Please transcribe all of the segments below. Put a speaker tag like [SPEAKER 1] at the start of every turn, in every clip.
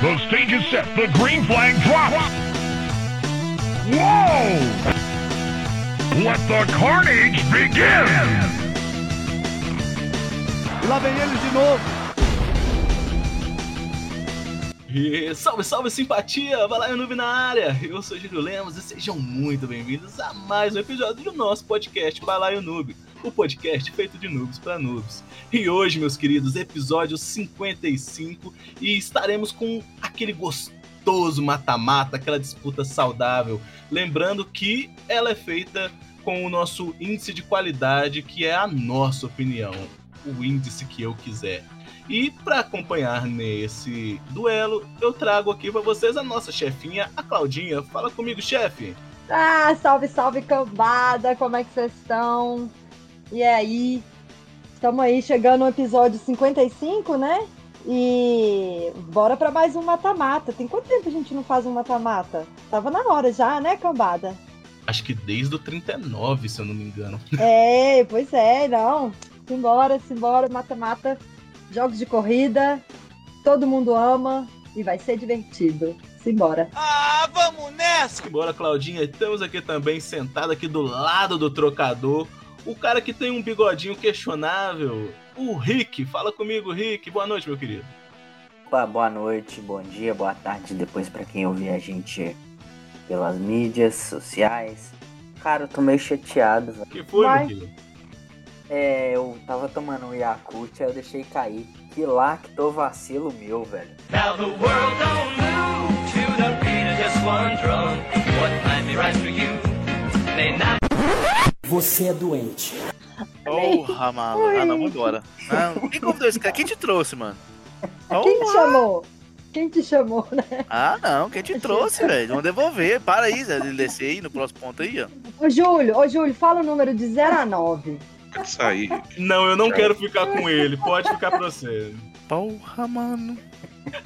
[SPEAKER 1] The stage is set. The green flag drops. Whoa! Let the carnage begin!
[SPEAKER 2] E lá vem ele de novo.
[SPEAKER 3] E salve, salve, simpatia! Vai lá, eu noob na área! Eu sou Júlio Lemos e sejam muito bem-vindos a mais um episódio do nosso podcast Vai lá, eu noob, o podcast feito de noobs para noobs. E hoje, meus queridos, episódio 55 e estaremos com aquele gostoso mata-mata, aquela disputa saudável. Lembrando que ela é feita com o nosso índice de qualidade, que é a nossa opinião, o índice que eu quiser. E para acompanhar nesse duelo, eu trago aqui para vocês a nossa chefinha, a Claudinha. Fala comigo, chefe.
[SPEAKER 4] Ah, salve, salve, cambada! Como é que vocês estão? E aí? Estamos aí chegando no episódio 55, né? E bora pra mais um mata-mata. Tem quanto tempo a gente não faz um mata-mata? Tava na hora já, né, cambada?
[SPEAKER 3] Acho que desde o 39, se eu não me engano.
[SPEAKER 4] É, pois é, não. Simbora, simbora, mata-mata, jogos de corrida, todo mundo ama e vai ser divertido. Simbora.
[SPEAKER 5] Ah, vamos nessa!
[SPEAKER 3] Bora, Claudinha. Estamos aqui também, sentado aqui do lado do trocador, o cara que tem um bigodinho questionável, o Rick. Fala comigo, Rick. Boa noite, meu querido.
[SPEAKER 6] Opa, boa noite, bom dia, boa tarde, depois pra quem ouvir a gente pelas mídias sociais. Cara, eu tô meio chateado, velho.
[SPEAKER 3] Que foi,
[SPEAKER 4] Vai.
[SPEAKER 3] meu querido?
[SPEAKER 6] É, eu tava tomando um Yakult, aí eu deixei cair. Que lá que tô vacilo meu, velho.
[SPEAKER 7] Now the world don't move to the beat of just one drum. What might be right for you may not
[SPEAKER 5] Porra, mano. Ah, não, vambora. Não, quem convidou esse cara? Quem te trouxe, mano?
[SPEAKER 4] Quem
[SPEAKER 5] Oh,
[SPEAKER 4] te chamou? Quem te chamou, né?
[SPEAKER 5] ah, não, quem te trouxe, velho? Vamos devolver. Para aí, Zé, de descer aí no próximo ponto aí, ó.
[SPEAKER 4] Ô, Júlio, ô, Júlio, fala o número de 0 a 9.
[SPEAKER 8] Saí.
[SPEAKER 3] Não, eu não quero ficar com ele. Pode ficar pra você.
[SPEAKER 5] Porra, mano.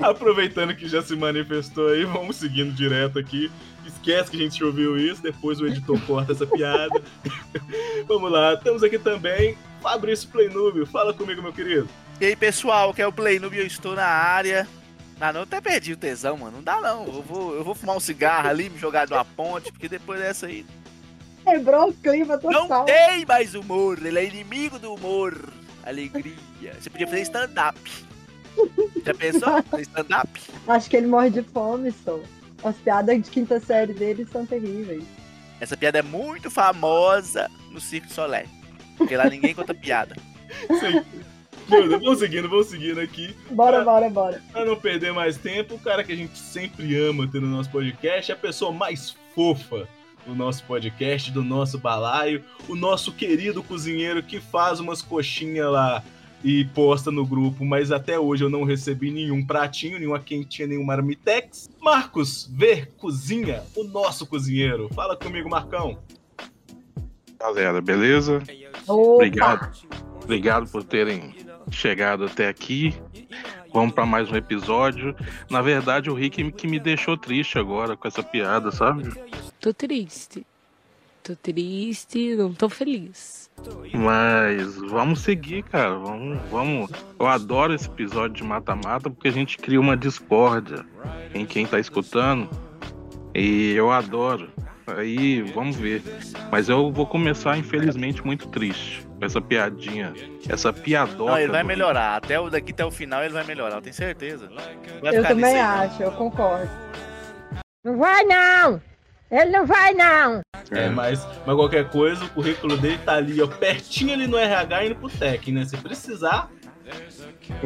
[SPEAKER 3] Aproveitando que já se manifestou aí, vamos seguindo direto aqui. Esquece que a gente ouviu isso, depois o editor corta essa piada. vamos lá, estamos aqui também. Fabrício Plenúbio, fala comigo, meu querido.
[SPEAKER 5] E aí, pessoal, que é o Play Noob, eu estou na área. Ah, não, eu até perdi o tesão, mano. Não dá, não. Eu vou, eu vou fumar um cigarro ali, me jogar de uma ponte, porque depois dessa aí.
[SPEAKER 4] Quebrou o clima
[SPEAKER 5] Não
[SPEAKER 4] total.
[SPEAKER 5] tem mais humor. Ele é inimigo do humor. Alegria. Você podia fazer stand-up. Já pensou? Fazer stand-up?
[SPEAKER 4] Acho que ele morre de fome, só. As piadas de quinta série dele são terríveis.
[SPEAKER 5] Essa piada é muito famosa no Circo Solé. Porque lá ninguém conta piada.
[SPEAKER 3] Sei- Júlio, vamos seguindo, vamos seguindo aqui.
[SPEAKER 4] Bora,
[SPEAKER 5] É.
[SPEAKER 3] Ah.
[SPEAKER 4] bora, bora.
[SPEAKER 3] Pra não perder mais tempo, o cara que a gente sempre ama ter no nosso podcast, é a pessoa mais fofa do nosso podcast, do nosso balaio, o nosso querido cozinheiro que faz umas coxinhas lá e posta no grupo, mas até hoje eu não recebi nenhum pratinho, nenhuma quentinha, nenhum marmitex. Marcos Ver Cozinha, o nosso cozinheiro. Fala comigo, Marcão.
[SPEAKER 8] Galera, beleza?
[SPEAKER 4] Opa!
[SPEAKER 8] Obrigado. Obrigado por terem chegado até aqui. Vamos pra mais um episódio. Na verdade, o Rick que me deixou triste agora com essa piada, sabe?
[SPEAKER 9] Tô triste. Tô triste, não tô feliz.
[SPEAKER 8] Mas vamos seguir, cara. Vamos, vamos. Eu adoro esse episódio de mata-mata porque a gente cria uma discórdia em quem tá escutando. E eu adoro. Aí vamos ver. Mas eu vou começar, infelizmente, muito triste. Com essa piadinha. Essa piadoca.
[SPEAKER 5] Não, ele vai
[SPEAKER 8] do-
[SPEAKER 5] melhorar. Até o daqui até o final ele vai melhorar, eu tenho certeza. Não
[SPEAKER 4] Eu
[SPEAKER 5] Vai ficar nisso
[SPEAKER 4] também
[SPEAKER 5] aí, não.
[SPEAKER 4] acho, eu concordo.
[SPEAKER 10] Não vai não! Ele não vai não!
[SPEAKER 3] É, mas, mas qualquer coisa, o currículo dele tá ali, ó, pertinho ali no RH indo pro Tec, né? Se precisar,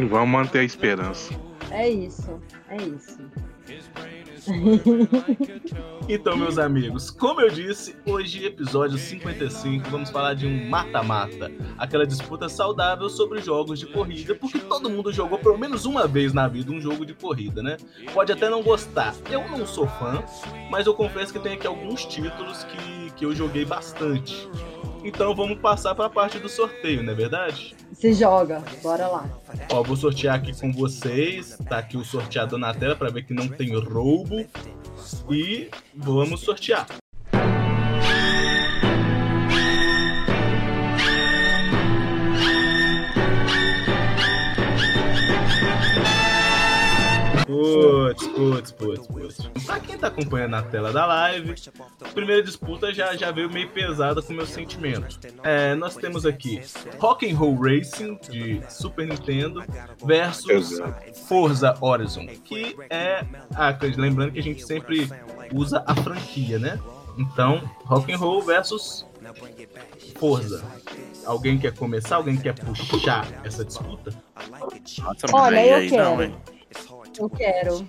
[SPEAKER 8] Vamos manter a esperança.
[SPEAKER 4] É isso, é isso.
[SPEAKER 3] Então, meus amigos, como eu disse, hoje episódio 55, vamos falar de um mata-mata. Aquela disputa saudável sobre jogos de corrida, porque todo mundo jogou pelo menos uma vez na vida um jogo de corrida, né? Pode até não gostar. Eu não sou fã, mas eu confesso que tem aqui alguns títulos que, que eu joguei bastante. Então vamos passar para a parte do sorteio, não é verdade?
[SPEAKER 4] Se joga, bora lá.
[SPEAKER 3] Ó, vou sortear aqui com vocês. Tá aqui o sorteador na tela para ver que não tem roubo. E vamos sortear. Ô, Putz, putz, putz, putz. Pra quem tá acompanhando na tela da live, a primeira disputa já, já veio meio pesada com meus sentimentos. É, nós temos aqui Rock and Roll Racing de Super Nintendo versus Forza Horizon, que é a lembrando que a gente sempre usa a franquia, né? Então, Rock and Roll versus Forza. Alguém quer começar? Alguém quer puxar essa disputa?
[SPEAKER 5] Nossa,
[SPEAKER 4] Olha,
[SPEAKER 5] vem
[SPEAKER 4] eu
[SPEAKER 5] aí
[SPEAKER 4] quero.
[SPEAKER 5] não, hein?
[SPEAKER 4] Eu quero.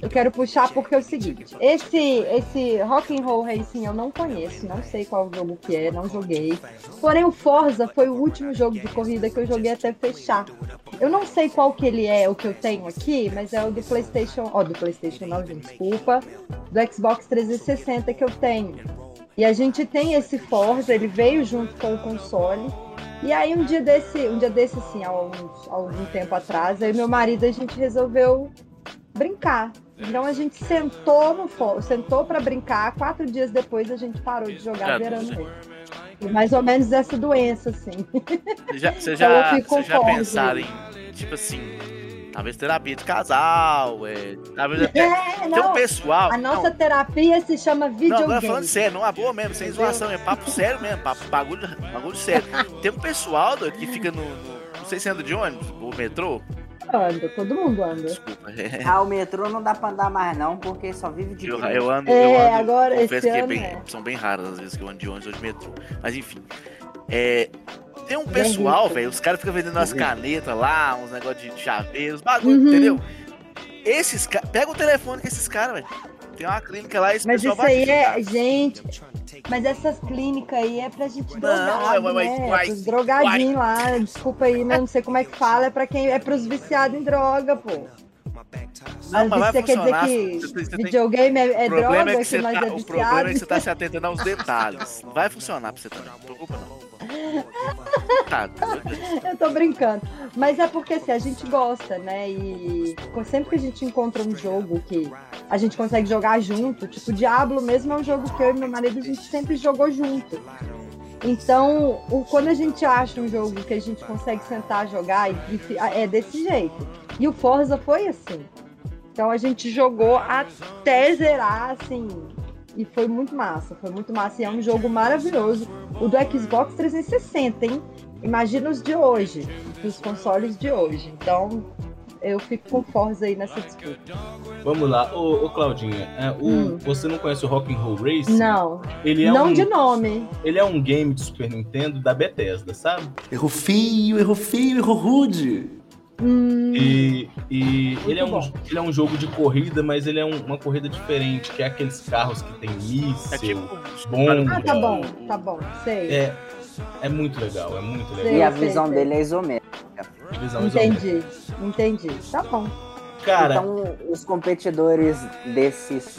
[SPEAKER 4] Eu quero puxar porque é o seguinte, esse esse Rock and Roll Racing eu não conheço, não sei qual jogo que é, não joguei. Porém o Forza foi o último jogo de corrida que eu joguei até fechar. Eu não sei qual que ele é, o que eu tenho aqui, mas é o do PlayStation, ó, do PlayStation não, gente, desculpa, do Xbox 360 que eu tenho. E a gente tem esse Forza, ele veio junto com o console. E aí um dia desse, um dia desse assim, há uns- há algum tempo atrás, aí meu marido a gente resolveu brincar. Então a gente sentou no fo- sentou para brincar. Quatro dias depois a gente parou de jogar
[SPEAKER 5] Ah,
[SPEAKER 4] verano.
[SPEAKER 5] sim.
[SPEAKER 4] ele. Mais ou menos essa doença, assim.
[SPEAKER 5] Você já, você
[SPEAKER 4] Eu
[SPEAKER 5] já,
[SPEAKER 4] fico
[SPEAKER 5] você já
[SPEAKER 4] confusa.
[SPEAKER 5] pensaram em, tipo assim, talvez terapia de casal, é, talvez até.
[SPEAKER 4] É,
[SPEAKER 5] Tem um
[SPEAKER 4] não.
[SPEAKER 5] pessoal.
[SPEAKER 4] A nossa
[SPEAKER 5] não,
[SPEAKER 4] terapia se chama
[SPEAKER 5] não, agora falando
[SPEAKER 4] videogame.
[SPEAKER 5] sério, não é boa mesmo, sem zoação, é papo sério mesmo, papo, bagulho, bagulho sério. Tem um pessoal doido, que fica no, no- Não sei se anda de ônibus, ou metrô.
[SPEAKER 4] Anda, todo mundo anda.
[SPEAKER 5] Desculpa.
[SPEAKER 6] Ah, o metrô não dá pra andar mais não, porque só vive de
[SPEAKER 5] Eu,
[SPEAKER 6] grilo.
[SPEAKER 5] eu ando,
[SPEAKER 4] É,
[SPEAKER 5] eu ando,
[SPEAKER 4] agora,
[SPEAKER 5] confesso
[SPEAKER 4] esse
[SPEAKER 5] que é
[SPEAKER 4] ano
[SPEAKER 5] bem-
[SPEAKER 4] é.
[SPEAKER 5] são bem raras as vezes que eu ando de ônibus ou de metrô. Mas enfim. É, tem um pessoal,
[SPEAKER 4] rico.
[SPEAKER 5] velho, os caras ficam vendendo umas canetas lá, uns negócios de chaveiro, uns bagulho,
[SPEAKER 4] Uhum.
[SPEAKER 5] entendeu? Esses caras. Pega o telefone com esses caras, velho. Tem uma clínica lá e esse
[SPEAKER 4] Mas isso
[SPEAKER 5] pessoal
[SPEAKER 4] aí
[SPEAKER 5] vai
[SPEAKER 4] é,
[SPEAKER 5] visitar.
[SPEAKER 4] gente. Mas essas clínicas aí é pra gente drogado,
[SPEAKER 5] ué, ué,
[SPEAKER 4] né?
[SPEAKER 5] ué,
[SPEAKER 4] pros drogadinhos lá, desculpa aí, mas não sei como é que fala, é pra quem é pros viciados em droga, pô.
[SPEAKER 5] Não,
[SPEAKER 4] Mas
[SPEAKER 5] mas vai
[SPEAKER 4] você quer dizer
[SPEAKER 5] funcionar.
[SPEAKER 4] que
[SPEAKER 5] Você tem- você tem-
[SPEAKER 4] videogame é, é
[SPEAKER 5] O problema
[SPEAKER 4] droga,
[SPEAKER 5] é
[SPEAKER 4] que,
[SPEAKER 5] que você
[SPEAKER 4] nós
[SPEAKER 5] tá,
[SPEAKER 4] é
[SPEAKER 5] o problema é que
[SPEAKER 4] viciado?
[SPEAKER 5] você tá se atentando aos detalhes. Não vai funcionar pra você também. Não preocupa, não. Tá, doido.
[SPEAKER 4] Eu tô brincando. Mas é porque assim, a gente gosta, né? E sempre que a gente encontra um jogo que a gente consegue jogar junto, tipo, Diablo mesmo é um jogo que eu e meu marido a gente sempre jogou junto. Então, o- quando a gente acha um jogo que a gente consegue sentar jogar, e- e fi- é desse jeito. E o Forza foi assim. Então a gente jogou até zerar, assim. E foi muito massa, foi muito massa. E é um jogo maravilhoso. O do Xbox 360, hein? Imagina os de hoje, os consoles de hoje. Então, eu fico com Forza aí nessa disputa.
[SPEAKER 3] Vamos lá, ô, ô Claudinha, é, o-
[SPEAKER 4] Hum.
[SPEAKER 3] você não conhece o Rock and Roll Racing?
[SPEAKER 4] Não,
[SPEAKER 3] Ele é,
[SPEAKER 4] não
[SPEAKER 3] um,
[SPEAKER 4] de nome.
[SPEAKER 3] ele é um game de Super Nintendo da Bethesda, sabe?
[SPEAKER 7] Errou feio, errou feio, errou rude.
[SPEAKER 4] Hum,
[SPEAKER 3] E, e ele, é um,
[SPEAKER 4] bom.
[SPEAKER 3] ele é um jogo de corrida, mas ele é um- uma corrida diferente, que é aqueles carros que tem
[SPEAKER 5] É
[SPEAKER 3] míssil,
[SPEAKER 5] tipo.
[SPEAKER 3] bomba.
[SPEAKER 4] ah, tá bom, tá bom, sei.
[SPEAKER 3] É, é muito legal, é muito legal.
[SPEAKER 6] E a
[SPEAKER 4] Eu sei,
[SPEAKER 6] visão
[SPEAKER 4] sei.
[SPEAKER 6] dele é isométrica.
[SPEAKER 3] Visão isométrica.
[SPEAKER 4] entendi, entendi. Tá bom.
[SPEAKER 3] Cara,
[SPEAKER 6] Então, os competidores desses,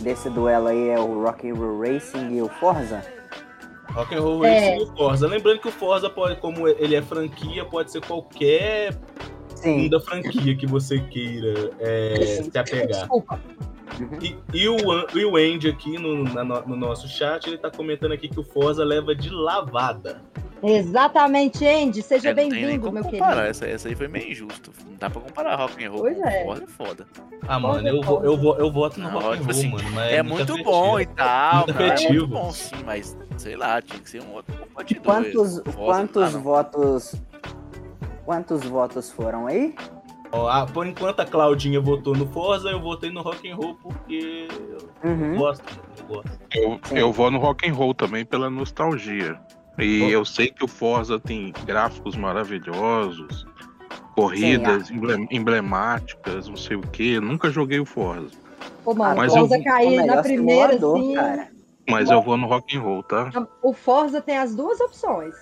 [SPEAKER 6] desse duelo aí é o Rock and Roll Racing e o Forza.
[SPEAKER 3] Rock and Roll
[SPEAKER 4] É.
[SPEAKER 3] Racing e o Forza. Lembrando que o Forza, pode, como ele é franquia, pode ser qualquer um
[SPEAKER 6] Sim.
[SPEAKER 3] da franquia que você queira é, se apegar.
[SPEAKER 4] Desculpa.
[SPEAKER 6] Uhum.
[SPEAKER 3] E, e o, An- e o Andy aqui no, na no- no nosso chat, ele tá comentando aqui que o Forza leva de lavada.
[SPEAKER 4] Exatamente, Andy. Seja
[SPEAKER 5] É, não tem nem
[SPEAKER 4] bem-vindo,
[SPEAKER 5] como
[SPEAKER 4] meu
[SPEAKER 5] comparar.
[SPEAKER 4] querido.
[SPEAKER 5] Essa, essa aí foi meio injusto. Não dá pra comparar rock and roll
[SPEAKER 4] Pois
[SPEAKER 5] com
[SPEAKER 4] é.
[SPEAKER 5] Forza, é foda.
[SPEAKER 3] Ah,
[SPEAKER 4] Forza
[SPEAKER 3] mano, eu,
[SPEAKER 4] é
[SPEAKER 3] vou,
[SPEAKER 4] Forza.
[SPEAKER 3] eu, vou, eu voto no
[SPEAKER 5] Não,
[SPEAKER 3] Rock and
[SPEAKER 5] tipo
[SPEAKER 3] Roll,
[SPEAKER 5] assim,
[SPEAKER 3] mano. mas
[SPEAKER 5] É, muito bom e tal.
[SPEAKER 3] Muito
[SPEAKER 5] cara, é muito
[SPEAKER 3] afetivo.
[SPEAKER 5] bom sim, mas sei lá, tinha que ser um outro competidor.
[SPEAKER 6] Quantos,
[SPEAKER 5] Forza não
[SPEAKER 6] quantos
[SPEAKER 5] dá, ah, não.
[SPEAKER 6] votos. Quantos votos foram aí?
[SPEAKER 3] Ó, ah, por enquanto a Claudinha votou no Forza, eu votei no Rock and Roll porque eu
[SPEAKER 11] Hum?
[SPEAKER 6] Uhum.
[SPEAKER 3] gosto, mano, eu gosto.
[SPEAKER 8] Eu, eu vou no rock and roll também pela nostalgia. E eu sei que o Forza tem gráficos maravilhosos, corridas emble- emblemáticas, não sei o que. Nunca joguei o Forza,
[SPEAKER 4] Pô, mano,
[SPEAKER 8] Mas
[SPEAKER 4] o
[SPEAKER 8] eu-
[SPEAKER 4] Forza
[SPEAKER 6] O
[SPEAKER 4] cair na
[SPEAKER 6] melhor
[SPEAKER 4] primeira,
[SPEAKER 6] simulador,
[SPEAKER 4] assim.
[SPEAKER 6] cara.
[SPEAKER 8] mas eu vou no rock and roll, tá?
[SPEAKER 4] O Forza tem as duas opções.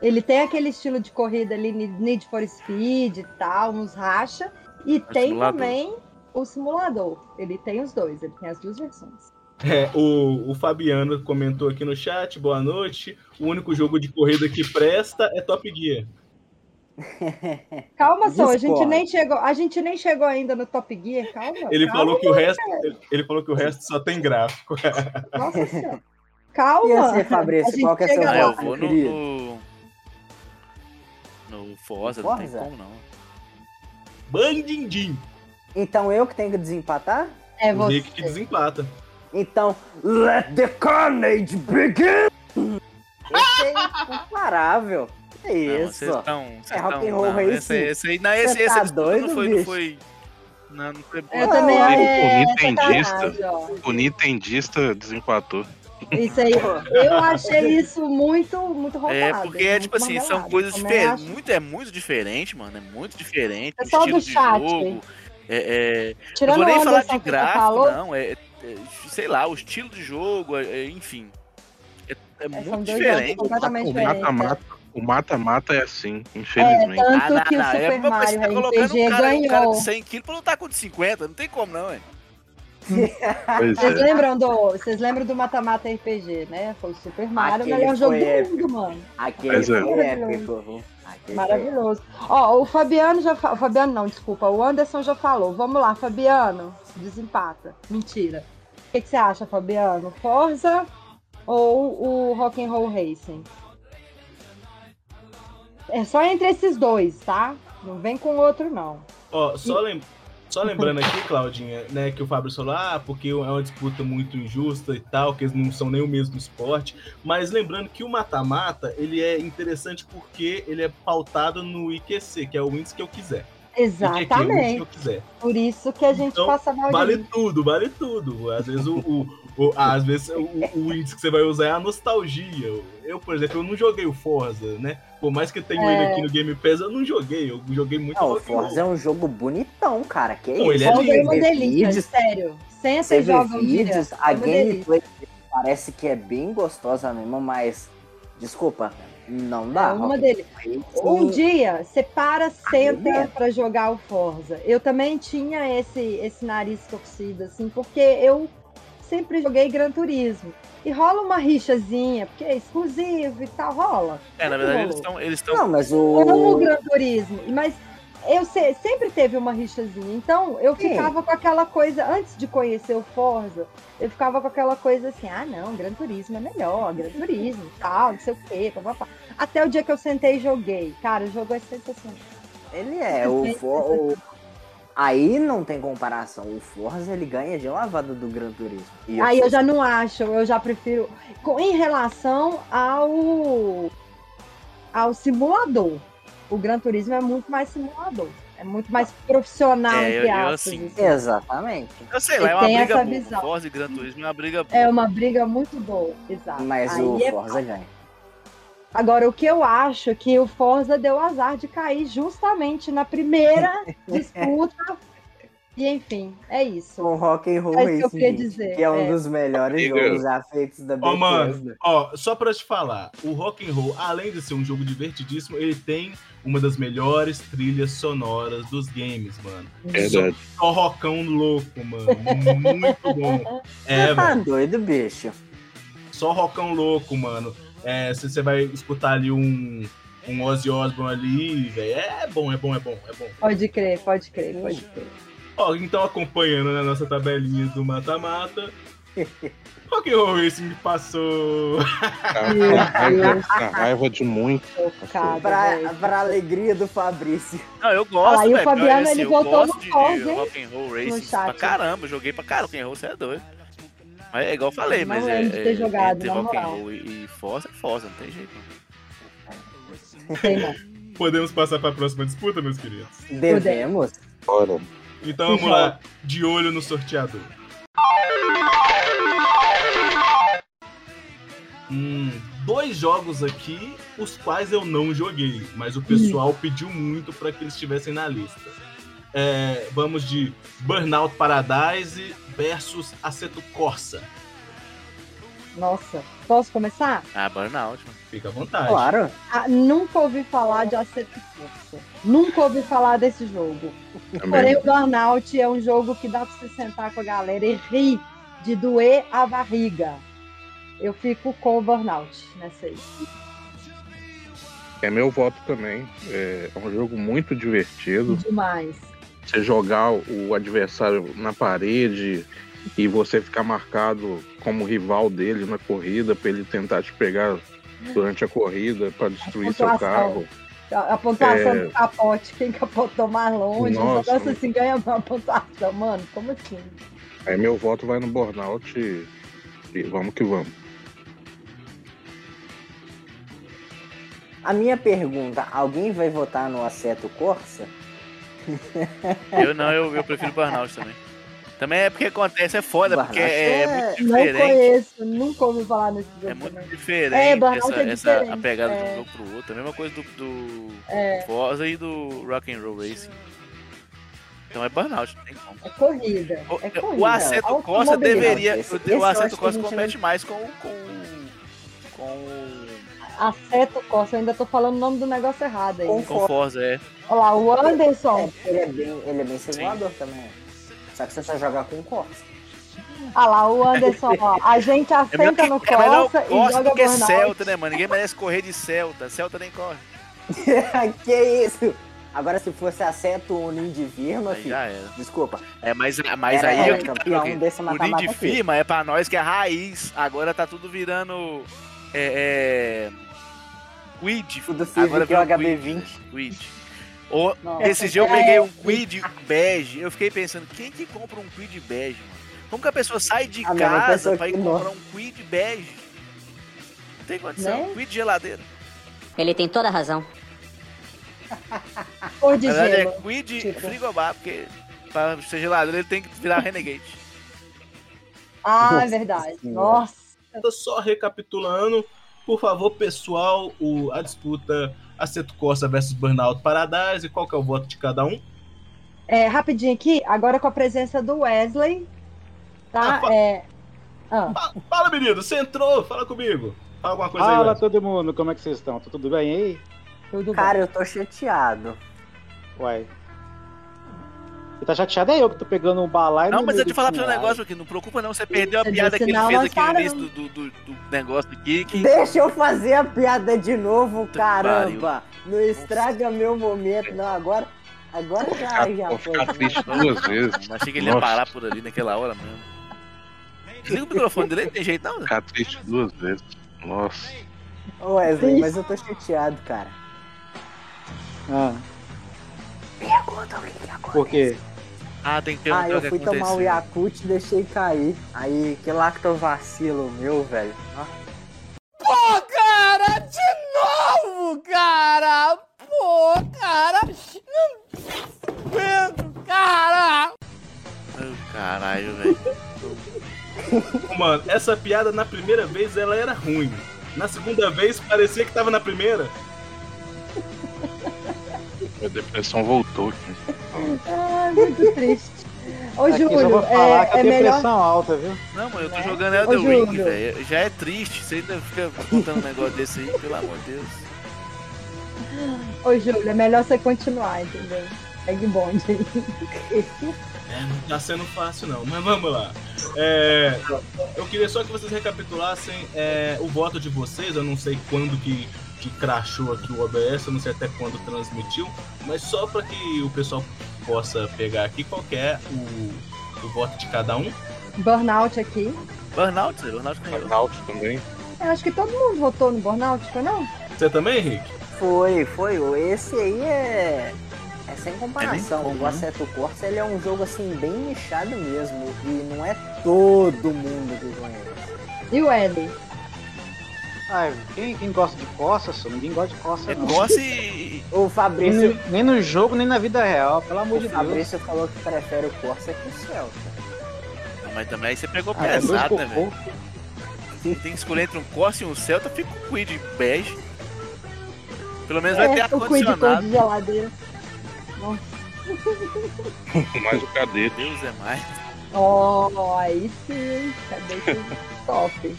[SPEAKER 4] Ele tem aquele estilo de corrida ali, Need for Speed e tal, uns racha. E tem
[SPEAKER 5] simulador.
[SPEAKER 4] também o simulador. Ele tem os dois, ele tem as duas versões.
[SPEAKER 3] É, o, o Fabiano comentou aqui no chat, boa noite. O único jogo de corrida que presta é Top Gear.
[SPEAKER 4] Calma só, a gente
[SPEAKER 6] Discord.
[SPEAKER 4] nem chegou, a gente nem chegou ainda no Top Gear, calma.
[SPEAKER 3] Ele
[SPEAKER 4] calma,
[SPEAKER 3] falou que o resto, ele, ele falou que o resto só tem gráfico.
[SPEAKER 4] Nossa senhora.
[SPEAKER 6] E
[SPEAKER 4] Calma.
[SPEAKER 6] você,
[SPEAKER 4] A
[SPEAKER 6] Fabrício,
[SPEAKER 4] gente
[SPEAKER 6] qual que é seu
[SPEAKER 4] chega
[SPEAKER 5] Ah,
[SPEAKER 4] lá.
[SPEAKER 5] eu
[SPEAKER 6] voto, meu
[SPEAKER 5] vou no.
[SPEAKER 6] querido?
[SPEAKER 5] no... no Forza, não tem
[SPEAKER 6] Forza?
[SPEAKER 5] como não.
[SPEAKER 3] Bandindim.
[SPEAKER 6] Então eu que tenho que desempatar?
[SPEAKER 4] É
[SPEAKER 3] o
[SPEAKER 4] você.
[SPEAKER 3] Rick que desempata.
[SPEAKER 6] Então, let the carnage begin! Esse é incomparável. É
[SPEAKER 5] Não,
[SPEAKER 6] isso.
[SPEAKER 5] vocês tá estão.
[SPEAKER 6] É rock and roll, aí
[SPEAKER 5] esse,
[SPEAKER 6] sim.
[SPEAKER 5] esse aí. Não, esse,
[SPEAKER 6] Cê
[SPEAKER 5] esse
[SPEAKER 6] tá
[SPEAKER 5] absurdo
[SPEAKER 6] doido,
[SPEAKER 5] não foi.
[SPEAKER 6] bicho? É
[SPEAKER 5] Não foi não, não foi bom.
[SPEAKER 4] Eu também
[SPEAKER 8] O
[SPEAKER 4] acho.
[SPEAKER 8] Ni- o
[SPEAKER 4] é
[SPEAKER 8] Nintendista,
[SPEAKER 4] sacanagem, ó.
[SPEAKER 8] o Nintendista desempatou.
[SPEAKER 4] Isso aí. Eu achei isso muito, muito roubado.
[SPEAKER 5] É, porque
[SPEAKER 6] né?
[SPEAKER 5] é tipo
[SPEAKER 4] muito
[SPEAKER 5] assim, são
[SPEAKER 4] marmelado.
[SPEAKER 5] coisas
[SPEAKER 4] Também
[SPEAKER 5] diferentes.
[SPEAKER 4] acho.
[SPEAKER 5] Muito, é muito diferente, mano. É muito diferente.
[SPEAKER 6] É
[SPEAKER 5] O
[SPEAKER 4] Pessoal
[SPEAKER 5] estilo
[SPEAKER 4] do
[SPEAKER 5] de
[SPEAKER 4] chat.
[SPEAKER 5] jogo. É, é, não
[SPEAKER 4] Tirando
[SPEAKER 5] vou
[SPEAKER 4] o
[SPEAKER 5] nem falar
[SPEAKER 4] Anderson
[SPEAKER 5] de
[SPEAKER 4] que tu
[SPEAKER 5] gráfico,
[SPEAKER 4] falou,
[SPEAKER 5] não. É, é, sei lá, o estilo de jogo, é- é, enfim. É, é
[SPEAKER 4] são
[SPEAKER 5] muito
[SPEAKER 4] dois jogos
[SPEAKER 5] diferente.
[SPEAKER 4] completamente
[SPEAKER 8] O
[SPEAKER 4] diferentes.
[SPEAKER 8] mata-mata o mata-mata é assim, infelizmente.
[SPEAKER 4] Tanto que o
[SPEAKER 5] É a
[SPEAKER 4] Super
[SPEAKER 5] mesma coisa que tá
[SPEAKER 4] Mario
[SPEAKER 5] colocando um
[SPEAKER 4] RPG
[SPEAKER 5] cara, um cara
[SPEAKER 4] ganhou.
[SPEAKER 5] de 100 quilos pra lutar com o de 50. Não tem como, não, é.
[SPEAKER 8] pois
[SPEAKER 4] Vocês
[SPEAKER 8] é.
[SPEAKER 4] lembram do. Vocês lembram do Mata-Mata RPG, né? Foi o Super Mario, o
[SPEAKER 6] Aquele
[SPEAKER 4] melhor jogo
[SPEAKER 6] foi
[SPEAKER 4] do
[SPEAKER 6] épico.
[SPEAKER 4] mundo, mano.
[SPEAKER 6] Aquele
[SPEAKER 8] Mas é.
[SPEAKER 6] foi épico. viu? Aquele foi...
[SPEAKER 4] Maravilhoso. Ó, o Fabiano já falou. Fabiano não, desculpa. O Anderson já falou. Vamos lá, Fabiano. Desempata. Mentira. O que, que você acha, Fabiano? Forza ou o Rock'n'Roll Racing? É só entre esses dois, tá? Não vem com outro, não.
[SPEAKER 3] Ó, só, lem- só lembrando aqui, Claudinha, né, que o Fábio falou, ah, porque é uma disputa muito injusta e tal, que eles não são nem o mesmo esporte. Mas lembrando que o mata-mata, ele é interessante porque ele é pautado no IQC, que é o índice que eu quiser. IQQ, o índice que
[SPEAKER 4] Exatamente.
[SPEAKER 3] eu quiser.
[SPEAKER 4] Por isso que a gente
[SPEAKER 3] Então,
[SPEAKER 4] passa mal
[SPEAKER 3] Vale
[SPEAKER 4] de
[SPEAKER 3] tudo, vale tudo. Às vezes o, o- o- às vezes o, o índice que você vai usar é a nostalgia. Eu, por exemplo, eu não joguei o Forza, né? Por mais que eu tenha ele aqui no Game Pass, eu não joguei. Eu joguei muito
[SPEAKER 6] Não, o
[SPEAKER 3] Rock and Roll.
[SPEAKER 6] Forza é um jogo bonitão, cara. Que
[SPEAKER 3] Não, ele é
[SPEAKER 6] isso?
[SPEAKER 4] Forza é uma
[SPEAKER 6] Teve
[SPEAKER 4] delícia,
[SPEAKER 6] vídeos,
[SPEAKER 4] sério. Senta e
[SPEAKER 6] teve
[SPEAKER 4] joga um dia.
[SPEAKER 6] vídeos, a
[SPEAKER 4] é uma delícia.
[SPEAKER 6] gameplay parece que é bem gostosa mesmo, mas desculpa, não dá.
[SPEAKER 4] É uma
[SPEAKER 3] ah,
[SPEAKER 6] Rock
[SPEAKER 4] dele.
[SPEAKER 6] and Roll
[SPEAKER 4] Um
[SPEAKER 6] Racing.
[SPEAKER 4] dia, você para, senta
[SPEAKER 6] Aí é.
[SPEAKER 4] pra jogar o Forza. Eu também tinha esse, esse nariz torcido, assim, porque eu sempre joguei Gran Turismo. E rola uma rixazinha, porque é exclusivo e tal, rola.
[SPEAKER 5] É, na verdade, eles estão. Eles tão-
[SPEAKER 6] Não, mas
[SPEAKER 4] Eu amo o
[SPEAKER 6] o.
[SPEAKER 4] Gran Turismo, mas eu se- sempre teve uma rixazinha. Então eu
[SPEAKER 6] Sim.
[SPEAKER 4] ficava com aquela coisa, antes de conhecer o Forza, eu ficava com aquela coisa assim: ah, não, Gran Turismo é melhor, Gran Turismo, tal, não sei o quê, papapá. Até o dia que eu sentei e joguei. Cara, o jogo é sensacional.
[SPEAKER 6] Ele é o, For- o- Aí não tem comparação. O Forza ele ganha de lavada do Gran Turismo. E
[SPEAKER 4] Aí
[SPEAKER 6] sou
[SPEAKER 4] eu já não acho, eu já prefiro. com- Em relação ao, ao simulador, o Gran Turismo é muito mais simulador. É muito mais profissional,
[SPEAKER 5] É, eu-
[SPEAKER 4] entre
[SPEAKER 5] eu,
[SPEAKER 4] aspas,
[SPEAKER 5] assim,
[SPEAKER 4] assim.
[SPEAKER 6] Exatamente.
[SPEAKER 5] Eu sei lá, é
[SPEAKER 4] Eu
[SPEAKER 5] uma
[SPEAKER 4] tenho
[SPEAKER 5] briga
[SPEAKER 4] essa
[SPEAKER 5] boa.
[SPEAKER 4] visão.
[SPEAKER 5] Forza e Gran Turismo é uma briga boa.
[SPEAKER 4] É uma briga muito boa, exato.
[SPEAKER 6] Mas
[SPEAKER 4] Aí
[SPEAKER 6] o
[SPEAKER 4] é-
[SPEAKER 6] Forza ganha.
[SPEAKER 4] Agora, o que eu acho é que o Forza deu azar de cair justamente na primeira disputa. E enfim, é isso.
[SPEAKER 6] O Rock and Roll
[SPEAKER 4] É isso que eu
[SPEAKER 6] Racing,
[SPEAKER 4] queria
[SPEAKER 6] gente,
[SPEAKER 4] dizer,
[SPEAKER 6] que é um
[SPEAKER 4] é.
[SPEAKER 6] dos melhores
[SPEAKER 8] Amigo.
[SPEAKER 6] jogos já feitos da
[SPEAKER 3] Ó, mano.
[SPEAKER 6] Bethesda.
[SPEAKER 3] Ó, só pra te falar, o rock and roll, além de ser um jogo divertidíssimo, ele tem uma das melhores trilhas sonoras dos games, mano.
[SPEAKER 8] Verdade.
[SPEAKER 3] Só rockão louco, mano. Muito bom. É,
[SPEAKER 6] Você tá
[SPEAKER 3] velho.
[SPEAKER 6] doido, bicho?
[SPEAKER 3] Só rockão louco, mano. É, se você vai escutar ali um, um Ozzy Osbourne ali, velho. É bom, é bom, é bom, é bom.
[SPEAKER 4] Pode crer, pode crer, pode crer.
[SPEAKER 3] Ó, então acompanhando na nossa tabelinha do mata-mata. Rock and roll Racing passou.
[SPEAKER 8] Tá com raiva, tá raiva de muito.
[SPEAKER 4] Chocada,
[SPEAKER 6] Pra,
[SPEAKER 4] velho.
[SPEAKER 6] pra alegria do Fabrício.
[SPEAKER 5] Não, eu
[SPEAKER 4] Olha
[SPEAKER 5] gosto,
[SPEAKER 4] lá, e o
[SPEAKER 5] velho.
[SPEAKER 4] Fabiano,
[SPEAKER 5] Assim,
[SPEAKER 4] ele
[SPEAKER 5] eu
[SPEAKER 4] voltou
[SPEAKER 5] gosto
[SPEAKER 4] no
[SPEAKER 5] de
[SPEAKER 4] Forza, hein?
[SPEAKER 5] rock and roll racing pra
[SPEAKER 4] chat.
[SPEAKER 5] caramba. eu Joguei pra caramba. Rock and roll, você é doido. Mas é igual eu falei,
[SPEAKER 4] Não
[SPEAKER 5] mas é,
[SPEAKER 4] lembro de ter
[SPEAKER 5] é,
[SPEAKER 4] jogado,
[SPEAKER 5] entre
[SPEAKER 4] na
[SPEAKER 5] rock and
[SPEAKER 4] moral.
[SPEAKER 5] roll e, e Forza é Forza, não tem jeito. não.
[SPEAKER 4] Não sei não.
[SPEAKER 3] Podemos passar pra próxima disputa, meus queridos?
[SPEAKER 6] Devemos.
[SPEAKER 8] Olha,
[SPEAKER 3] Então vamos lá, de olho no sorteador. Hum, dois jogos aqui, os quais eu não joguei, mas o pessoal pediu muito para que eles estivessem na lista. É, vamos de Burnout Paradise versus Aceto Corsa.
[SPEAKER 4] Nossa, posso começar?
[SPEAKER 5] Ah, Burnout, mano.
[SPEAKER 3] Fica à vontade.
[SPEAKER 6] Claro.
[SPEAKER 4] Ah, nunca ouvi falar de Aceto Corsa. Nunca ouvi falar desse jogo. Porém,
[SPEAKER 8] também.
[SPEAKER 4] o Burnout é um jogo que dá pra você sentar com a galera e rir de doer a barriga. Eu fico com o Burnout nessa aí.
[SPEAKER 8] É meu voto também. É, é um jogo muito
[SPEAKER 5] Hum.
[SPEAKER 8] divertido.
[SPEAKER 4] Demais.
[SPEAKER 8] Você jogar o adversário na parede e você ficar marcado como rival dele na corrida, pra ele tentar te pegar durante a corrida, pra destruir seu
[SPEAKER 4] pontuação.
[SPEAKER 8] carro.
[SPEAKER 4] A, a pontuação
[SPEAKER 8] É.
[SPEAKER 4] do capote, quem capotou mais longe, um
[SPEAKER 8] Nossa.
[SPEAKER 4] negócio assim ganha uma pontuação, mano. Como assim?
[SPEAKER 8] Aí meu voto vai no burnout e, e vamos que vamos.
[SPEAKER 11] A minha pergunta, alguém vai votar no Aceto Corsa?
[SPEAKER 5] Eu não, eu, eu prefiro Burnout também. Também é porque acontece, é foda,
[SPEAKER 11] Burnout
[SPEAKER 5] porque é, muito
[SPEAKER 4] não
[SPEAKER 5] diferente.
[SPEAKER 4] conheço, nunca ouvi falar nesse jogo.
[SPEAKER 5] É muito
[SPEAKER 4] também.
[SPEAKER 5] diferente,
[SPEAKER 4] É, Burnout
[SPEAKER 5] essa,
[SPEAKER 4] é
[SPEAKER 5] essa- a
[SPEAKER 4] diferente,
[SPEAKER 5] pegada de
[SPEAKER 4] é.
[SPEAKER 5] um jogo pro outro. A mesma coisa do, do
[SPEAKER 4] É.
[SPEAKER 5] Forza e do Rock'n'Roll Racing. Então é Burnout, não tem como.
[SPEAKER 4] É corrida.
[SPEAKER 5] O,
[SPEAKER 4] É corrida.
[SPEAKER 5] o Aceto Costa
[SPEAKER 4] automobilismo.
[SPEAKER 5] deveria.
[SPEAKER 11] Esse-
[SPEAKER 5] o-
[SPEAKER 11] esse eu
[SPEAKER 5] o
[SPEAKER 11] acho que
[SPEAKER 5] Aceto
[SPEAKER 11] a
[SPEAKER 5] Costa
[SPEAKER 11] gente
[SPEAKER 5] compete mais com. com. com.
[SPEAKER 4] Aceto Costa, eu ainda tô falando o nome do negócio errado aí.
[SPEAKER 11] Com-
[SPEAKER 4] Olha
[SPEAKER 5] com Forza, é.
[SPEAKER 4] lá, o Anderson.
[SPEAKER 11] É, ele é bem, ele é bem simulador também. Só que você só joga com o Corsa.
[SPEAKER 4] Olha lá, o Anderson, ó. A gente
[SPEAKER 5] É melhor,
[SPEAKER 4] assenta
[SPEAKER 5] que,
[SPEAKER 4] no
[SPEAKER 5] é melhor
[SPEAKER 4] Costa e
[SPEAKER 5] Costa
[SPEAKER 4] joga
[SPEAKER 5] do que
[SPEAKER 4] burnout. Tipo
[SPEAKER 5] Celta, né, mano? Ninguém merece correr de Celta. Celta nem corre.
[SPEAKER 11] que isso? Agora se fosse Aceto ou Nindy Firma,
[SPEAKER 5] Aí
[SPEAKER 4] assim.
[SPEAKER 11] filho.
[SPEAKER 5] já era.
[SPEAKER 11] Desculpa. então,
[SPEAKER 5] É, mas, mas
[SPEAKER 11] Era
[SPEAKER 5] aí
[SPEAKER 11] eu
[SPEAKER 5] é que
[SPEAKER 4] então,
[SPEAKER 5] tá,
[SPEAKER 11] campeão
[SPEAKER 5] ok.
[SPEAKER 11] um desse
[SPEAKER 5] O
[SPEAKER 11] mata-mata
[SPEAKER 5] Nindy
[SPEAKER 11] aqui.
[SPEAKER 5] firma é pra nós que é raiz. Agora tá tudo virando. É. é quid.
[SPEAKER 11] Tudo
[SPEAKER 5] Agora
[SPEAKER 11] Civic e o
[SPEAKER 5] virou quid.
[SPEAKER 11] HB20.
[SPEAKER 5] Quid. Ou-
[SPEAKER 11] Nossa.
[SPEAKER 5] Esse dia eu
[SPEAKER 4] É,
[SPEAKER 5] peguei um quid bege. Eu fiquei pensando, quem que compra um quid bege, mano? Como que a pessoa sai de
[SPEAKER 11] A mesma
[SPEAKER 5] casa
[SPEAKER 11] pessoa
[SPEAKER 5] pra ir
[SPEAKER 11] que
[SPEAKER 5] comprar um quid bege? Não tem condição.
[SPEAKER 4] Né?
[SPEAKER 5] Quid geladeira.
[SPEAKER 12] Ele tem toda a razão.
[SPEAKER 4] Cor de
[SPEAKER 5] Na verdade
[SPEAKER 4] gelo.
[SPEAKER 5] é quid
[SPEAKER 4] tipo.
[SPEAKER 5] frigobar, porque pra ser geladeira ele tem que virar renegade.
[SPEAKER 4] Ah, é
[SPEAKER 11] Nossa
[SPEAKER 4] verdade.
[SPEAKER 11] Senhora.
[SPEAKER 4] Nossa.
[SPEAKER 3] Tô Só recapitulando, por favor, pessoal, o, a disputa Aceto Costa versus Burnout Paradise, qual que é o voto de cada um?
[SPEAKER 4] É, rapidinho aqui, agora com a presença do Wesley.
[SPEAKER 3] Ah,
[SPEAKER 4] Tá?
[SPEAKER 3] fa-
[SPEAKER 4] É. Ah,
[SPEAKER 3] Fa- Fala, menino, você entrou, fala comigo. Fala alguma coisa aí,
[SPEAKER 13] Fala
[SPEAKER 3] Wesley.
[SPEAKER 13] todo mundo, como é que vocês estão? Tá tudo bem aí?
[SPEAKER 4] tudo
[SPEAKER 11] Cara,
[SPEAKER 4] bem.
[SPEAKER 11] eu tô chateado.
[SPEAKER 13] Uai. Você tá chateado é eu que tô pegando um balai
[SPEAKER 5] Não,
[SPEAKER 13] no
[SPEAKER 5] mas eu
[SPEAKER 13] meio
[SPEAKER 5] te
[SPEAKER 13] do
[SPEAKER 5] falar pra você um
[SPEAKER 13] curral.
[SPEAKER 5] negócio aqui, não preocupa não, você perdeu a
[SPEAKER 4] Você
[SPEAKER 5] piada que
[SPEAKER 4] disse
[SPEAKER 5] ele
[SPEAKER 4] não,
[SPEAKER 5] fez
[SPEAKER 4] mas
[SPEAKER 5] aqui no
[SPEAKER 4] cara,
[SPEAKER 5] início do, do, do negócio aqui, que
[SPEAKER 11] Deixa eu fazer a piada de novo,
[SPEAKER 5] que
[SPEAKER 11] caramba! Não estraga meu momento, não. Agora, agora já,
[SPEAKER 8] Ficar-
[SPEAKER 11] já
[SPEAKER 8] vou
[SPEAKER 11] foi.
[SPEAKER 8] ficar triste duas vezes.
[SPEAKER 5] Não, achei que ele ia
[SPEAKER 8] Nossa.
[SPEAKER 5] parar por ali naquela hora mesmo. Desliga o microfone dele, não tem jeito não. né?
[SPEAKER 8] Ficar triste duas vezes. Nossa.
[SPEAKER 11] Ô, Wesley, mas eu tô chateado, cara.
[SPEAKER 13] Ah. Por quê?
[SPEAKER 5] Ah, tem que
[SPEAKER 11] Ah,
[SPEAKER 5] perguntar
[SPEAKER 11] eu
[SPEAKER 5] o que
[SPEAKER 11] fui tomar o
[SPEAKER 5] aconteceu.
[SPEAKER 11] Yakut e deixei cair. Aí, que lactovacilo meu, velho. Ah. Ó. Pô, cara, de novo, cara! Pô, cara! Não aguento, cara!
[SPEAKER 5] Ai, Caralho, velho.
[SPEAKER 3] Mano, essa piada na primeira vez ela era ruim. Na segunda vez parecia que tava na primeira.
[SPEAKER 8] Minha depressão voltou aqui.
[SPEAKER 4] Ah, muito triste. Ô,
[SPEAKER 13] Aqui só
[SPEAKER 4] Júlio,
[SPEAKER 13] vou falar
[SPEAKER 4] é,
[SPEAKER 13] que a
[SPEAKER 4] é melhor.
[SPEAKER 13] depressão alta, viu?
[SPEAKER 5] Não, mano, eu tô jogando Elden
[SPEAKER 4] É. Ô,
[SPEAKER 5] Ring,
[SPEAKER 4] Júlio.
[SPEAKER 5] velho. Já é triste, você ainda fica contando um negócio desse aí, pelo amor de Deus.
[SPEAKER 4] Ô, Júlio, é melhor você continuar, entendeu? Segue o bonde.
[SPEAKER 3] É, não tá sendo fácil não, mas vamos lá. É, eu queria só que vocês recapitulassem é, o voto de vocês, eu não sei quando que, que crashou aqui o OBS, eu não sei até quando transmitiu, mas só para que o pessoal possa pegar aqui qual que é o, o voto de cada um.
[SPEAKER 4] Burnout aqui.
[SPEAKER 5] Burnout, Zé, Burnout ganhou.
[SPEAKER 8] Burnout também.
[SPEAKER 4] Eu acho que todo mundo votou no Burnout, foi não?
[SPEAKER 3] Você também, Henrique?
[SPEAKER 11] Foi, foi. Esse aí é. É sem comparação.
[SPEAKER 5] É nem como,
[SPEAKER 11] o Aceto Corsa ele é um jogo assim bem nichado mesmo. E não é todo mundo que conhece.
[SPEAKER 4] E o Wesley?
[SPEAKER 13] Ah, quem, quem gosta de coça, só? ninguém gosta de coça,
[SPEAKER 5] É
[SPEAKER 13] não.
[SPEAKER 5] Goss e.
[SPEAKER 11] O
[SPEAKER 13] Nem
[SPEAKER 11] Fabrício.
[SPEAKER 13] no, nem no jogo, nem na vida real, pelo amor de
[SPEAKER 11] O
[SPEAKER 13] Deus.
[SPEAKER 11] Fabrício falou que prefere o Corsa que o Celta.
[SPEAKER 5] Não, Mas também aí você pegou
[SPEAKER 13] Ah, é dois
[SPEAKER 5] pesado, né,
[SPEAKER 13] cocô.
[SPEAKER 5] velho? Tem que escolher entre um Corsa e um Celta, fica um Quid bege. Pelo menos vai ter
[SPEAKER 4] É, o Quid cor
[SPEAKER 5] ar-condicionado.
[SPEAKER 4] de geladeira.
[SPEAKER 8] Mais o cadete.
[SPEAKER 5] Deus é mais.
[SPEAKER 4] Ó, aí sim. Cadê que top?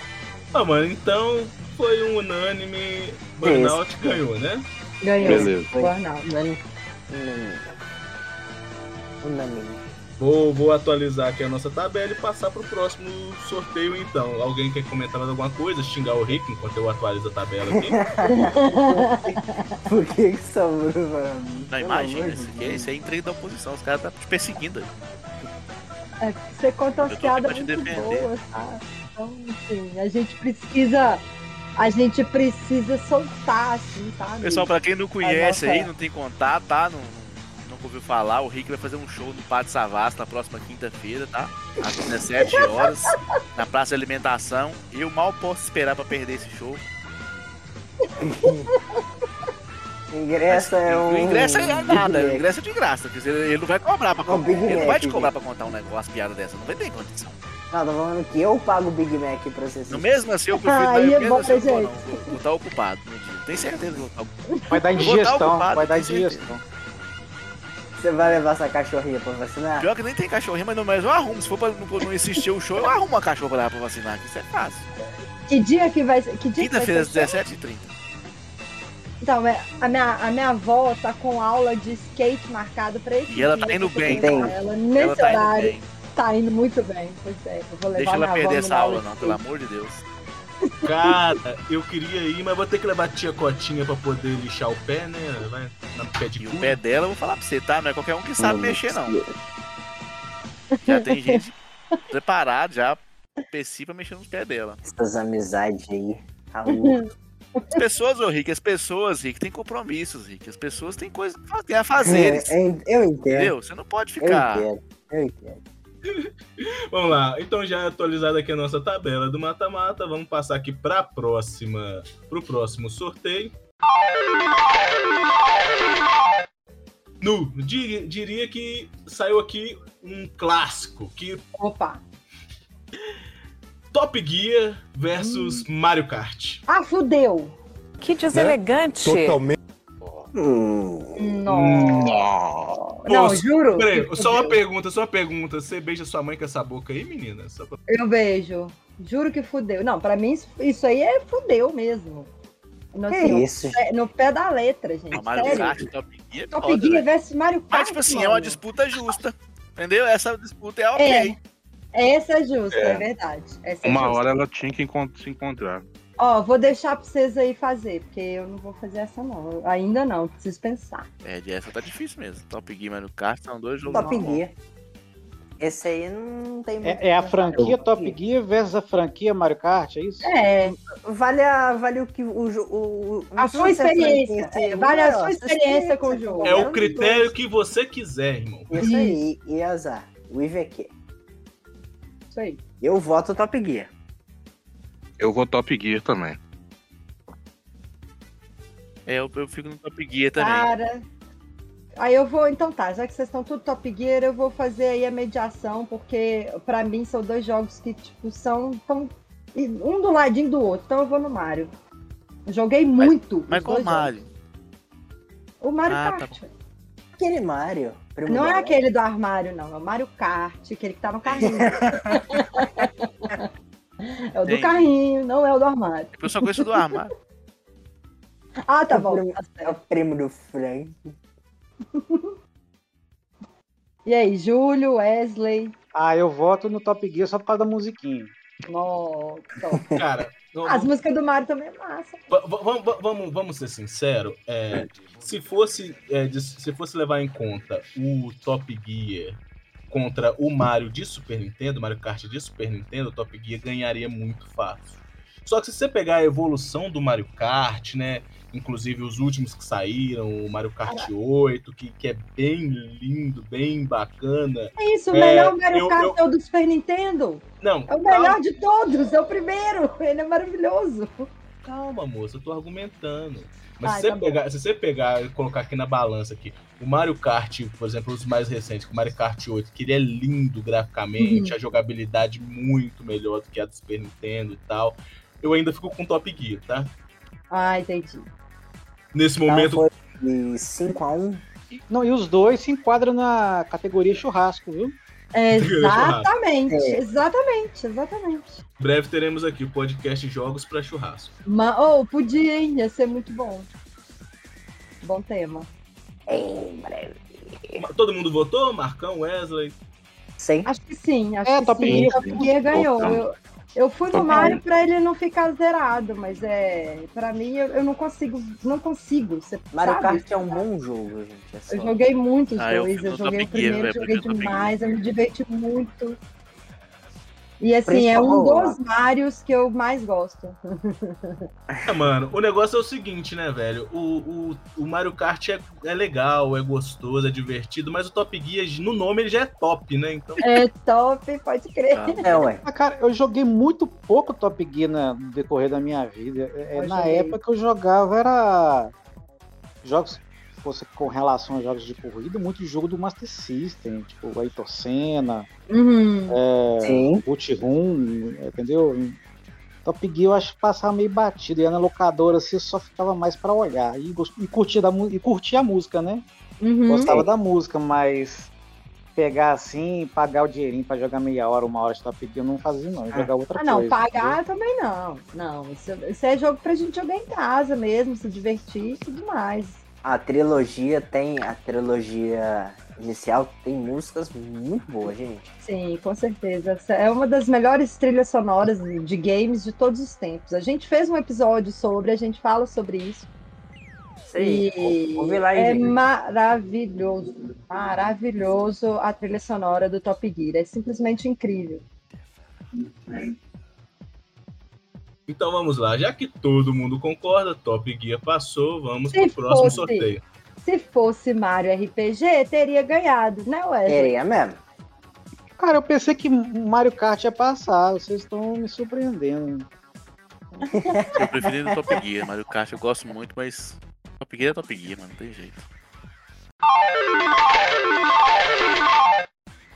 [SPEAKER 3] Ah, mano, então foi um unânime, Burnout ganhou, né?
[SPEAKER 4] Ganhou. né?
[SPEAKER 8] Beleza.
[SPEAKER 4] Burnout.
[SPEAKER 11] Nani.
[SPEAKER 6] Hum.
[SPEAKER 11] Nani. O Nani.
[SPEAKER 3] Vou, vou atualizar aqui a nossa tabela e passar pro próximo sorteio então. Alguém quer comentar mais alguma coisa? Xingar o Rick enquanto eu atualizo a tabela aqui?
[SPEAKER 11] Por que que
[SPEAKER 6] tá
[SPEAKER 11] sobrou pra mim?
[SPEAKER 5] Não,
[SPEAKER 11] Pelo
[SPEAKER 5] imagina,
[SPEAKER 11] amor
[SPEAKER 5] isso
[SPEAKER 11] de
[SPEAKER 5] aqui é-
[SPEAKER 11] Deus.
[SPEAKER 5] isso aí é entrega da oposição, os caras tá te perseguindo.
[SPEAKER 4] É, você conta
[SPEAKER 5] Eu
[SPEAKER 4] umas
[SPEAKER 5] tô aqui
[SPEAKER 4] piadas
[SPEAKER 5] pra te
[SPEAKER 4] muito
[SPEAKER 5] defender.
[SPEAKER 4] boas, tá? Então, enfim, a gente precisa a gente precisa soltar, assim, sabe?
[SPEAKER 5] Pessoal, pra quem não conhece
[SPEAKER 4] A nossa-
[SPEAKER 5] aí, não tem contato, tá? Não, não ouviu falar, o Rick vai fazer um show no Pátio Savassi na próxima quinta-feira, tá? Às 17 horas, na Praça de Alimentação. Eu mal posso esperar pra perder esse show.
[SPEAKER 6] Ingresso é um.
[SPEAKER 5] O ingresso é nada,
[SPEAKER 6] Big
[SPEAKER 5] o
[SPEAKER 6] Mac. É um
[SPEAKER 5] ingresso é de graça. quer dizer, Ele não vai cobrar pra contar.
[SPEAKER 6] Big
[SPEAKER 5] Ele não vai
[SPEAKER 6] Mac,
[SPEAKER 5] te cobrar pra contar um negócio, uma piada dessa. Não vai ter condição.
[SPEAKER 6] Não, tô falando que eu pago o Big Mac pra você assistir.
[SPEAKER 5] No mesmo assim, eu prefiro.
[SPEAKER 6] Aí
[SPEAKER 5] mesmo
[SPEAKER 6] é bom,
[SPEAKER 5] assim, eu vou,
[SPEAKER 6] gente. Ah.
[SPEAKER 5] não. Vou, vou estar ocupado no dia. Tenho certeza que eu vou estar ocupado.
[SPEAKER 6] Vai dar
[SPEAKER 5] Eu vou estar
[SPEAKER 6] indigestão,
[SPEAKER 5] ocupado,
[SPEAKER 6] vai dar
[SPEAKER 5] tenho certeza.
[SPEAKER 6] Você vai levar essa cachorrinha pra vacinar?
[SPEAKER 5] Pior que nem tem cachorrinho, mas, não, mas eu arrumo. Se for pra não, não assistir o show, eu arrumo uma cachorra lá pra vacinar. que Isso é fácil.
[SPEAKER 4] Que dia que vai ser? Que dia que vai
[SPEAKER 5] Quinta-feira,
[SPEAKER 4] ser?
[SPEAKER 5] às 17h30.
[SPEAKER 4] Então, é- a minha, a minha avó tá com aula de skate marcada pra esse
[SPEAKER 5] E ela
[SPEAKER 4] dia,
[SPEAKER 5] tá indo
[SPEAKER 4] porque
[SPEAKER 5] bem.
[SPEAKER 4] tem
[SPEAKER 5] Tem.
[SPEAKER 4] Ela nesse
[SPEAKER 5] Ela tá indo
[SPEAKER 4] horário
[SPEAKER 5] bem.
[SPEAKER 4] tá indo muito bem. Pois é, eu vou levar
[SPEAKER 5] Deixa
[SPEAKER 4] minha
[SPEAKER 5] ela
[SPEAKER 4] avó
[SPEAKER 5] perder
[SPEAKER 4] numa
[SPEAKER 5] essa aula,
[SPEAKER 4] de
[SPEAKER 5] não, pelo
[SPEAKER 4] skate.
[SPEAKER 5] amor de Deus.
[SPEAKER 3] Cara, eu queria ir, mas vou ter que levar a tia Cotinha pra poder lixar o pé, né? Vai no pé de cu.
[SPEAKER 5] O pé dela, eu vou falar pra você, tá? Não é qualquer um que sabe mexer, não. Já tem gente preparada, já PC pra mexer nos pés dela.
[SPEAKER 6] Essas amizades aí. tá Alô.
[SPEAKER 5] As pessoas, ô Rick, as pessoas, Rick, têm compromissos, Rick. As pessoas têm coisas têm a fazer.
[SPEAKER 6] É, é, eu entendo.
[SPEAKER 5] Assim, Entendeu? Você não pode ficar.
[SPEAKER 4] É,
[SPEAKER 6] Eu entendo. Eu entendo.
[SPEAKER 3] Vamos lá, então já atualizada aqui a nossa tabela do mata-mata, vamos passar aqui pra próxima, pro próximo sorteio. Nu, di- diria que saiu aqui um clássico, que
[SPEAKER 4] Opa!
[SPEAKER 3] Top Gear versus Mario Kart.
[SPEAKER 4] Ah, fudeu!
[SPEAKER 10] Que
[SPEAKER 3] deselegante. Totalmente.
[SPEAKER 4] Não. Não, juro.
[SPEAKER 3] Peraí, só uma pergunta, só uma pergunta. Você beija sua mãe com essa boca aí, menina? Só pra-
[SPEAKER 4] Eu beijo. Juro que fudeu. Não, pra mim isso, isso aí é fudeu mesmo.
[SPEAKER 2] Tá
[SPEAKER 4] No, assim,
[SPEAKER 5] Que
[SPEAKER 4] no
[SPEAKER 5] isso,
[SPEAKER 4] pé- no pé da letra, gente.
[SPEAKER 5] A Mario
[SPEAKER 4] sério.
[SPEAKER 5] Kart, Top Gear,
[SPEAKER 4] Top
[SPEAKER 5] foda,
[SPEAKER 4] Gear
[SPEAKER 5] velho.
[SPEAKER 4] versus Mario Kart.
[SPEAKER 5] Mas, tipo assim, é
[SPEAKER 4] mano.
[SPEAKER 5] uma disputa justa. Entendeu? Essa disputa é ok.
[SPEAKER 4] É. Essa é justa, é,
[SPEAKER 8] É.
[SPEAKER 4] verdade. Essa é
[SPEAKER 8] Uma
[SPEAKER 4] justa.
[SPEAKER 8] hora ela tinha que encont- se encontrar.
[SPEAKER 4] Ó, vou deixar pra vocês aí fazer, porque eu não vou fazer essa não. Eu- ainda não, preciso pensar.
[SPEAKER 5] É, de essa tá difícil mesmo. Top Gear e Mario Kart são dois jogos.
[SPEAKER 6] Top
[SPEAKER 5] muito bons.
[SPEAKER 6] Gear. Esse aí não tem muito.
[SPEAKER 2] É, é a franquia Top Gear versus a franquia Mario Kart, é isso?
[SPEAKER 4] É.
[SPEAKER 6] Vale, a, vale o que o. jo- o, né, o
[SPEAKER 4] A
[SPEAKER 6] não
[SPEAKER 4] sua
[SPEAKER 6] precisa ser
[SPEAKER 4] experiência,
[SPEAKER 6] franquia,
[SPEAKER 4] é, vale a
[SPEAKER 6] ó,
[SPEAKER 4] sua experiência com o jogo.
[SPEAKER 3] É o critério que você quiser, irmão.
[SPEAKER 6] É Isso aí, e azar. O IVQ.
[SPEAKER 4] Isso aí.
[SPEAKER 6] Eu voto Top Gear.
[SPEAKER 8] Eu vou Top Gear também.
[SPEAKER 5] É, eu, eu fico no Top Gear também.
[SPEAKER 4] Cara. Aí eu vou, então tá, já que vocês estão tudo Top Gear, eu vou fazer aí a mediação, porque pra mim são dois jogos que, tipo, são tão e um do ladinho do outro, então eu vou no Mario. Joguei muito.
[SPEAKER 5] Mas
[SPEAKER 4] os
[SPEAKER 5] qual
[SPEAKER 4] dois
[SPEAKER 5] o Mario?
[SPEAKER 4] jogos. O Mario
[SPEAKER 5] Ah,
[SPEAKER 4] Kart.
[SPEAKER 6] Aquele Mario. primo
[SPEAKER 4] Não é
[SPEAKER 6] dela.
[SPEAKER 4] aquele do armário, não. É o Mario Kart, aquele que tá no carrinho. é o do
[SPEAKER 5] Entendi.
[SPEAKER 4] carrinho, não é o do armário.
[SPEAKER 5] Tipo, Eu só conheço o do armário.
[SPEAKER 4] Ah, tá
[SPEAKER 6] É o
[SPEAKER 4] bom.
[SPEAKER 6] primo- É o primo do Frank.
[SPEAKER 4] E aí, Júlio, Wesley?
[SPEAKER 2] Ah, eu voto no Top Gear só por causa da musiquinha.
[SPEAKER 4] Nossa.
[SPEAKER 3] Cara, não-
[SPEAKER 4] As músicas do Mario também é massa.
[SPEAKER 3] Va- va- va- va- Vamos, vamos ser sinceros. é, se, fosse, é, de- se fosse levar em conta o Top Gear contra o Mario de Super Nintendo, Mario Kart de Super Nintendo, o Top Gear ganharia muito fácil. Só que se você pegar a evolução do Mario Kart, né? Inclusive os últimos que saíram, o Mario Kart 8, que, que é bem lindo, bem bacana.
[SPEAKER 4] É isso, o
[SPEAKER 3] É,
[SPEAKER 4] melhor Mario
[SPEAKER 3] eu-
[SPEAKER 4] Kart
[SPEAKER 3] eu- Ah.
[SPEAKER 4] é o do Super Nintendo.
[SPEAKER 3] Não,
[SPEAKER 4] É o melhor de todos, é o primeiro. Ele é maravilhoso.
[SPEAKER 3] Calma, moça, eu tô argumentando. Mas se,
[SPEAKER 4] Ai,
[SPEAKER 3] você
[SPEAKER 4] tá bom.
[SPEAKER 3] pegar, se você pegar e colocar aqui na balança aqui, o Mario Kart, por exemplo, os mais recentes, o Mario Kart 8, que ele é lindo graficamente,
[SPEAKER 11] Uhum.
[SPEAKER 3] a jogabilidade muito melhor do que a do Super Nintendo e tal. Eu ainda fico com o Top Gear, tá?
[SPEAKER 4] Ah, entendi.
[SPEAKER 3] Nesse
[SPEAKER 2] Tá,
[SPEAKER 3] momento.
[SPEAKER 2] foi
[SPEAKER 6] de 5 a 1
[SPEAKER 2] Não, e os dois se enquadram na categoria churrasco, viu?
[SPEAKER 4] Exatamente,
[SPEAKER 3] É.
[SPEAKER 4] exatamente, exatamente.
[SPEAKER 3] Em breve teremos aqui o podcast Jogos pra Churrasco.
[SPEAKER 4] Ma- Oh, podia, hein? Ia ser muito bom. Bom tema.
[SPEAKER 3] Todo mundo votou? Marcão, Wesley?
[SPEAKER 6] Sim.
[SPEAKER 4] Acho que sim, acho
[SPEAKER 2] É,
[SPEAKER 4] que
[SPEAKER 2] Top
[SPEAKER 4] sim.
[SPEAKER 2] Gear.
[SPEAKER 4] Top Gear ganhou.
[SPEAKER 2] Top.
[SPEAKER 4] Eu, eu fui no
[SPEAKER 2] Top um.
[SPEAKER 4] Mario
[SPEAKER 2] Gear.
[SPEAKER 4] pra ele não ficar zerado, mas é. Pra mim, eu, eu não consigo. Não consigo. Você
[SPEAKER 6] Mario
[SPEAKER 4] sabe?
[SPEAKER 6] Kart é um bom jogo, gente. É só...
[SPEAKER 4] Eu joguei muitos
[SPEAKER 6] Ah, eu
[SPEAKER 4] dois,
[SPEAKER 6] fui
[SPEAKER 4] eu,
[SPEAKER 6] no
[SPEAKER 4] joguei
[SPEAKER 6] Top
[SPEAKER 4] o
[SPEAKER 6] Gear,
[SPEAKER 4] primeiro,
[SPEAKER 6] velho,
[SPEAKER 4] joguei
[SPEAKER 6] porque eu tô
[SPEAKER 4] demais, eu me diverti muito. E assim, é um
[SPEAKER 3] Principal.
[SPEAKER 4] dos vários que eu mais gosto.
[SPEAKER 3] É, mano, o negócio é o seguinte, né, velho? O, o, o Mario Kart é, é legal, é gostoso, é divertido, mas o Top Gear, no nome, ele já é top, né? Então.
[SPEAKER 4] É top, pode crer.
[SPEAKER 6] Tá. É,
[SPEAKER 13] Ah, cara, eu joguei muito pouco Top Gear na- no decorrer da minha vida. É, é,
[SPEAKER 4] Eu
[SPEAKER 13] na
[SPEAKER 4] joguei.
[SPEAKER 13] época que eu jogava era jogos que fosse com relação a jogos de corrida, muito jogo do Master System, tipo Ayrton Senna,
[SPEAKER 4] Uhum.
[SPEAKER 13] é,
[SPEAKER 11] Sim.
[SPEAKER 13] Boot Room, entendeu? Top Gear eu acho que passava meio batido, e na locadora assim eu só ficava mais pra olhar e, gos- e, curtir da mu- e curtir a música, né?
[SPEAKER 4] Uhum.
[SPEAKER 13] Gostava da música, mas pegar assim, pagar o dinheirinho pra jogar meia hora, uma hora de Top Gear eu não fazia não, eu jogava outra
[SPEAKER 4] Ah,
[SPEAKER 13] coisa.
[SPEAKER 4] não,
[SPEAKER 13] entendeu?
[SPEAKER 4] pagar eu também não. Não, isso, isso é jogo pra gente jogar em casa mesmo, se divertir e tudo mais.
[SPEAKER 11] A trilogia tem. A trilogia inicial tem músicas muito boas, gente.
[SPEAKER 4] Sim, com certeza. Essa é uma das melhores trilhas sonoras de games de todos os tempos. A gente fez um episódio sobre, a gente fala sobre isso.
[SPEAKER 11] Sei.
[SPEAKER 4] E
[SPEAKER 11] Ouve lá,
[SPEAKER 4] é
[SPEAKER 11] gente.
[SPEAKER 4] maravilhoso, maravilhoso a trilha sonora do Top Gear. É simplesmente incrível.
[SPEAKER 3] Então vamos lá, já que todo mundo concorda, Top Gear passou, vamos
[SPEAKER 4] Se
[SPEAKER 3] pro próximo
[SPEAKER 4] fosse.
[SPEAKER 3] sorteio.
[SPEAKER 4] Se fosse Mario RPG, teria ganhado, né, Wesley?
[SPEAKER 11] Queria mesmo.
[SPEAKER 13] Cara, eu pensei que Mario Kart ia passar, vocês estão me surpreendendo.
[SPEAKER 5] Eu preferi do Top Gear, Mario Kart eu gosto muito, mas Top Gear é Top Gear, mano, não tem jeito.
[SPEAKER 11] É.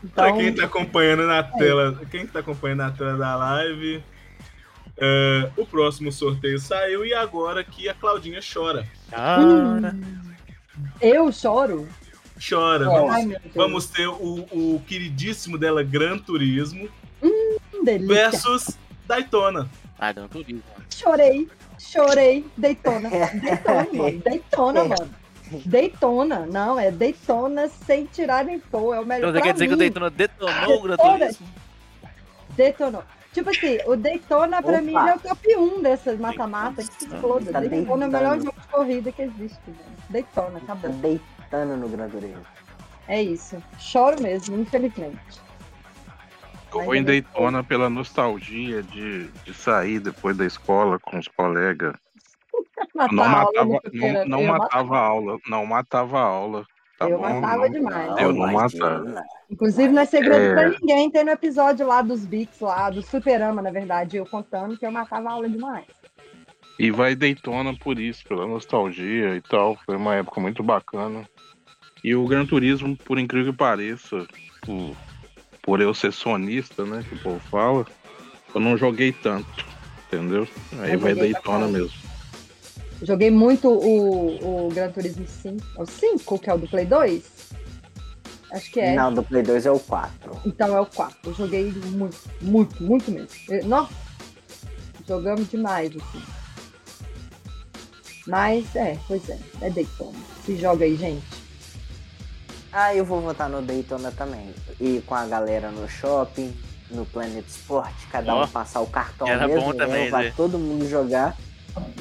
[SPEAKER 4] Então,
[SPEAKER 3] Pra quem tá acompanhando na
[SPEAKER 4] é.
[SPEAKER 3] tela, quem tá acompanhando na tela da live, é, o próximo sorteio saiu e agora que a Claudinha chora.
[SPEAKER 4] Hum. Eu choro?
[SPEAKER 3] Chora.
[SPEAKER 4] Ai,
[SPEAKER 3] Vamos,
[SPEAKER 4] meu Deus.
[SPEAKER 3] vamos ter o, o queridíssimo dela Gran Turismo
[SPEAKER 4] Hum, delícia.
[SPEAKER 3] versus Daytona.
[SPEAKER 5] Ah, Gran Turismo.
[SPEAKER 4] Chorei, chorei, Daytona.
[SPEAKER 11] É.
[SPEAKER 4] Daytona, mano. Daytona, mano. Daytona, não, é Daytona sem tirar nem pôr, é o melhor
[SPEAKER 5] Então você
[SPEAKER 4] pra
[SPEAKER 5] quer dizer que
[SPEAKER 4] mim.
[SPEAKER 5] o Daytona detonou o Gran
[SPEAKER 4] Daytona.
[SPEAKER 5] Turismo?
[SPEAKER 4] Detonou. Tipo assim, o Daytona pra
[SPEAKER 11] Opa.
[SPEAKER 4] mim ele é o top 1 dessas mata-mata que se exploda.
[SPEAKER 11] Tá
[SPEAKER 4] Daytona é o
[SPEAKER 11] deitando.
[SPEAKER 4] melhor jogo de corrida que existe. mano. Daytona,
[SPEAKER 11] Tá
[SPEAKER 4] acabou.
[SPEAKER 11] deitando no Gran Turismo.
[SPEAKER 4] É isso. Choro mesmo, infelizmente.
[SPEAKER 8] Eu vou em Daytona pela nostalgia de, de sair depois da escola com os colegas.
[SPEAKER 4] Matar
[SPEAKER 8] Não
[SPEAKER 4] a aula né, no
[SPEAKER 8] matava, não,
[SPEAKER 4] primeiro
[SPEAKER 8] não
[SPEAKER 4] dia,
[SPEAKER 8] matava a aula. Não matava a aula. Tá
[SPEAKER 4] Eu
[SPEAKER 8] bom?
[SPEAKER 4] matava demais.
[SPEAKER 8] Eu não
[SPEAKER 11] imagina.
[SPEAKER 8] matava.
[SPEAKER 4] Inclusive, não é segredo
[SPEAKER 8] É.
[SPEAKER 4] pra ninguém. Tem no episódio lá dos Bix, lá do Superama, na verdade, eu contando que eu matava a aula demais.
[SPEAKER 8] E vai Daytona por isso, pela nostalgia e tal. Foi uma época muito bacana. E o Gran Turismo, por incrível que pareça, por, por eu ser sonista, né, que o povo fala, eu não joguei tanto, entendeu? Aí
[SPEAKER 4] Eu
[SPEAKER 8] vai
[SPEAKER 4] joguei
[SPEAKER 8] Daytona
[SPEAKER 4] bastante.
[SPEAKER 8] mesmo.
[SPEAKER 4] Joguei muito o, o Gran Turismo 5. É o 5, que é o do Play 2? Acho que é.
[SPEAKER 11] Não, do Play 2 é o 4.
[SPEAKER 4] Então é o 4. Eu joguei muito, muito, muito mesmo. Eu- nossa! Jogamos demais, assim. Mas é, pois é. É Daytona. Se joga aí, gente.
[SPEAKER 11] Ah, eu vou votar no Daytona também. E com a galera no shopping, no Planet Sport, cada
[SPEAKER 5] Ó,
[SPEAKER 11] um passar o cartão
[SPEAKER 5] era
[SPEAKER 11] mesmo,
[SPEAKER 5] bom
[SPEAKER 11] né,
[SPEAKER 5] também,
[SPEAKER 11] pra
[SPEAKER 5] né?
[SPEAKER 11] todo mundo jogar,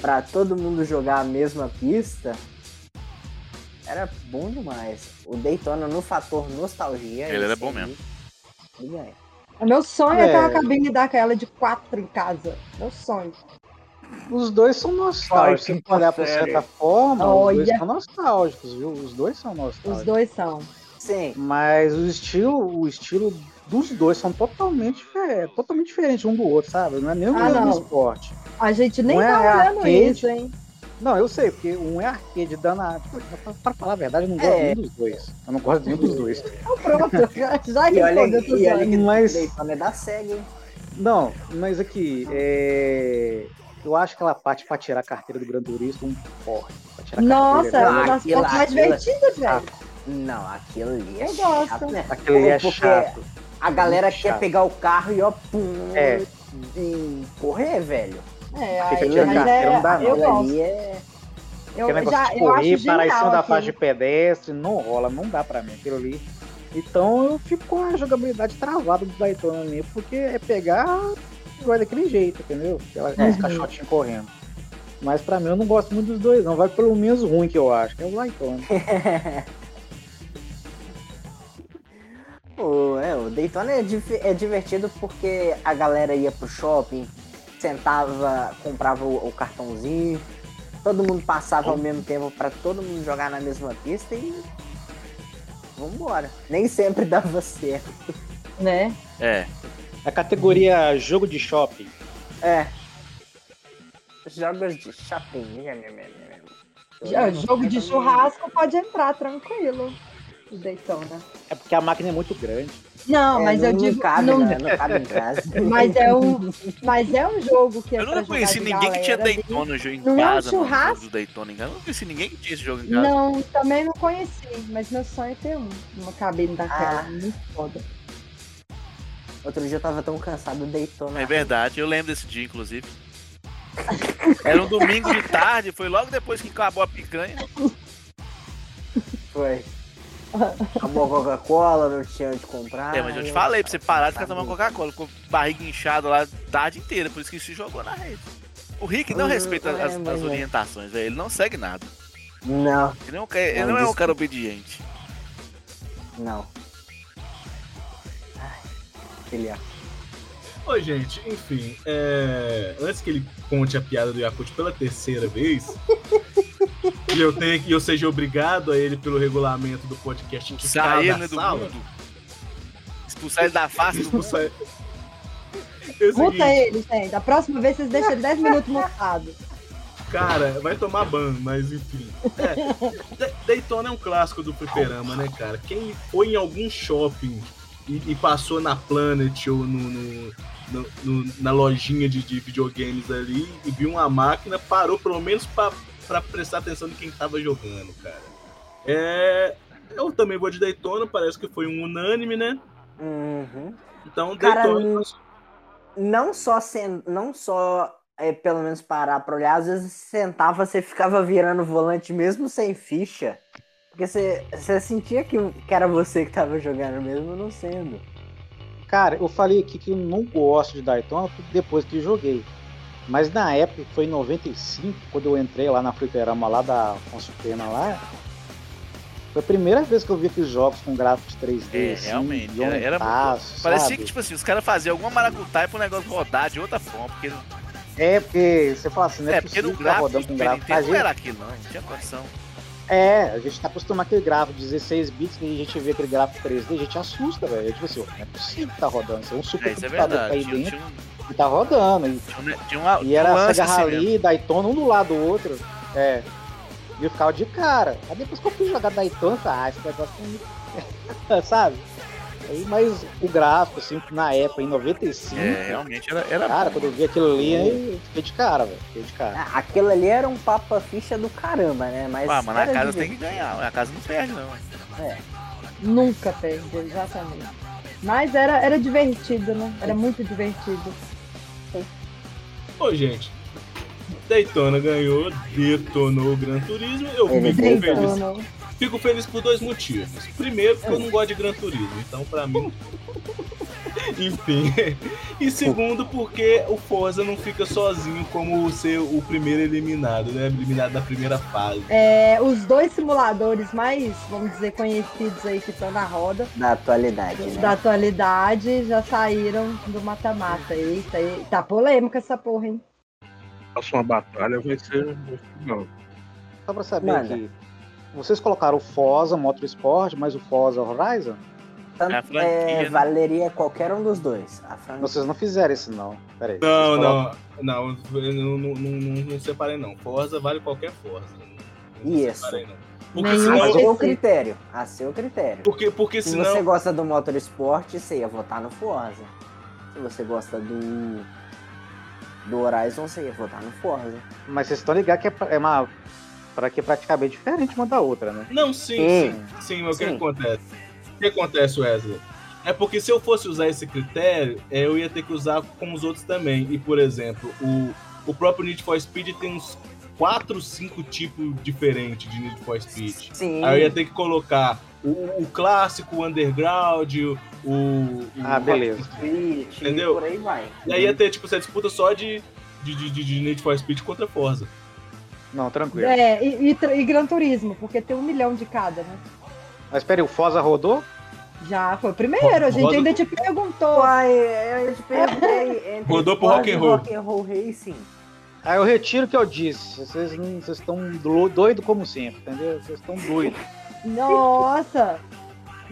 [SPEAKER 11] pra todo mundo jogar a mesma pista. Era bom demais. O Daytona no fator nostalgia.
[SPEAKER 5] Ele era
[SPEAKER 11] esse
[SPEAKER 5] bom
[SPEAKER 11] aí,
[SPEAKER 5] mesmo.
[SPEAKER 11] ele ganha.
[SPEAKER 4] O meu sonho é,
[SPEAKER 13] É.
[SPEAKER 4] ter uma cabine daquela de 4 em casa. Meu sonho.
[SPEAKER 13] Os dois são nostálgicos,
[SPEAKER 11] Ai, que
[SPEAKER 13] se for olhar por
[SPEAKER 11] sério.
[SPEAKER 13] certa forma, os
[SPEAKER 4] Olha.
[SPEAKER 13] dois são nostálgicos, viu? Os dois são nostálgicos.
[SPEAKER 4] Os dois são.
[SPEAKER 11] Sim.
[SPEAKER 13] Mas o estilo, o estilo dos dois são totalmente, difer- totalmente diferentes um do outro, sabe? Não é nem o
[SPEAKER 4] Ah,
[SPEAKER 13] mesmo
[SPEAKER 4] não.
[SPEAKER 13] esporte.
[SPEAKER 4] A gente nem
[SPEAKER 13] Não é
[SPEAKER 4] tá olhando
[SPEAKER 13] arcade?
[SPEAKER 4] isso, hein?
[SPEAKER 13] Não, eu sei, porque um é arcade danado. Pra, pra falar a verdade, eu não gosto
[SPEAKER 11] É.
[SPEAKER 13] nem dos dois. Eu não gosto nem dos dois.
[SPEAKER 4] Então pronto, já, já
[SPEAKER 11] E olha,
[SPEAKER 4] respondeu tudo.
[SPEAKER 11] e olha que
[SPEAKER 13] Mas-
[SPEAKER 11] Daytona é da SEG, hein?
[SPEAKER 13] Não, mas aqui, é... eu acho aquela parte pra tirar a carteira do Gran Turismo um porre. Pra tirar a
[SPEAKER 4] Nossa, é
[SPEAKER 13] carteira,
[SPEAKER 4] uma
[SPEAKER 11] Lá,
[SPEAKER 4] das
[SPEAKER 11] aquilo,
[SPEAKER 4] partes mais
[SPEAKER 11] aquilo.
[SPEAKER 4] divertidas,
[SPEAKER 13] Ah,
[SPEAKER 4] velho.
[SPEAKER 11] Não, aquilo ali é
[SPEAKER 4] Eu
[SPEAKER 11] chato,
[SPEAKER 4] gosto.
[SPEAKER 11] né?
[SPEAKER 13] aquele ali é
[SPEAKER 11] Porque
[SPEAKER 13] chato.
[SPEAKER 11] A galera
[SPEAKER 13] Muito
[SPEAKER 11] quer
[SPEAKER 13] chato.
[SPEAKER 11] pegar o carro e ó, pum,
[SPEAKER 13] É.
[SPEAKER 11] e correr, velho.
[SPEAKER 4] É,
[SPEAKER 13] Fica
[SPEAKER 4] aí,
[SPEAKER 13] tirando
[SPEAKER 4] mas
[SPEAKER 13] carteira, não dá
[SPEAKER 4] é, eu
[SPEAKER 11] Aquilo
[SPEAKER 4] gosto.
[SPEAKER 11] ali é.
[SPEAKER 13] Aquele
[SPEAKER 4] Eu,
[SPEAKER 13] negócio
[SPEAKER 4] já,
[SPEAKER 13] de
[SPEAKER 4] eu acho
[SPEAKER 13] correr, parar em
[SPEAKER 4] genial
[SPEAKER 13] cima da
[SPEAKER 4] aquilo.
[SPEAKER 13] faixa de pedestre, não rola, não dá pra mim aquilo ali. Então eu fico com a jogabilidade travada do Daytona ali, porque é pegar vai daquele jeito, entendeu? Aquela, Aqueles caixotinhos correndo. Mas pra mim eu não gosto muito dos dois, não. Vai pelo menos ruim que eu acho, que é o Daytona.
[SPEAKER 11] Pô, é, o Daytona. Daytona é, div- é divertido porque a galera ia pro shopping, sentava, comprava o, o cartãozinho, todo mundo passava ao mesmo tempo pra todo mundo jogar na mesma pista e. Vambora. Nem sempre dava certo.
[SPEAKER 4] Né?
[SPEAKER 5] É.
[SPEAKER 13] A categoria jogo de shopping.
[SPEAKER 11] É. Jogos de shopping. né,
[SPEAKER 4] Já, Ah, jogo de churrasco pode entrar tranquilo. né? O Daytona.
[SPEAKER 13] É porque a máquina é muito grande.
[SPEAKER 11] É,
[SPEAKER 4] Não, mas eu digo. não,
[SPEAKER 11] né?
[SPEAKER 4] Mas é
[SPEAKER 13] o
[SPEAKER 4] um, mas é um jogo que é
[SPEAKER 5] Eu
[SPEAKER 4] pra jogar
[SPEAKER 5] nunca conheci
[SPEAKER 4] de
[SPEAKER 5] ninguém que tinha
[SPEAKER 4] galera ali.
[SPEAKER 5] Daytona jo- em
[SPEAKER 4] Não é um
[SPEAKER 5] casa. mano,
[SPEAKER 4] churrasco?
[SPEAKER 5] jogo do Daytona em casa. Eu nunca conheci ninguém que tinha esse jogo em casa.
[SPEAKER 4] né? Não, também não conheci, mas meu sonho é ter um, uma cabine daquela. Muito foda.
[SPEAKER 11] Outro dia eu tava tão cansado, Daytona.
[SPEAKER 5] É verdade, eu lembro desse dia, inclusive. Era um domingo de tarde, foi logo depois que acabou a picanha.
[SPEAKER 11] Foi. Acabou a Coca-Cola, não tinha onde comprar. né?
[SPEAKER 5] é, mas eu te falei pra você parar de ficar tomando Coca-Cola, ficou barriga inchada lá a tarde inteira, por isso que se jogou na rede. O Rick não
[SPEAKER 4] Hum,
[SPEAKER 11] Uhum,
[SPEAKER 5] respeita
[SPEAKER 11] é,
[SPEAKER 5] as,
[SPEAKER 11] mas
[SPEAKER 5] as
[SPEAKER 11] é.
[SPEAKER 5] orientações, velho. Ele não segue nada.
[SPEAKER 11] Não.
[SPEAKER 5] Ele não, quer- ele não é um cara obediente.
[SPEAKER 11] Não. Ele é.
[SPEAKER 3] Ô, gente, enfim, é, antes que ele conte a piada do Yakut pela terceira vez, e eu, tenha, que- e eu seja obrigado a ele pelo regulamento do podcast
[SPEAKER 5] Expulsar
[SPEAKER 3] indicar
[SPEAKER 5] ele
[SPEAKER 3] da
[SPEAKER 5] né, do
[SPEAKER 3] sala,
[SPEAKER 5] mundo. Expulsar ele da face do mundo.
[SPEAKER 3] é o
[SPEAKER 4] Muta
[SPEAKER 3] seguinte.
[SPEAKER 4] ele, gente. A próxima vez vocês deixam ele 10 minutos mutado.
[SPEAKER 3] Cara, vai tomar ban, mas enfim. É, Da- Daytona é um clássico do fliperama, né, cara? Quem foi em algum shopping e, e passou na Planet ou no, no- no- no- na lojinha de, de videogames ali e viu uma máquina, parou pelo menos pra, pra prestar atenção de quem tava jogando, cara. É, eu também vou de Daytona, parece que foi um unânime, né? Então,
[SPEAKER 11] Cara,
[SPEAKER 3] Daytona.
[SPEAKER 11] Uhum. Não só, sen... não só é, pelo menos parar pra olhar, às vezes você sentava, você ficava virando o volante mesmo sem ficha. Porque você, você sentia que, que era você que tava jogando mesmo, não sendo.
[SPEAKER 13] Cara, eu falei aqui que eu não gosto de Daytona depois que joguei. Mas na época, que foi em 95, quando eu entrei lá na fliperama lá da Afonso Pena lá, foi a primeira vez que eu vi aqueles jogos com gráficos 3D.
[SPEAKER 5] É,
[SPEAKER 13] assim,
[SPEAKER 5] realmente.
[SPEAKER 13] e
[SPEAKER 5] Era, era
[SPEAKER 13] ondaço,
[SPEAKER 5] muito... Parecia
[SPEAKER 13] sabe?
[SPEAKER 5] que, tipo assim, os caras faziam alguma maracutaia pro negócio rodar de outra forma. Porque,
[SPEAKER 13] É, porque você fala assim, não é,
[SPEAKER 5] é, porque
[SPEAKER 13] possível
[SPEAKER 5] no
[SPEAKER 13] que tá
[SPEAKER 5] gráfico do
[SPEAKER 13] rodando com
[SPEAKER 5] Super
[SPEAKER 13] gráfico. A
[SPEAKER 5] Nintendo não
[SPEAKER 13] gente,
[SPEAKER 5] era aquilo, né? não. Não tinha condição.
[SPEAKER 13] É, a gente tá acostumado com aquele gráfico de 16 bits, e a gente vê aquele gráfico 3D, a gente assusta, velho. É tipo assim, não é possível que tá rodando. Isso é um super
[SPEAKER 5] É, isso é
[SPEAKER 13] computador que tá
[SPEAKER 5] verdade.
[SPEAKER 13] aí
[SPEAKER 5] Tinha,
[SPEAKER 13] dentro
[SPEAKER 5] tinha um,
[SPEAKER 13] e tá rodando. E
[SPEAKER 5] tinha um- tinha uma-
[SPEAKER 13] E era
[SPEAKER 5] um lance
[SPEAKER 13] Sega
[SPEAKER 5] assim mesmo.
[SPEAKER 13] Rally, Daytona, um do lado do outro. É. E eu ficava de cara. Aí depois que eu fui jogar Daytona, eu falei, ah, esse negócio é muito... Sabe? Aí, mas o gráfico, assim, na época, em 95.
[SPEAKER 5] É, realmente era. era bom.
[SPEAKER 13] cara, quando eu vi aquilo ali,
[SPEAKER 11] É.
[SPEAKER 13] aí eu fiquei de cara, velho. Fiquei de cara.
[SPEAKER 11] Ah, Aquilo ali era um papa ficha do caramba, né? Mas.
[SPEAKER 5] Ah, mas na
[SPEAKER 11] era
[SPEAKER 5] casa tem que
[SPEAKER 11] divertido.
[SPEAKER 5] ganhar. A casa não perde, não.
[SPEAKER 11] É.
[SPEAKER 4] Nunca perdeu, exatamente. Mas era, era divertido, né? Era muito divertido.
[SPEAKER 3] Ô, gente. Daytona ganhou, detonou o Gran Turismo. Eu
[SPEAKER 4] Ele
[SPEAKER 3] fico
[SPEAKER 4] detonou.
[SPEAKER 3] feliz. Fico feliz por dois motivos. Primeiro, porque eu não gosto de Gran Turismo, então pra mim. Enfim. E segundo, porque o Forza não fica sozinho como ser o primeiro eliminado, né? Eliminado da primeira fase.
[SPEAKER 4] É, os dois simuladores mais, vamos dizer, conhecidos aí que estão na roda
[SPEAKER 11] Da atualidade, né?
[SPEAKER 4] da atualidade já saíram do mata-mata. Eita, e- tá polêmica essa porra, hein?
[SPEAKER 8] A próxima batalha vai ser. Não.
[SPEAKER 13] Só pra saber
[SPEAKER 8] Manda.
[SPEAKER 13] que vocês colocaram o Forza Motorsport, mas o Forza Horizon?
[SPEAKER 11] Tanto,
[SPEAKER 13] É a franquia,
[SPEAKER 11] é,
[SPEAKER 13] né?
[SPEAKER 11] valeria qualquer um dos dois. A franquia.
[SPEAKER 13] Vocês não fizeram isso, não. Pera aí.
[SPEAKER 3] Não,
[SPEAKER 13] vocês colocam-
[SPEAKER 3] não. Não, eu não, não, não, não, não separei, não. Forza vale qualquer Forza. Eu não
[SPEAKER 11] Isso.
[SPEAKER 3] separei, não. Porque senão
[SPEAKER 11] A seu
[SPEAKER 3] eu-
[SPEAKER 11] critério. A seu critério.
[SPEAKER 3] Porque, porque
[SPEAKER 11] Se
[SPEAKER 3] senão-
[SPEAKER 11] você gosta do Motorsport, você ia votar no Forza. Se você gosta do. do Horizon, você ia votar no Forza.
[SPEAKER 13] Mas vocês estão ligados que é pra- é uma. Pra que é praticamente diferente uma da outra, né?
[SPEAKER 3] Não, sim,
[SPEAKER 13] Hum.
[SPEAKER 3] sim. Sim, mas o que
[SPEAKER 13] Sim.
[SPEAKER 3] acontece? O que acontece, Wesley? É porque se eu fosse usar esse critério, eh, eu ia ter que usar com os outros também. E, por exemplo, o, o próprio Need for Speed tem uns 4, 5 tipos diferentes de Need for Speed.
[SPEAKER 11] Sim.
[SPEAKER 3] Aí eu ia ter que colocar o, o clássico, o underground, o. o
[SPEAKER 11] Hum.
[SPEAKER 13] Ah,
[SPEAKER 3] o-
[SPEAKER 13] beleza.
[SPEAKER 3] Entendeu?
[SPEAKER 11] Por aí vai.
[SPEAKER 3] E aí ia ter, tipo, essa disputa só de, de, de, de- de Need for Speed contra Forza.
[SPEAKER 13] Não, tranquilo.
[SPEAKER 4] É, e, e, tra- e Gran Turismo, porque tem um milhão de cada, né?
[SPEAKER 13] Mas peraí, o Fosa rodou?
[SPEAKER 4] Já, foi o primeiro. A gente
[SPEAKER 3] Roda-
[SPEAKER 4] ainda te perguntou.
[SPEAKER 11] Ai, eu te perguntei.
[SPEAKER 3] Rodou pro rock and roll.
[SPEAKER 11] and roll racing.
[SPEAKER 13] Aí eu retiro o que eu disse. Vocês não- vocês estão do- doido como sempre, entendeu? Vocês estão doidos.
[SPEAKER 4] Nossa!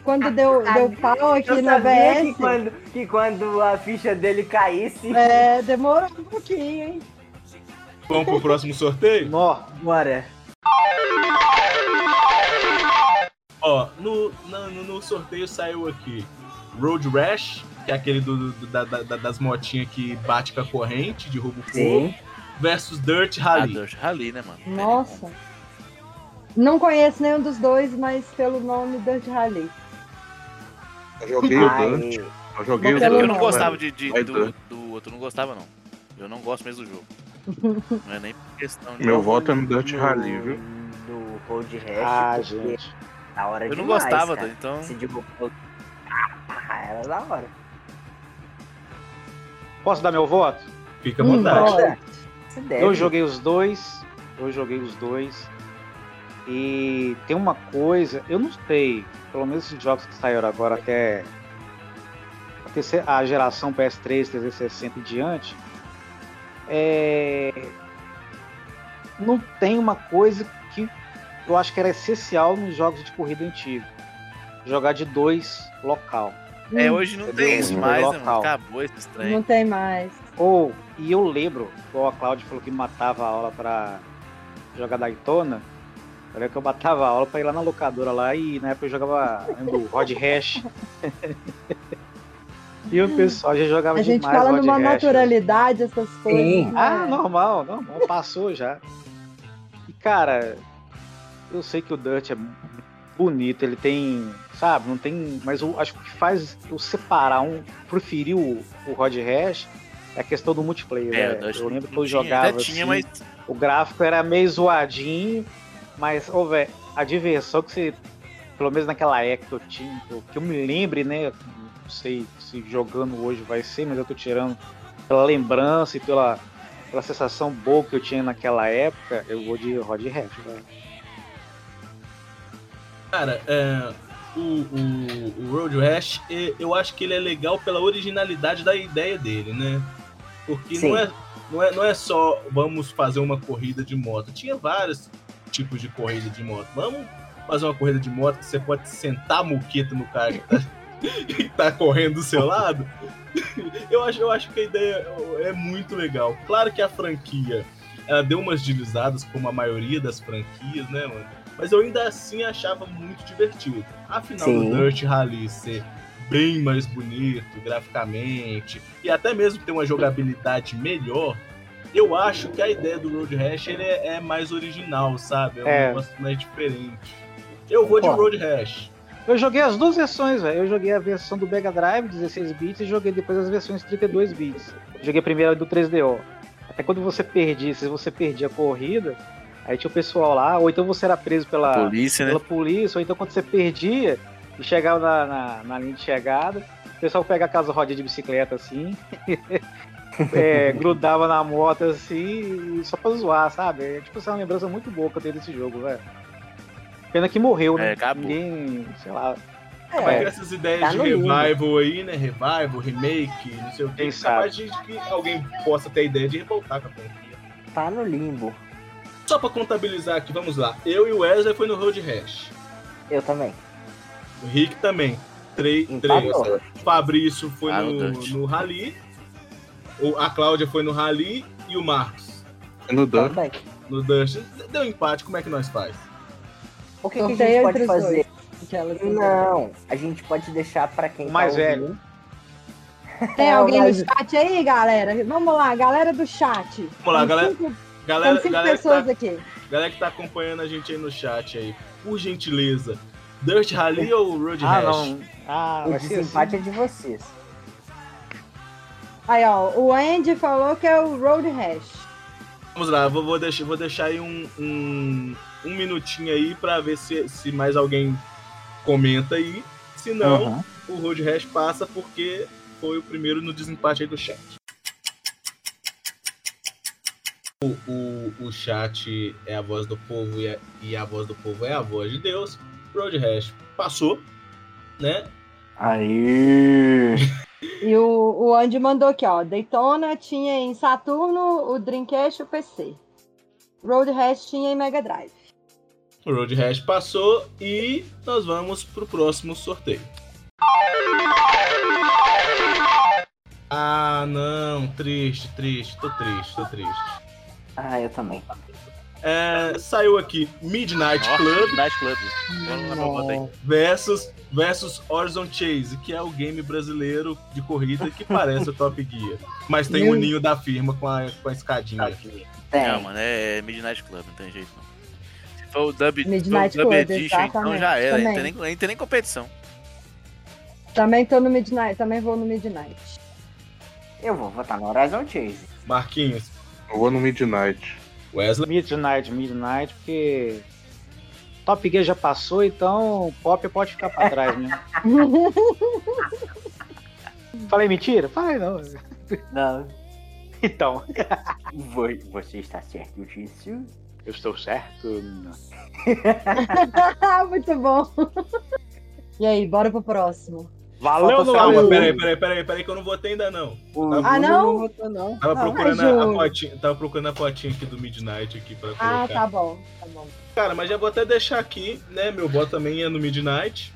[SPEAKER 4] Quando deu, deu pau aqui
[SPEAKER 11] Ah, eu
[SPEAKER 4] na
[SPEAKER 11] sabia que
[SPEAKER 4] BS.
[SPEAKER 11] quando, que quando a ficha dele caísse.
[SPEAKER 4] É, demorou um pouquinho, hein?
[SPEAKER 3] Vamos pro próximo sorteio?
[SPEAKER 13] Nó,
[SPEAKER 11] bora.
[SPEAKER 3] Ó, no, na- no, no sorteio saiu aqui Road Rash, que é aquele do, do- da- da- da- das motinhas que bate com a corrente, derruba o fogo,
[SPEAKER 5] Sim.
[SPEAKER 3] versus Dirt Rally.
[SPEAKER 5] Dirt Rally, né, mano?
[SPEAKER 4] Nossa. Não conheço nenhum dos dois, mas pelo nome Dirt Rally.
[SPEAKER 8] Eu joguei o
[SPEAKER 5] Ai.
[SPEAKER 8] Dante. Eu joguei o
[SPEAKER 5] eu,
[SPEAKER 8] Dante.
[SPEAKER 5] um não né?
[SPEAKER 8] mano.
[SPEAKER 5] gostava de, de-
[SPEAKER 8] Vai,
[SPEAKER 5] do,
[SPEAKER 8] Dante.
[SPEAKER 5] do outro, não gostava, não. Eu não gosto mesmo do jogo. Não é nem por questão de.
[SPEAKER 8] Meu voto é no Dante Rally, viu?
[SPEAKER 11] Do Road Rash.
[SPEAKER 8] Ah,
[SPEAKER 11] porque
[SPEAKER 8] gente.
[SPEAKER 11] Da hora
[SPEAKER 13] É
[SPEAKER 5] Eu não
[SPEAKER 11] demais,
[SPEAKER 5] gostava,
[SPEAKER 11] cara.
[SPEAKER 5] então-
[SPEAKER 11] Se derrubou. Ah, era da hora.
[SPEAKER 13] Posso dar meu voto?
[SPEAKER 3] Fica
[SPEAKER 11] à Hum, vontade. pode. Você deve.
[SPEAKER 13] Eu joguei os dois. Eu joguei os dois. E tem uma coisa, eu não sei, pelo menos esses jogos que saíram agora até a, terceira- a geração PS3, 360 e diante, é, não tem uma coisa que eu acho que era essencial nos jogos de corrida antigo. Jogar de dois local.
[SPEAKER 5] É, hoje não tem isso mais, né, mano?
[SPEAKER 13] um Local.
[SPEAKER 5] Acabou esse
[SPEAKER 4] Hum, Não
[SPEAKER 5] trem.
[SPEAKER 4] tem mais.
[SPEAKER 13] Ou, e eu lembro, igual a Cláudia falou que matava a aula pra jogar Daytona. Eu lembro que eu matava a aula pra ir lá na locadora lá e na época eu jogava lembro, Rod Hash. e o pessoal já jogava
[SPEAKER 4] A gente
[SPEAKER 13] demais
[SPEAKER 4] fala
[SPEAKER 13] Rod
[SPEAKER 4] numa
[SPEAKER 13] Hash. né?
[SPEAKER 4] naturalidade essas coisas. né?
[SPEAKER 13] Ah, normal, normal, passou já. E cara, eu sei que o Dutch é bonito, ele tem, sabe, não tem, mas eu acho que o que faz eu separar um, preferir o, o Rod Hash é a questão do multiplayer,
[SPEAKER 5] É,
[SPEAKER 13] velho.
[SPEAKER 5] o Dutch
[SPEAKER 13] Eu lembro que
[SPEAKER 5] não
[SPEAKER 13] eu
[SPEAKER 5] tinha,
[SPEAKER 13] jogava
[SPEAKER 5] até tinha,
[SPEAKER 13] assim,
[SPEAKER 5] mas-
[SPEAKER 13] o gráfico era meio zoadinho, mas ô, velho, a diversão que você pelo menos naquela época que eu tinha, que eu- que eu me lembre, né? Não sei se jogando hoje vai ser, mas eu tô tirando pela lembrança e pela, pela sensação boa que eu tinha naquela época, eu vou de Rod Hash, velho.
[SPEAKER 3] Cara, é, o, o, o Road Rash, e- eu acho que ele é legal pela originalidade da ideia dele, né? Porque
[SPEAKER 14] Sim.
[SPEAKER 3] não é, não, é, não é só vamos fazer uma corrida de moto. Tinha vários tipos de corrida de moto. Vamos fazer uma corrida de moto que você pode sentar a muqueta no cara que tá, que tá correndo do seu lado. Eu acho, eu acho que a ideia é muito legal. Claro que a franquia ela deu umas deslizadas, como a maioria das franquias, né, mano? Mas eu ainda assim achava muito divertido. Afinal,
[SPEAKER 14] Sim.
[SPEAKER 3] o Dirt Rally ser bem mais bonito graficamente e até mesmo ter uma jogabilidade melhor, eu acho que a ideia do Road Rash ele é, é mais original, sabe? É um
[SPEAKER 13] É.
[SPEAKER 3] negócio mais diferente. Eu vou de Road
[SPEAKER 13] Concordo.
[SPEAKER 3] Rash.
[SPEAKER 13] Eu joguei as duas versões, velho. Eu joguei a versão do Mega Drive, 16 bits, e joguei depois as versões 32 bits. Joguei primeiro a do 3DO. Até quando você perdia, se você perdia a corrida, aí tinha o pessoal lá, ou então você era preso pela
[SPEAKER 5] Polícia, né?
[SPEAKER 13] pela polícia, ou então quando você perdia e chegava na, na- na linha de chegada, o pessoal pega aquelas rodinhas de bicicleta assim, é, grudava na moto assim, e só pra zoar, sabe? É, tipo, essa é uma lembrança muito boa que eu tenho desse jogo, velho. Pena que morreu, né? Ninguém, sei lá.
[SPEAKER 3] Mas com
[SPEAKER 13] É.
[SPEAKER 3] essas ideias
[SPEAKER 13] Tá
[SPEAKER 3] de
[SPEAKER 13] no mundo.
[SPEAKER 3] revival aí, né? Revival, remake, não sei o que. Quem sabe? que alguém possa ter a ideia de revoltar com a franquia.
[SPEAKER 11] Tá no limbo.
[SPEAKER 3] Só pra contabilizar aqui, vamos lá. Eu e o Wesley foi no Road Rash.
[SPEAKER 11] Eu também.
[SPEAKER 3] O Rick também. Três. três.
[SPEAKER 11] Empatou.
[SPEAKER 3] Fabrício foi
[SPEAKER 11] Ah,
[SPEAKER 3] no,
[SPEAKER 11] o Dante.
[SPEAKER 3] no Rally. O- A Cláudia foi no Rally e o Marcos.
[SPEAKER 8] É
[SPEAKER 3] Tá?
[SPEAKER 8] No
[SPEAKER 13] Tá.
[SPEAKER 8] Dante.
[SPEAKER 3] No Dust. Deu empate, como é que nós faz?
[SPEAKER 11] O que, que a
[SPEAKER 4] Sorteio
[SPEAKER 11] gente pode
[SPEAKER 4] entre os
[SPEAKER 11] fazer?
[SPEAKER 4] Aquelas-
[SPEAKER 11] Não, a gente pode deixar pra quem
[SPEAKER 13] Mais
[SPEAKER 11] tá
[SPEAKER 13] velho.
[SPEAKER 11] ouvindo.
[SPEAKER 4] Tem
[SPEAKER 11] É,
[SPEAKER 4] alguém no
[SPEAKER 11] mas-
[SPEAKER 4] chat aí, galera? Vamos lá, galera do chat.
[SPEAKER 3] Vamos lá,
[SPEAKER 4] Tem
[SPEAKER 3] galera-
[SPEAKER 4] cinco-
[SPEAKER 3] Galera,
[SPEAKER 4] tem cinco
[SPEAKER 3] galera, que
[SPEAKER 4] pessoas
[SPEAKER 3] tá,
[SPEAKER 4] aqui.
[SPEAKER 3] galera que tá acompanhando a gente aí no chat aí, por gentileza, Dust Rally ou Road
[SPEAKER 11] Ah,
[SPEAKER 3] Rash?
[SPEAKER 11] não.
[SPEAKER 13] Ah,
[SPEAKER 11] o desempate é de vocês.
[SPEAKER 4] Aí, ó, o Andy falou que é o Road Rash.
[SPEAKER 3] Vamos lá, vou, vou deixar, vou deixar aí um, um, um minutinho aí pra ver se, se mais alguém comenta aí. Se não,
[SPEAKER 14] Aham.
[SPEAKER 3] o Road Rash passa porque foi o primeiro no desempate aí do chat. O, o, o chat é a voz do povo e a, e a voz do povo é a voz de Deus. Road Rash passou, né?
[SPEAKER 6] Aí.
[SPEAKER 4] E o, o Andy mandou aqui, ó. Daytona tinha em Saturno, o Dreamcast e o PC. Road Rash tinha em Mega Drive.
[SPEAKER 3] O Road Rash passou e nós vamos pro próximo sorteio. Ah, não. Triste, triste. Tô triste, tô triste.
[SPEAKER 11] Ah, eu também.
[SPEAKER 3] É, saiu aqui Midnight
[SPEAKER 5] Nossa,
[SPEAKER 3] Club.
[SPEAKER 5] Midnight Club. Vamos lá pra bota aí.
[SPEAKER 3] Versus, versus Horizon Chase, que é o game brasileiro de corrida que parece o Top Gear. Mas tem o
[SPEAKER 5] Meu-
[SPEAKER 3] ninho da firma com a, com a
[SPEAKER 5] Tá
[SPEAKER 3] escadinha.
[SPEAKER 5] Não, mano, é Midnight Club, não tem jeito não. Se for o Dub, se for
[SPEAKER 4] Midnight
[SPEAKER 5] o Dub
[SPEAKER 4] Club,
[SPEAKER 5] Edition, então
[SPEAKER 4] exatamente,
[SPEAKER 5] já era. Não tem,
[SPEAKER 4] também.
[SPEAKER 5] nem, nem tem nem competição.
[SPEAKER 4] Também tô no Midnight, também vou no Midnight.
[SPEAKER 11] Eu vou votar no Horizon Chase.
[SPEAKER 3] Marquinhos.
[SPEAKER 8] Eu vou no Midnight.
[SPEAKER 3] Wesley?
[SPEAKER 13] assim. Midnight, Midnight, porque. Top Gear já passou, então Pop pode ficar pra trás né? mesmo. Falei mentira? Falei não.
[SPEAKER 11] Não.
[SPEAKER 13] Então.
[SPEAKER 11] Vo- Você está certo disso?
[SPEAKER 13] Eu estou certo? Não.
[SPEAKER 4] Muito bom. E aí, bora pro próximo.
[SPEAKER 13] Valeu,
[SPEAKER 3] Calma,
[SPEAKER 13] Noel.
[SPEAKER 3] peraí, peraí, peraí, peraí, que eu não votei ainda não. Tava-
[SPEAKER 4] Ah, não?
[SPEAKER 3] Tava
[SPEAKER 4] Não,
[SPEAKER 3] procurando
[SPEAKER 4] mas
[SPEAKER 3] a,
[SPEAKER 4] o-
[SPEAKER 3] fotinha, tava procurando a fotinha aqui do Midnight aqui pra colocar.
[SPEAKER 4] Ah, tá bom, tá bom.
[SPEAKER 3] Cara, mas já vou até deixar aqui, né? Meu bot também é no Midnight.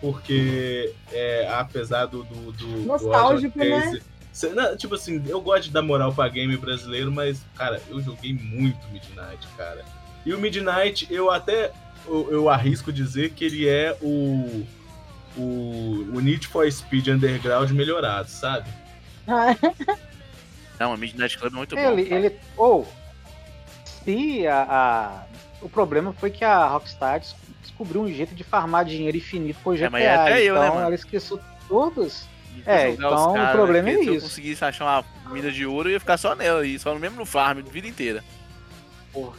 [SPEAKER 3] Porque é, apesar do. do, do do
[SPEAKER 4] Nostálgico,
[SPEAKER 3] Roger
[SPEAKER 4] né?
[SPEAKER 3] Casey- cê- não, tipo assim, eu gosto de dar moral pra game brasileiro, mas, cara, eu joguei muito Midnight, cara. E o Midnight, eu até. Eu, eu arrisco dizer que ele é o. O, o Need for Speed Underground melhorado, sabe?
[SPEAKER 5] Não, o Midnight Club é muito bom.
[SPEAKER 13] Ah, Ele, ele. Ou. se a, a- O problema foi que a Rockstar des- descobriu um jeito de farmar dinheiro infinito com o GTA.
[SPEAKER 5] mas é até eu,
[SPEAKER 13] então
[SPEAKER 5] né, mano?
[SPEAKER 13] ela esqueceu todos.
[SPEAKER 5] E
[SPEAKER 13] É,
[SPEAKER 5] jogar os
[SPEAKER 13] então
[SPEAKER 5] caras,
[SPEAKER 13] o problema
[SPEAKER 5] porque
[SPEAKER 13] é
[SPEAKER 5] Se eu
[SPEAKER 13] isso.
[SPEAKER 5] conseguisse achar uma mina de ouro, eu ia ficar só nela, e só no mesmo no farm, a vida inteira.
[SPEAKER 13] Por-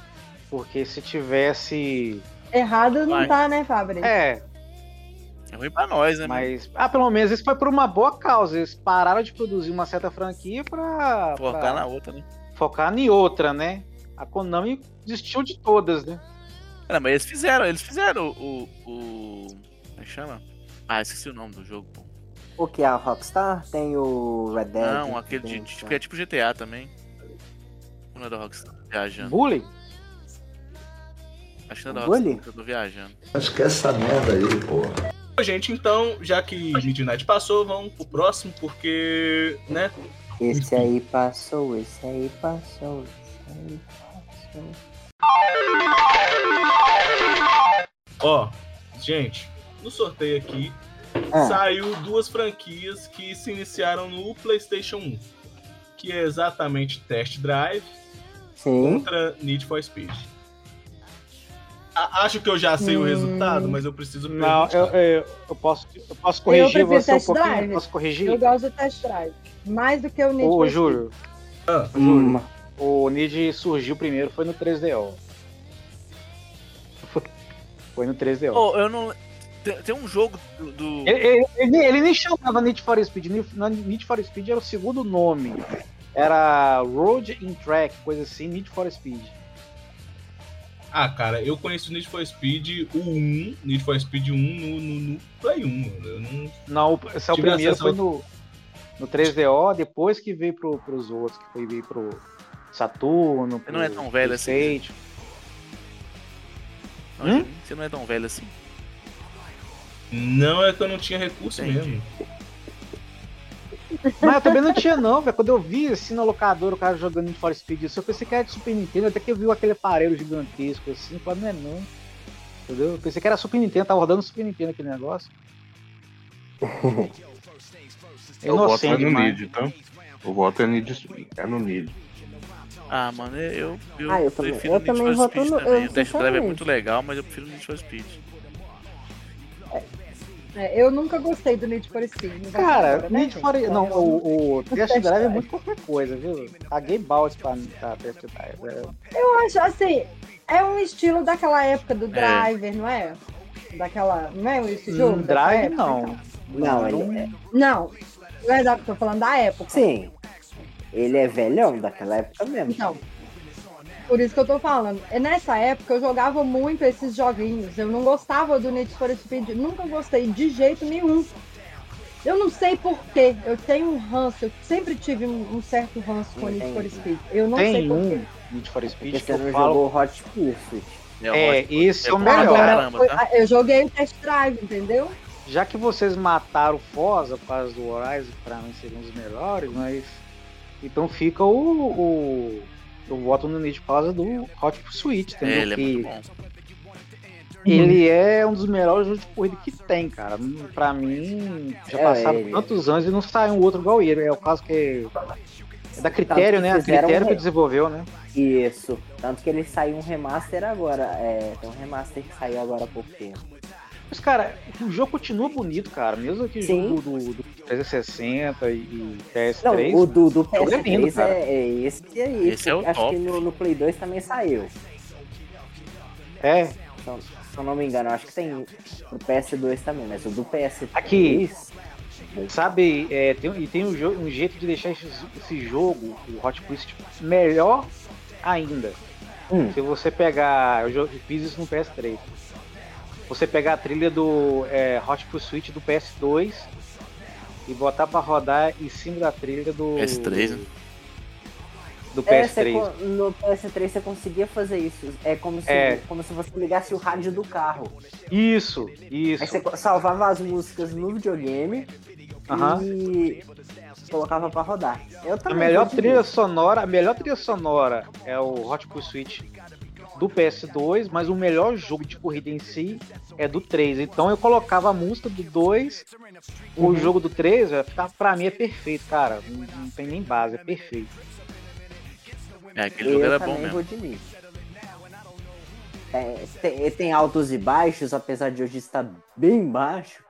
[SPEAKER 13] Porque se tivesse.
[SPEAKER 4] Errado não
[SPEAKER 13] Vai.
[SPEAKER 4] tá, né, Fabrício?
[SPEAKER 13] É,
[SPEAKER 5] É ruim pra nós, né?
[SPEAKER 13] mas. Ah, pelo menos isso foi por uma boa causa. Eles pararam de produzir uma certa franquia pra.
[SPEAKER 5] Focar
[SPEAKER 13] pra-
[SPEAKER 5] na outra, né?
[SPEAKER 13] Focar em outra, né? A Konami desistiu de todas, né?
[SPEAKER 5] Cara, mas eles fizeram, eles fizeram o. o, o- como é que chama? Ah, esqueci o nome do jogo, pô.
[SPEAKER 11] O que é a Rockstar? Tem o Red Dead.
[SPEAKER 5] Não, aquele de, de- que é tipo GTA também. Não é da Rockstar, tô viajando.
[SPEAKER 13] Bully?
[SPEAKER 5] Acho que não é da
[SPEAKER 3] Bully?
[SPEAKER 5] Rockstar, eu tô viajando.
[SPEAKER 15] Acho que é essa merda aí, porra.
[SPEAKER 3] Bom, Gente, então, já que Midnight passou, vamos pro próximo, porque, né?
[SPEAKER 11] Esse aí passou, esse aí passou, esse aí passou.
[SPEAKER 3] Ó, gente, no sorteio aqui
[SPEAKER 11] Ah.
[SPEAKER 3] saiu duas franquias que se iniciaram no PlayStation 1, que é exatamente Test Drive
[SPEAKER 11] Sim.
[SPEAKER 3] contra Need for Speed. A- acho que eu já sei o
[SPEAKER 13] Hum.
[SPEAKER 3] resultado, mas eu preciso
[SPEAKER 13] Não,
[SPEAKER 3] perguntar.
[SPEAKER 13] eu, eu, eu posso, eu posso corrigir
[SPEAKER 4] eu prefiro
[SPEAKER 13] você um
[SPEAKER 4] test
[SPEAKER 13] pouquinho?
[SPEAKER 4] drive.
[SPEAKER 13] Posso
[SPEAKER 4] Eu
[SPEAKER 13] corrigir?
[SPEAKER 4] gosto do test drive. Mais do que o Need
[SPEAKER 13] Ô,
[SPEAKER 4] for
[SPEAKER 13] Júlio. Júlio, O Nid surgiu primeiro, foi no 3DO. Foi- Foi no 3DO.
[SPEAKER 11] Então.
[SPEAKER 5] Pô, eu não. Tem, tem um jogo do. do-
[SPEAKER 13] Ele, ele- ele- ele nem chamava Need for Speed. Need- na- Need for Speed era o segundo nome. Era Road in Track, coisa assim, Need for Speed.
[SPEAKER 3] Ah, cara, eu conheço Need for Speed o 1, Need for Speed 1 no, no, no Play 1, mano. Eu não...
[SPEAKER 13] Não, o- esse é o
[SPEAKER 3] Tive
[SPEAKER 13] primeiro
[SPEAKER 3] acesso
[SPEAKER 13] foi
[SPEAKER 3] ao-
[SPEAKER 13] no, no 3DO, depois que veio pro, pros outros, que foi veio pro Saturno.
[SPEAKER 5] Você
[SPEAKER 13] Pro,
[SPEAKER 5] não é tão velho assim.
[SPEAKER 13] Sage.
[SPEAKER 5] Não,
[SPEAKER 11] Hum?
[SPEAKER 5] Você não é tão velho assim.
[SPEAKER 3] Não, é que eu não tinha recurso mesmo.
[SPEAKER 13] Mas eu também não tinha, não, velho. Quando eu vi assim na locadora o cara jogando Need for Speed, isso, eu pensei que era de Super Nintendo, até que eu vi aquele aparelho gigantesco assim, eu falei, não é não. Entendeu? Eu pensei que era Super Nintendo, tava rodando Super Nintendo aquele negócio.
[SPEAKER 8] Eu voto é
[SPEAKER 13] Inocente, né?
[SPEAKER 8] no
[SPEAKER 13] mas-
[SPEAKER 8] Nid, então. O voto é, Nid, é no Nid.
[SPEAKER 5] Ah, mano, eu, eu,
[SPEAKER 11] Ah, eu também-
[SPEAKER 5] prefiro
[SPEAKER 11] eu
[SPEAKER 5] Need
[SPEAKER 11] também
[SPEAKER 5] for
[SPEAKER 11] voto
[SPEAKER 5] Speed
[SPEAKER 11] no- eu
[SPEAKER 5] também. O Test Drive é
[SPEAKER 11] sinceramente.
[SPEAKER 5] muito legal, mas eu prefiro Need for Speed.
[SPEAKER 4] É, eu nunca gostei do Need for Speed. não gosto
[SPEAKER 13] Cara,
[SPEAKER 4] agora, né,
[SPEAKER 13] Need
[SPEAKER 4] gente?
[SPEAKER 13] for Não, o, o Test
[SPEAKER 4] Test
[SPEAKER 13] Drive é
[SPEAKER 4] Drive.
[SPEAKER 13] muito qualquer coisa, viu? Paguei balde pra, pra Test Drive. é.
[SPEAKER 4] Eu acho, assim, é um estilo daquela época do Driver, não é? Daquela. Não é esse jogo?
[SPEAKER 13] Hum,
[SPEAKER 4] dessa
[SPEAKER 13] drive
[SPEAKER 4] época?
[SPEAKER 13] não.
[SPEAKER 11] Não, ele é.
[SPEAKER 4] Não, não é da, tô falando da época.
[SPEAKER 11] Sim. Ele é velhão daquela época mesmo.
[SPEAKER 4] Então, por isso que eu tô falando. É, Nessa época eu jogava muito esses joguinhos. Eu não gostava do Need for Speed. Nunca gostei de jeito nenhum. Eu não sei porquê, eu tenho um ranço, eu sempre tive um, um certo ranço com Need for
[SPEAKER 13] Entendi.
[SPEAKER 4] Speed. Eu não
[SPEAKER 13] Tem
[SPEAKER 4] sei porquê.
[SPEAKER 13] um Need for Speed
[SPEAKER 11] Porque
[SPEAKER 13] que
[SPEAKER 11] você
[SPEAKER 4] é
[SPEAKER 11] não
[SPEAKER 13] eu falo.
[SPEAKER 11] jogou Hot Pursuit.
[SPEAKER 13] É, esse é o melhor.
[SPEAKER 4] Agora, foi- ah, eu joguei o test drive, entendeu?
[SPEAKER 13] Já que vocês mataram o Forza por causa do Horizon, que pra mim seriam os melhores, mas. Então fica o. o... Eu voto no Need por causa do Hot Pursuit, entendeu?
[SPEAKER 5] Ele é
[SPEAKER 13] Que
[SPEAKER 5] muito bom.
[SPEAKER 13] ele é um dos melhores jogos de corrida que tem, cara. Não- Pra mim, já
[SPEAKER 11] É,
[SPEAKER 13] passaram
[SPEAKER 11] ele-
[SPEAKER 13] tantos anos e não saiu outro igual ele. É o caso que. É da
[SPEAKER 11] Tanto
[SPEAKER 13] Critério,
[SPEAKER 11] que
[SPEAKER 13] né? A
[SPEAKER 11] fizeram
[SPEAKER 13] Critério
[SPEAKER 11] um
[SPEAKER 13] que
[SPEAKER 11] re-
[SPEAKER 13] desenvolveu, né?
[SPEAKER 11] Isso. Tanto que ele saiu um remaster agora. É, tem um remaster que saiu agora há pouco tempo.
[SPEAKER 13] Mas, cara, o jogo continua bonito, cara. Mesmo que o jogo do, do 360 e, e
[SPEAKER 11] Não,
[SPEAKER 13] PS3.
[SPEAKER 11] o do, do
[SPEAKER 13] o jogo é lindo,
[SPEAKER 11] PS3
[SPEAKER 13] cara.
[SPEAKER 11] é, é esse e aí.
[SPEAKER 13] Esse é o
[SPEAKER 11] acho
[SPEAKER 13] top.
[SPEAKER 11] que no, no Play 2 também saiu.
[SPEAKER 13] É.
[SPEAKER 11] se eu não me engano, eu acho que tem o PS2 também, mas o do PS3.
[SPEAKER 13] Aqui, sabe, é, tem, e tem um, jo- um jeito de deixar esse, esse jogo, o Hot Pursuit, melhor ainda.
[SPEAKER 11] Hum.
[SPEAKER 13] Se você pegar, eu, jo- eu fiz isso no PS3. Você pegar a trilha do é, Hot Pursuit do PS2 e botar pra rodar em cima da trilha do
[SPEAKER 5] PS3, né?
[SPEAKER 13] do
[SPEAKER 11] É, você
[SPEAKER 13] PS3.
[SPEAKER 11] con- no PS3 você conseguia fazer isso. É como se,
[SPEAKER 13] É.
[SPEAKER 11] como se você ligasse o rádio do carro.
[SPEAKER 13] Isso, isso.
[SPEAKER 11] Aí você co- salvava as músicas no videogame
[SPEAKER 13] Aham.
[SPEAKER 11] e colocava pra rodar. Eu
[SPEAKER 13] A
[SPEAKER 11] também
[SPEAKER 13] melhor
[SPEAKER 11] consegui.
[SPEAKER 13] trilha sonora, a melhor trilha sonora é o Hot Pursuit do PS2, mas o melhor jogo de corrida em si é do 3. Então eu colocava a música do 2, o
[SPEAKER 11] Uhum.
[SPEAKER 13] jogo do 3, é, tá, pra mim é perfeito, cara. Não, não tem nem base, é perfeito.
[SPEAKER 5] É, aquele
[SPEAKER 11] Eu
[SPEAKER 5] jogo era
[SPEAKER 11] também
[SPEAKER 5] bom mesmo.
[SPEAKER 11] vou admitir. É, tem, tem altos e baixos, apesar de hoje estar bem baixo.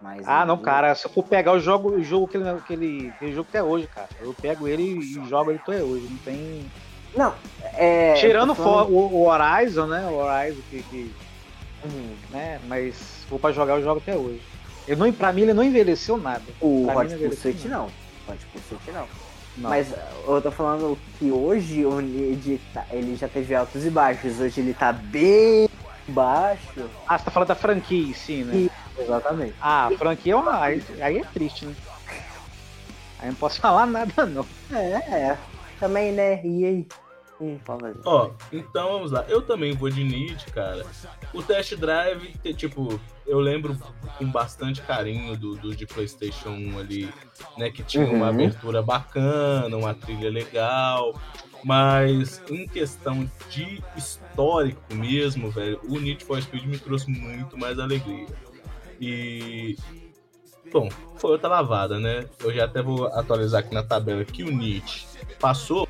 [SPEAKER 11] Mas
[SPEAKER 13] Ah, não, cara, se eu for pegar o jogo, o jogo que ele, que ele- aquele jogo até hoje, cara. Eu pego ele e jogo ele até hoje, não tem...
[SPEAKER 11] Não, é...
[SPEAKER 13] Tirando
[SPEAKER 11] eu tô falando-
[SPEAKER 13] fora o, o Horizon, né? O Horizon que... que-
[SPEAKER 11] Uhum.
[SPEAKER 13] né? Mas vou pra jogar, eu jogo até hoje. Eu não, pra mim ele não envelheceu nada.
[SPEAKER 11] O
[SPEAKER 13] Pra mim,
[SPEAKER 11] Hot
[SPEAKER 13] não é envelheceu
[SPEAKER 11] Pursuit
[SPEAKER 13] nada.
[SPEAKER 11] não. Hot Pursuit não.
[SPEAKER 13] Não.
[SPEAKER 11] Mas eu tô falando que hoje o Nid tá- ele já teve altos e baixos. Hoje ele tá bem baixo.
[SPEAKER 13] Ah, você tá falando da franquia, sim, né?
[SPEAKER 11] Exatamente.
[SPEAKER 13] Ah, franquia é uma. Aí, aí é triste, né? Aí não posso falar nada, não.
[SPEAKER 11] É, é. Também, né? E aí? Hum, fala aí.
[SPEAKER 3] Ó, então vamos lá. Eu também vou de Need, cara. O test drive, te- tipo, eu lembro com bastante carinho do, do de PlayStation 1 ali, né? Que tinha
[SPEAKER 16] Uhum.
[SPEAKER 3] uma abertura bacana, uma trilha legal. Mas em questão de histórico mesmo, velho, o Need for Speed me trouxe muito mais alegria. E. Bom, foi outra lavada, né? Eu já até vou atualizar aqui na tabela que o Nietzsche passou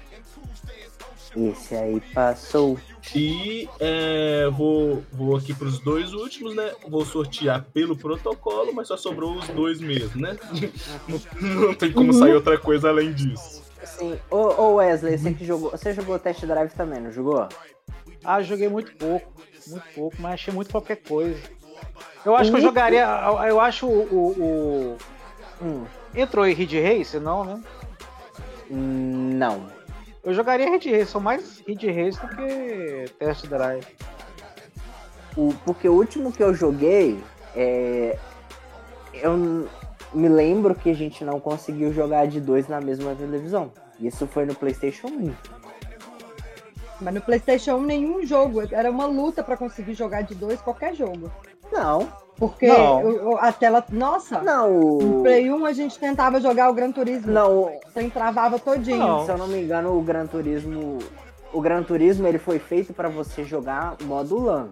[SPEAKER 11] Esse aí passou.
[SPEAKER 3] e é, vou, vou aqui para os dois últimos, né? Vou sortear pelo protocolo, mas só sobrou os dois mesmo, né? Não, não tem como sair outra coisa além disso.
[SPEAKER 11] Sim. Ô, ô Wesley, você que jogou. Você jogou o test drive também, não jogou?
[SPEAKER 13] Ah, eu joguei muito pouco. Muito pouco, mas achei muito qualquer coisa. Eu acho que eu jogaria. eu- Eu acho o. o, o- Entrou aí Ridge Race? Não, né?
[SPEAKER 11] Hum, Não.
[SPEAKER 13] Eu jogaria Ridge Race, sou mais Ridge Race do que Test Drive.
[SPEAKER 11] O, porque o último que eu joguei, é, eu n- me lembro que a gente não conseguiu jogar de dois na mesma televisão. Isso foi no PlayStation 1.
[SPEAKER 4] Mas no PlayStation 1 nenhum jogo, era uma luta pra conseguir jogar de dois qualquer jogo.
[SPEAKER 11] Não.
[SPEAKER 4] Porque
[SPEAKER 11] Não.
[SPEAKER 4] o- o- a tela, nossa.
[SPEAKER 11] Não.
[SPEAKER 4] No Play 1 a gente tentava jogar o Gran Turismo.
[SPEAKER 11] Não.
[SPEAKER 4] Você entravava todinho.
[SPEAKER 11] Se eu não me engano, o Gran Turismo, o Gran Turismo ele foi feito pra você jogar modo LAN.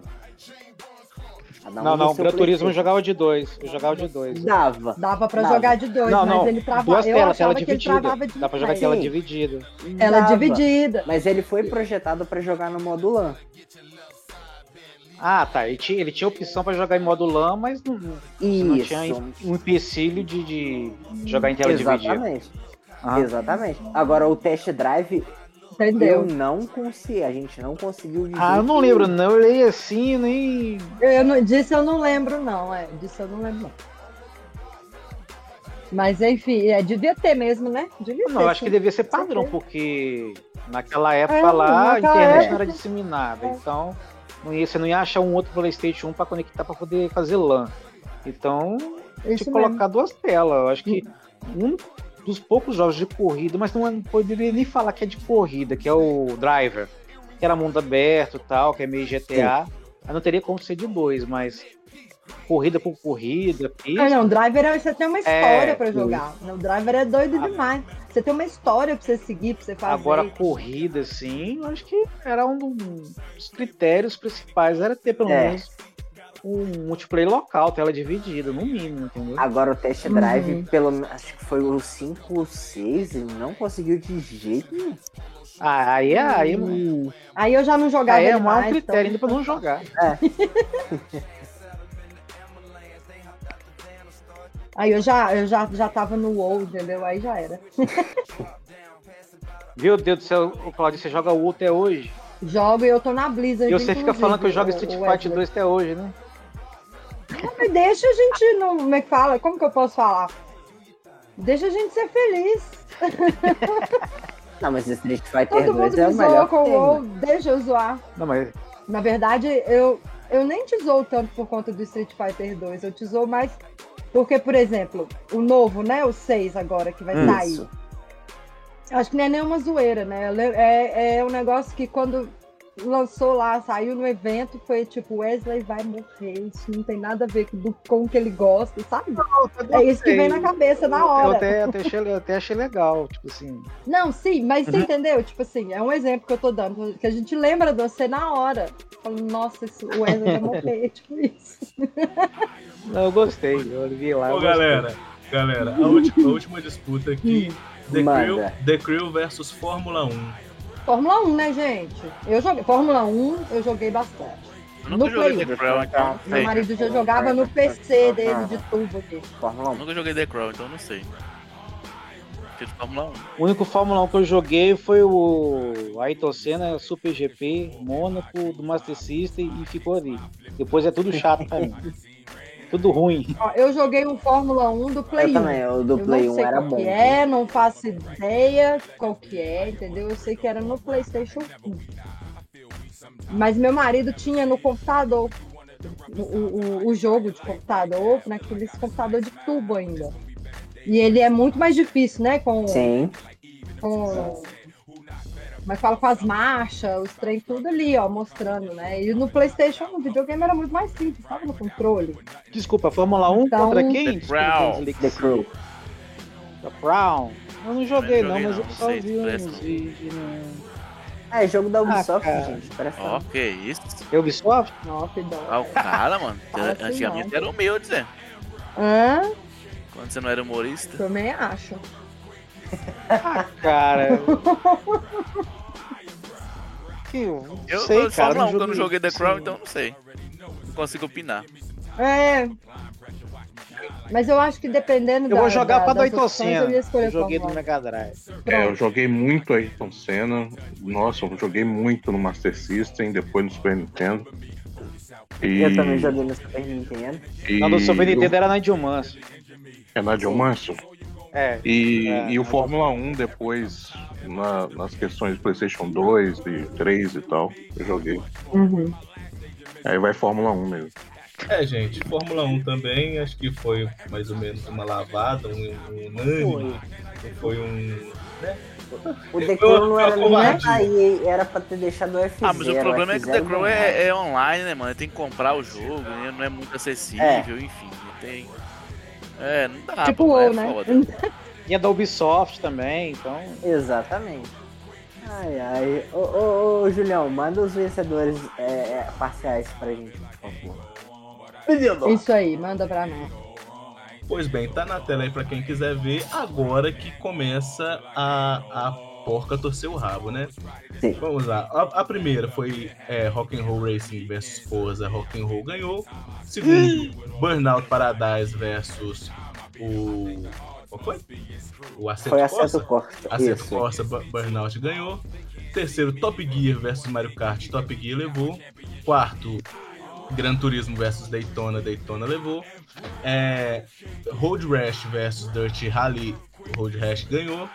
[SPEAKER 11] Cada um
[SPEAKER 13] Não,
[SPEAKER 11] no
[SPEAKER 13] não, o
[SPEAKER 4] é
[SPEAKER 11] seu
[SPEAKER 13] Gran Turismo eu
[SPEAKER 11] PlayStation.
[SPEAKER 13] jogava de dois. Eu jogava de dois.
[SPEAKER 11] Dava.
[SPEAKER 4] Dava pra jogar de dois,
[SPEAKER 13] Não,
[SPEAKER 4] mas
[SPEAKER 13] não,
[SPEAKER 4] ele travava.
[SPEAKER 13] duas
[SPEAKER 4] eu
[SPEAKER 13] telas,
[SPEAKER 4] achava
[SPEAKER 13] tela
[SPEAKER 4] que ele
[SPEAKER 13] dividida.
[SPEAKER 4] travava de um
[SPEAKER 13] Dá pra jogar tela
[SPEAKER 4] Sim.
[SPEAKER 13] dividida.
[SPEAKER 4] Ela
[SPEAKER 11] Dava.
[SPEAKER 4] dividida.
[SPEAKER 11] Mas ele foi projetado pra jogar no modo LAN.
[SPEAKER 13] Ah, tá. Ele tinha, ele tinha opção pra jogar em modo LAN, mas não, não- você não
[SPEAKER 11] Isso.
[SPEAKER 13] tinha um empecilho de, de jogar em tela dividida. Ah,
[SPEAKER 11] Exatamente.
[SPEAKER 4] Ah.
[SPEAKER 11] Exatamente. Agora o test drive
[SPEAKER 4] Entendeu.
[SPEAKER 11] eu não consegui, a gente não conseguiu É. de
[SPEAKER 13] Ah, eu
[SPEAKER 11] jeito nenhum.
[SPEAKER 13] não lembro, não. Eu leio assim, nem.
[SPEAKER 4] Eu não, disso eu não lembro, não. É, disso eu não lembro, não. Mas enfim, é, devia ter mesmo, né? Devia
[SPEAKER 13] Não,
[SPEAKER 4] ter.
[SPEAKER 13] eu acho que
[SPEAKER 4] sim.
[SPEAKER 13] devia ser padrão, porque naquela época
[SPEAKER 4] É,
[SPEAKER 13] lá a
[SPEAKER 4] naquela
[SPEAKER 13] internet
[SPEAKER 4] época.
[SPEAKER 13] não era disseminada. Então, um não ia- você não ia achar um outro PlayStation 1 pra conectar pra poder fazer LAN. Então, tinha que colocar duas telas. Eu acho que um dos poucos jogos de corrida, mas não é- não poderia nem falar que é de corrida, que é o Driver, que era mundo aberto e tal, que é meio GTA. Aí não teria como ser de dois, mas corrida por corrida, pista.
[SPEAKER 4] Ah, não, Driver é- você tem uma história
[SPEAKER 13] É, Ah.
[SPEAKER 4] pra jogar. O Driver é doido demais. Você tem uma história pra você seguir, pra você fazer.
[SPEAKER 13] Agora, corrida, sim, eu acho que era um dos critérios principais, era ter pelo
[SPEAKER 11] É.
[SPEAKER 13] menos um multiplayer local, tela dividida, no mínimo, entendeu?
[SPEAKER 11] Agora o test drive,
[SPEAKER 13] Uhum.
[SPEAKER 11] pelo acho que foi o 5 ou 6, ele não conseguiu de jeito nenhum.
[SPEAKER 13] Ah, aí, aí, um,
[SPEAKER 4] aí eu já não jogava então.
[SPEAKER 13] Aí é
[SPEAKER 4] ele
[SPEAKER 13] o maior
[SPEAKER 4] mais,
[SPEAKER 13] critério ainda pra não jogar.
[SPEAKER 4] Aí eu já, eu já, já tava no WoW, entendeu? Aí já era.
[SPEAKER 13] Meu Deus do céu, o Claudio, você joga o até hoje?
[SPEAKER 4] Jogo e eu tô na Blizzard.
[SPEAKER 13] E você fica
[SPEAKER 4] inclusive,
[SPEAKER 13] falando que eu jogo
[SPEAKER 4] o-
[SPEAKER 13] Street
[SPEAKER 4] o
[SPEAKER 13] Fighter
[SPEAKER 4] Wesley.
[SPEAKER 13] 2 até hoje, né?
[SPEAKER 4] Ah, mas deixa a gente. Não, como é que fala? Como que eu posso falar? Deixa a gente ser feliz.
[SPEAKER 11] Não, mas Street Fighter
[SPEAKER 4] Todo mundo
[SPEAKER 11] 2 é
[SPEAKER 4] me
[SPEAKER 11] o melhor
[SPEAKER 4] zoa
[SPEAKER 11] que
[SPEAKER 4] com o
[SPEAKER 11] tem,
[SPEAKER 4] WoW,
[SPEAKER 11] né?
[SPEAKER 4] deixa eu zoar.
[SPEAKER 13] Não, mas
[SPEAKER 4] Na verdade, eu, eu nem te zoo tanto por conta do Street Fighter 2. Eu te zoo mais porque, por exemplo, o novo, né? O 6 agora que vai sair.
[SPEAKER 11] né? Isso.
[SPEAKER 4] Acho que não é nenhuma zoeira, né? Eu le- É, é um negócio que quando lançou lá, saiu no evento, foi tipo, Wesley vai morrer, isso não tem nada a ver com, do, com o que ele gosta, sabe? é isso que vem na cabeça na hora.
[SPEAKER 13] tá Eu até, eu até achei, eu até achei legal, tipo assim.
[SPEAKER 4] Não, sim, mas você
[SPEAKER 13] Uhum.
[SPEAKER 4] entendeu? Tipo assim, é um exemplo que eu tô dando, que a gente lembra de você na hora. Falando, nossa, esse Wesley vai morrer, tipo isso.
[SPEAKER 13] Não, eu gostei, Ah, eu vi lá.
[SPEAKER 3] Ô, galera, galera, a última, a última disputa aqui: The Crew,
[SPEAKER 13] Manda.
[SPEAKER 3] The Crew versus Fórmula 1.
[SPEAKER 4] Fórmula 1, né, gente? Eu joguei. Fórmula 1, eu joguei bastante.
[SPEAKER 5] Eu
[SPEAKER 4] No
[SPEAKER 5] nunca joguei
[SPEAKER 4] Play
[SPEAKER 5] The Crown, então.
[SPEAKER 4] Meu marido já jogava no PC dele de tubo aqui.
[SPEAKER 5] Fórmula 1. Nunca joguei The Crown, então não sei. Fiz Fórmula 1.
[SPEAKER 13] O único Fórmula 1 que eu joguei foi o Ayrton Senna, Super GP, Mônaco, do Master System e ficou ali. Depois é tudo chato pra mim. Tudo ruim.
[SPEAKER 4] Ó, eu joguei o Fórmula 1 do Play 1.
[SPEAKER 13] Eu também, o do
[SPEAKER 4] Eu
[SPEAKER 13] Play
[SPEAKER 4] não
[SPEAKER 13] 1
[SPEAKER 4] sei
[SPEAKER 13] era
[SPEAKER 4] qual
[SPEAKER 13] bom,
[SPEAKER 4] Que é, não faço ideia qual que é, entendeu? Eu sei que era no PlayStation 1. Mas meu marido tinha no computador o, o- o jogo de computador, naquele computador de tubo ainda. E ele é muito mais difícil, né? Com,
[SPEAKER 11] Sim.
[SPEAKER 4] com mas fala com as marchas, os trem tudo ali, ó, mostrando, né? E no Playstation, o videogame era muito mais simples, tava no controle.
[SPEAKER 13] Desculpa, Fórmula 1
[SPEAKER 4] Então-
[SPEAKER 13] contra quem?
[SPEAKER 4] The Crown.
[SPEAKER 13] The Crown. The Crown. Eu não joguei, não,
[SPEAKER 5] joguei
[SPEAKER 13] mas
[SPEAKER 5] não,
[SPEAKER 13] eu
[SPEAKER 5] não
[SPEAKER 13] só
[SPEAKER 5] sei,
[SPEAKER 13] vi
[SPEAKER 5] parece
[SPEAKER 13] uns vídeos. né?
[SPEAKER 11] É, jogo da
[SPEAKER 13] Ubisoft,
[SPEAKER 4] Ah,
[SPEAKER 11] gente, parece
[SPEAKER 5] Ó, que isso.
[SPEAKER 13] É Ubisoft?
[SPEAKER 4] Nossa, então. dó.
[SPEAKER 5] Ah, o cara, mano.
[SPEAKER 4] Fala assim
[SPEAKER 5] Antigamente
[SPEAKER 4] não.
[SPEAKER 5] era o meu, dizer.
[SPEAKER 4] Hã?
[SPEAKER 5] Quando você não era humorista.
[SPEAKER 4] Também acho.
[SPEAKER 13] Cara. que
[SPEAKER 5] Eu
[SPEAKER 13] sei,
[SPEAKER 5] eu-
[SPEAKER 13] cara,
[SPEAKER 5] Fórmula
[SPEAKER 13] não
[SPEAKER 5] 1, que eu não
[SPEAKER 13] joguei.
[SPEAKER 5] joguei The Crown, então não sei. Não consigo opinar.
[SPEAKER 4] É. Mas eu acho que dependendo
[SPEAKER 13] Eu vou jogar pra do Ayrton Senna.
[SPEAKER 4] Eu
[SPEAKER 13] Eu joguei do Mega Drive.
[SPEAKER 8] É, eu joguei muito Ayrton Senna. Nossa, eu joguei muito no Master System, depois no Super Nintendo. E...
[SPEAKER 11] Eu também joguei no Super Nintendo.
[SPEAKER 8] E...
[SPEAKER 13] Não, do Super Nintendo
[SPEAKER 8] eu-
[SPEAKER 13] era na Dilmanço.
[SPEAKER 8] É na Dilmanço?
[SPEAKER 13] É.
[SPEAKER 8] E,
[SPEAKER 13] É.
[SPEAKER 8] e o Fórmula 1 depois, na- nas questões PlayStation 2 e 3 e tal, eu joguei.
[SPEAKER 4] Uhum.
[SPEAKER 8] Aí vai Fórmula 1 mesmo.
[SPEAKER 3] É, gente, Fórmula 1 também, acho que foi mais ou menos uma lavada, um, um unânime. Foi um.
[SPEAKER 11] O The Crew não era nem
[SPEAKER 3] covardia.
[SPEAKER 11] da EA, era pra ter deixado o F0.
[SPEAKER 5] Ah, mas o problema é que o The
[SPEAKER 11] F0
[SPEAKER 5] Crow
[SPEAKER 11] não
[SPEAKER 5] é, é online, né, mano? Tem que comprar o jogo, né? não é muito acessível, enfim. não Tem... É, não dá.
[SPEAKER 13] Tipo
[SPEAKER 5] pô,
[SPEAKER 13] o
[SPEAKER 5] é
[SPEAKER 13] WoW, né?
[SPEAKER 5] foda.
[SPEAKER 13] E é da Ubisoft também, então.
[SPEAKER 11] Exatamente. Ai, ai. Ô, ô, ô, Julião, manda os vencedores é, é, parciais pra gente, por favor. Pedindo.
[SPEAKER 4] Isso aí, manda pra nós.
[SPEAKER 3] Pois bem, tá na tela aí pra quem quiser ver. Agora que começa a, a porca torcer o rabo, né? Vamos lá. A, a primeira foi é, Rock'n'Roll Racing versus Forza. Rock'n'Roll ganhou. Segundo, Burnout Paradise versus o. Qual foi? O Assetto
[SPEAKER 11] Foi
[SPEAKER 3] Corsa.
[SPEAKER 11] acerto Corsa.
[SPEAKER 3] Assetto
[SPEAKER 11] Isso.
[SPEAKER 3] Corsa, Bu- Burnout ganhou. Terceiro, Top Gear versus Mario Kart, Top Gear levou. Quarto, Gran Turismo versus Daytona, Daytona levou. É, Road Rash versus Dirt Rally, Road Rash ganhou.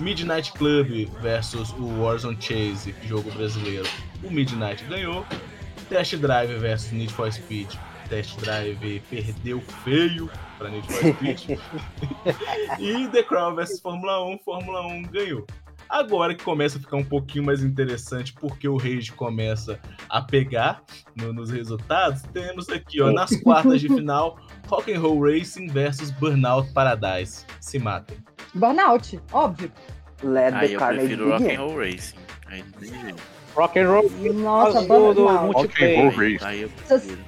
[SPEAKER 3] Midnight Club versus o Warzone Chase, jogo brasileiro, o Midnight ganhou. Test Drive versus Need for Speed, Test Drive perdeu feio para Need for Speed. e The Crown vs Fórmula 1, Fórmula 1 ganhou. Agora que começa a ficar um pouquinho mais interessante, porque o Rage começa a pegar no- nos resultados, temos aqui, ó, nas quartas de final, Rock and Roll Racing versus Burnout Paradise. Se matem.
[SPEAKER 4] Burnout, óbvio.
[SPEAKER 11] Let
[SPEAKER 5] Aí eu
[SPEAKER 4] né,
[SPEAKER 5] prefiro Rock and Roll Racing. Aí não tem jeito. Rock and Roll.
[SPEAKER 4] Nossa, banda do mal.
[SPEAKER 5] multiplayer. Aí eu É,
[SPEAKER 4] Vocês-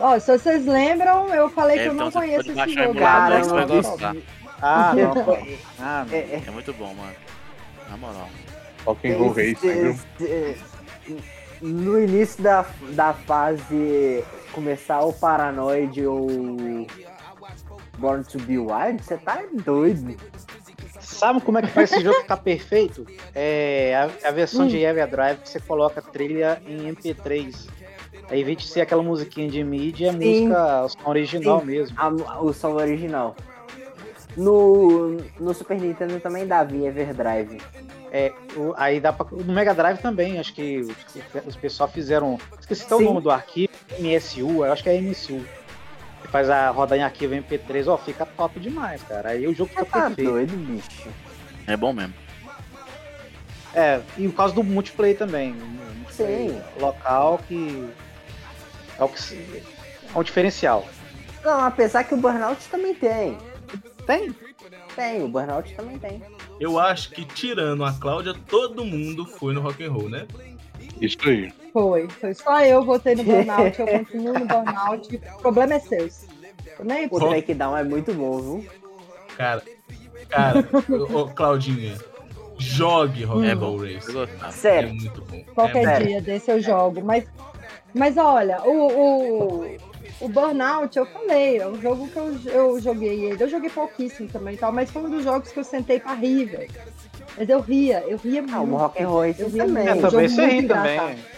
[SPEAKER 4] Ó, se vocês lembram, eu falei
[SPEAKER 5] então
[SPEAKER 4] que eu não conheço esse jogo.
[SPEAKER 5] emulador, você vai gostar.
[SPEAKER 13] Ah, não.
[SPEAKER 11] Ah, é,
[SPEAKER 5] É muito bom, mano. Na moral.
[SPEAKER 8] Rock
[SPEAKER 11] and Roll Racing, viu? No início da, da fase começar o Paranoid ou Born to Be Wild, você tá doido.
[SPEAKER 13] Sabe como é que faz esse jogo ficar perfeito? É a, a versão de Eva Drive que você coloca a trilha em MP3. Aí, em vez de ser aquela musiquinha de mídia, é
[SPEAKER 11] Sim.
[SPEAKER 13] música o som original
[SPEAKER 11] Sim,
[SPEAKER 13] mesmo.
[SPEAKER 11] a- o som original. No, no Super Nintendo também dá via Everdrive.
[SPEAKER 13] É, o- aí dá pra, no Mega Drive também, acho que os, os pessoal fizeram. Esqueci até o
[SPEAKER 11] Sim.
[SPEAKER 13] nome do arquivo, MSU, eu acho que é MSU. Que faz a roda em arquivo MP3, ó, fica top demais, cara. Aí o jogo fica
[SPEAKER 11] tá
[SPEAKER 13] perfeito.
[SPEAKER 11] doido, bicho.
[SPEAKER 5] É bom mesmo.
[SPEAKER 13] É, e por causa do multiplayer também. um multiplayer Local que. É o que se- é um diferencial.
[SPEAKER 11] Não, apesar que o Burnout também tem.
[SPEAKER 13] Tem?
[SPEAKER 11] Tem, o Burnout também tem.
[SPEAKER 3] Eu acho que tirando a Cláudia, todo mundo foi no rock and roll, né?
[SPEAKER 8] Isso aí.
[SPEAKER 4] Foi, foi só eu votei no Burnout, eu continuo no Burnout. O problema é seu. Nem
[SPEAKER 11] O Breakdown é muito bom, viu?
[SPEAKER 3] Cara, cara, ô, ô, Claudinha, jogue Rock and Roll Race.
[SPEAKER 13] Ah,
[SPEAKER 11] Sério.
[SPEAKER 3] Hum. É muito bom.
[SPEAKER 4] Qualquer
[SPEAKER 3] é muito
[SPEAKER 4] dia desse eu jogo. Mas, mas olha, o, o, o Burnout, eu falei, é um jogo que eu, eu joguei ele. Eu joguei pouquíssimo também e tal, mas foi um dos jogos que eu sentei pra rir, velho. Mas eu ria, eu ria muito.
[SPEAKER 11] Ah, o Rock and Roll é
[SPEAKER 4] eu ria
[SPEAKER 13] É,
[SPEAKER 11] também.
[SPEAKER 4] muito, um jogo muito engraçado.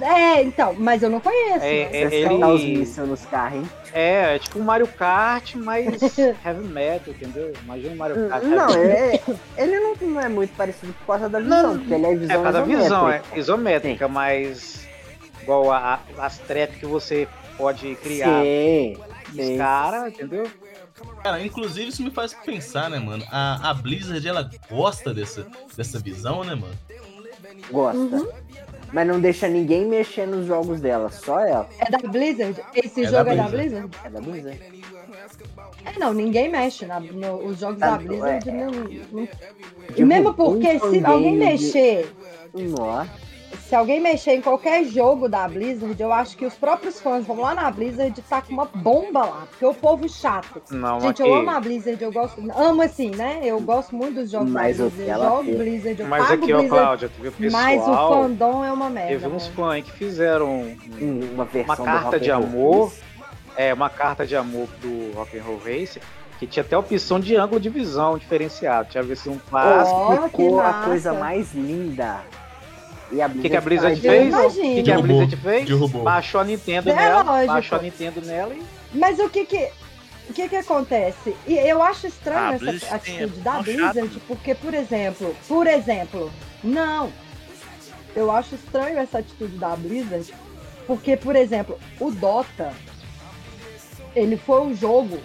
[SPEAKER 4] É, então, mas eu não conheço.
[SPEAKER 13] É,
[SPEAKER 4] né?
[SPEAKER 13] é,
[SPEAKER 11] Você soltar os
[SPEAKER 13] ele-
[SPEAKER 11] mísseis nos carros, hein?
[SPEAKER 13] É, é tipo um Mario Kart, mas heavy metal, entendeu? Imagina um Mario Kart. heavy
[SPEAKER 11] Não,
[SPEAKER 13] metal.
[SPEAKER 11] é- ele não, não é muito parecido por causa da visão, porque ele é
[SPEAKER 13] É,
[SPEAKER 11] visão
[SPEAKER 13] por causa da visão, é
[SPEAKER 11] isométrica.
[SPEAKER 13] isométrica, mas igual a, a- as trap que você pode criar.
[SPEAKER 11] Sim,
[SPEAKER 13] Os caras, entendeu?
[SPEAKER 3] bom. Cara, inclusive isso me faz pensar, né, mano? A, a Blizzard, ela gosta dessa, dessa visão, né, mano?
[SPEAKER 11] Gosta.
[SPEAKER 4] Uhum.
[SPEAKER 11] Mas não deixa ninguém mexer nos jogos dela, só ela.
[SPEAKER 4] É da Blizzard? Esse
[SPEAKER 11] É da
[SPEAKER 4] jogo é da
[SPEAKER 11] Blizzard.
[SPEAKER 4] Blizzard?
[SPEAKER 11] É da Blizzard.
[SPEAKER 4] É, não, ninguém mexe. Na, no- os jogos
[SPEAKER 11] Tá,
[SPEAKER 4] da Blizzard
[SPEAKER 11] é. Tipo, um
[SPEAKER 4] não- não- E mesmo porque se alguém mexer
[SPEAKER 11] Nó.
[SPEAKER 4] se alguém mexer em qualquer jogo da Blizzard, eu acho que os próprios fãs vão lá na Blizzard e tacam uma bomba lá, porque o povo chato.
[SPEAKER 13] Não,
[SPEAKER 4] Gente,
[SPEAKER 13] aqui-
[SPEAKER 4] eu amo a Blizzard, eu gosto. Amo assim, né? Eu gosto muito dos jogos
[SPEAKER 13] Mas
[SPEAKER 4] da
[SPEAKER 13] o
[SPEAKER 4] Blizzard.
[SPEAKER 13] que
[SPEAKER 4] Eu
[SPEAKER 13] ela
[SPEAKER 4] jogo
[SPEAKER 13] fez-
[SPEAKER 4] Blizzard, eu
[SPEAKER 13] Mas
[SPEAKER 4] pago
[SPEAKER 13] aqui, ó,
[SPEAKER 4] Blizzard.
[SPEAKER 13] Cláudia, tu viu,
[SPEAKER 4] mas o
[SPEAKER 13] pessoal-
[SPEAKER 4] fandom é uma merda.
[SPEAKER 13] Teve uns
[SPEAKER 4] né?
[SPEAKER 13] fãs aí que fizeram um-
[SPEAKER 11] uma,
[SPEAKER 4] do
[SPEAKER 13] carta
[SPEAKER 4] Rock
[SPEAKER 13] de
[SPEAKER 4] and Roll
[SPEAKER 13] amor, é uma carta de amor do Rock and Roll Race, que tinha até a opção de ângulo de visão diferenciado, tinha versão clássico.
[SPEAKER 11] Ó, ficou
[SPEAKER 13] que
[SPEAKER 11] a
[SPEAKER 13] massa.
[SPEAKER 11] coisa mais linda. E a
[SPEAKER 13] O
[SPEAKER 11] Blizzard,
[SPEAKER 13] que, que a Blizzard
[SPEAKER 11] faz
[SPEAKER 13] fez?
[SPEAKER 11] isso.
[SPEAKER 13] O que, que a Blizzard fez?
[SPEAKER 3] Derrubou.
[SPEAKER 13] Baixou a Nintendo
[SPEAKER 4] É
[SPEAKER 13] nela,
[SPEAKER 4] lógico.
[SPEAKER 13] baixou a Nintendo nela e
[SPEAKER 4] Mas o que que, o que que acontece? E eu acho
[SPEAKER 13] Ah,
[SPEAKER 4] estranho
[SPEAKER 13] Blizzard
[SPEAKER 5] é
[SPEAKER 4] essa atitude
[SPEAKER 13] tem-
[SPEAKER 4] da
[SPEAKER 13] mó
[SPEAKER 4] Blizzard, porque, por exemplo, por exemplo, não. Eu acho estranho essa atitude da Blizzard, porque, por exemplo, o Dota, ele foi um jogo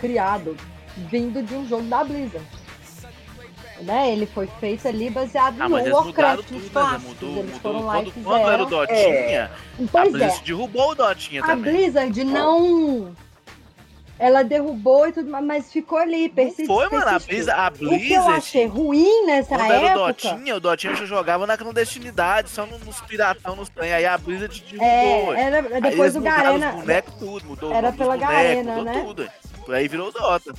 [SPEAKER 4] criado vindo de um jogo da Blizzard. Né? Ele foi feito ali baseado
[SPEAKER 5] Ah,
[SPEAKER 4] no
[SPEAKER 5] mas eles mudaram
[SPEAKER 4] Warcraft, os
[SPEAKER 5] tudo, né?
[SPEAKER 4] clássicos.
[SPEAKER 5] Mudou,
[SPEAKER 4] eles
[SPEAKER 5] mudou.
[SPEAKER 4] foram lá e
[SPEAKER 5] Quando,
[SPEAKER 4] fizeram.
[SPEAKER 5] quando era o Dotinha, a
[SPEAKER 4] Pois
[SPEAKER 5] Blizzard
[SPEAKER 4] é.
[SPEAKER 5] derrubou o Dotinha
[SPEAKER 4] A
[SPEAKER 5] também.
[SPEAKER 4] Blizzard não. Ela derrubou e tudo mais, mas ficou ali, persistiu.
[SPEAKER 5] foi, mano, a
[SPEAKER 4] persistiu.
[SPEAKER 5] Blizzard- a
[SPEAKER 4] O que eu
[SPEAKER 5] Blizzard-
[SPEAKER 4] achei ruim nessa
[SPEAKER 5] Quando era o
[SPEAKER 4] época.
[SPEAKER 5] Dotinha, o Dotinha já jogava na clandestinidade, só no- nos piratão, nos trem. Aí a Blizzard derrubou.
[SPEAKER 4] É,
[SPEAKER 5] ué.
[SPEAKER 4] era-
[SPEAKER 5] Aí
[SPEAKER 4] depois
[SPEAKER 5] eles
[SPEAKER 4] do
[SPEAKER 5] mudaram
[SPEAKER 4] Garena-
[SPEAKER 5] Os bonecos, tudo, mudou o
[SPEAKER 4] era
[SPEAKER 5] nome dos
[SPEAKER 4] pela
[SPEAKER 5] bonecos,
[SPEAKER 4] Garena,
[SPEAKER 5] mudou
[SPEAKER 4] né?
[SPEAKER 5] tudo. ué. Aí virou Dota.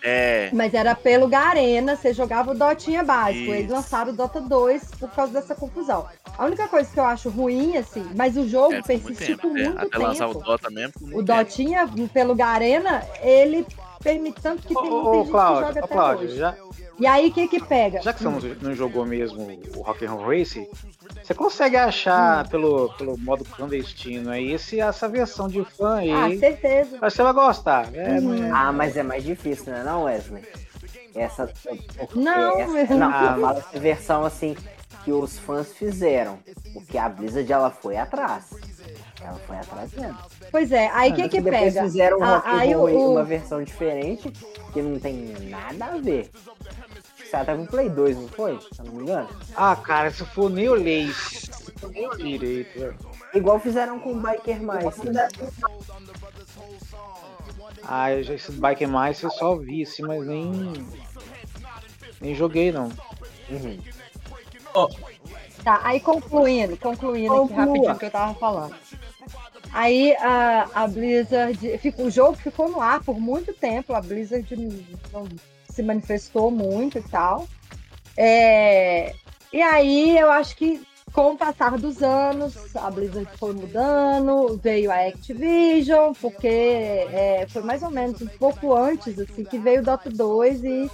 [SPEAKER 5] É.
[SPEAKER 4] Mas era pelo Garena, você jogava o Dotinha básico.
[SPEAKER 5] Isso.
[SPEAKER 4] Eles lançaram o Dota 2 por causa dessa confusão. A única coisa que eu acho ruim, assim, mas o jogo
[SPEAKER 5] É, ficou muito
[SPEAKER 4] persistiu
[SPEAKER 5] tempo.
[SPEAKER 4] por
[SPEAKER 5] é,
[SPEAKER 4] tipo muito
[SPEAKER 5] até
[SPEAKER 4] tempo.
[SPEAKER 5] lançar o Dota um mesmo. ficou
[SPEAKER 4] O
[SPEAKER 5] muito tempo.
[SPEAKER 4] Dotinha, pelo Garena, ele permite tanto que tem,
[SPEAKER 13] Ô,
[SPEAKER 4] tem
[SPEAKER 13] ô,
[SPEAKER 4] gente que
[SPEAKER 13] Cláudio,
[SPEAKER 4] joga
[SPEAKER 13] ô,
[SPEAKER 4] até
[SPEAKER 13] Cláudio,
[SPEAKER 4] hoje.
[SPEAKER 13] já,
[SPEAKER 4] E aí, o que que pega?
[SPEAKER 13] já que você não, não jogou mesmo o Rock and Roll Race, você consegue achar pelo, pelo modo clandestino aí esse, essa versão de fã aí.
[SPEAKER 11] Ah,
[SPEAKER 4] certeza.
[SPEAKER 13] Mas você vai gostar. É, né?
[SPEAKER 11] Ah, mas é mais difícil, né, não, Wesley? Essa.
[SPEAKER 4] Não,
[SPEAKER 11] essa,
[SPEAKER 4] Wesley.
[SPEAKER 11] não fala essa versão assim que os fãs fizeram. Porque a Blizzard ela foi atrás. Ela foi atrasando.
[SPEAKER 4] Pois é, aí
[SPEAKER 11] Ah,
[SPEAKER 4] quem que
[SPEAKER 11] depois
[SPEAKER 4] pega?
[SPEAKER 11] fizeram um
[SPEAKER 4] Ah, aí
[SPEAKER 11] Rock'n'Roll,
[SPEAKER 4] o-
[SPEAKER 11] uma versão diferente, que não tem nada a ver. Você até com Play 2, não foi? Se eu não me engano.
[SPEAKER 13] Ah, cara, se for nem olhei. Nem olhei direito. né? velho.
[SPEAKER 11] Igual fizeram com o Biker Mais.
[SPEAKER 13] Ah, eu já, esse Bike Mais eu só vi, assim, mas nem. Nem joguei, não.
[SPEAKER 4] Tá, aí concluindo, concluindo aqui
[SPEAKER 13] Conclua.
[SPEAKER 4] rapidinho o que eu tava falando. Aí a, a Blizzard. Ficou, o jogo ficou no ar por muito tempo, a Blizzard não se manifestou muito e tal. É, e aí eu acho que com o passar dos anos, a Blizzard foi mudando, veio a Activision, porque é, foi mais ou menos um pouco antes assim, que veio o Dota 2 e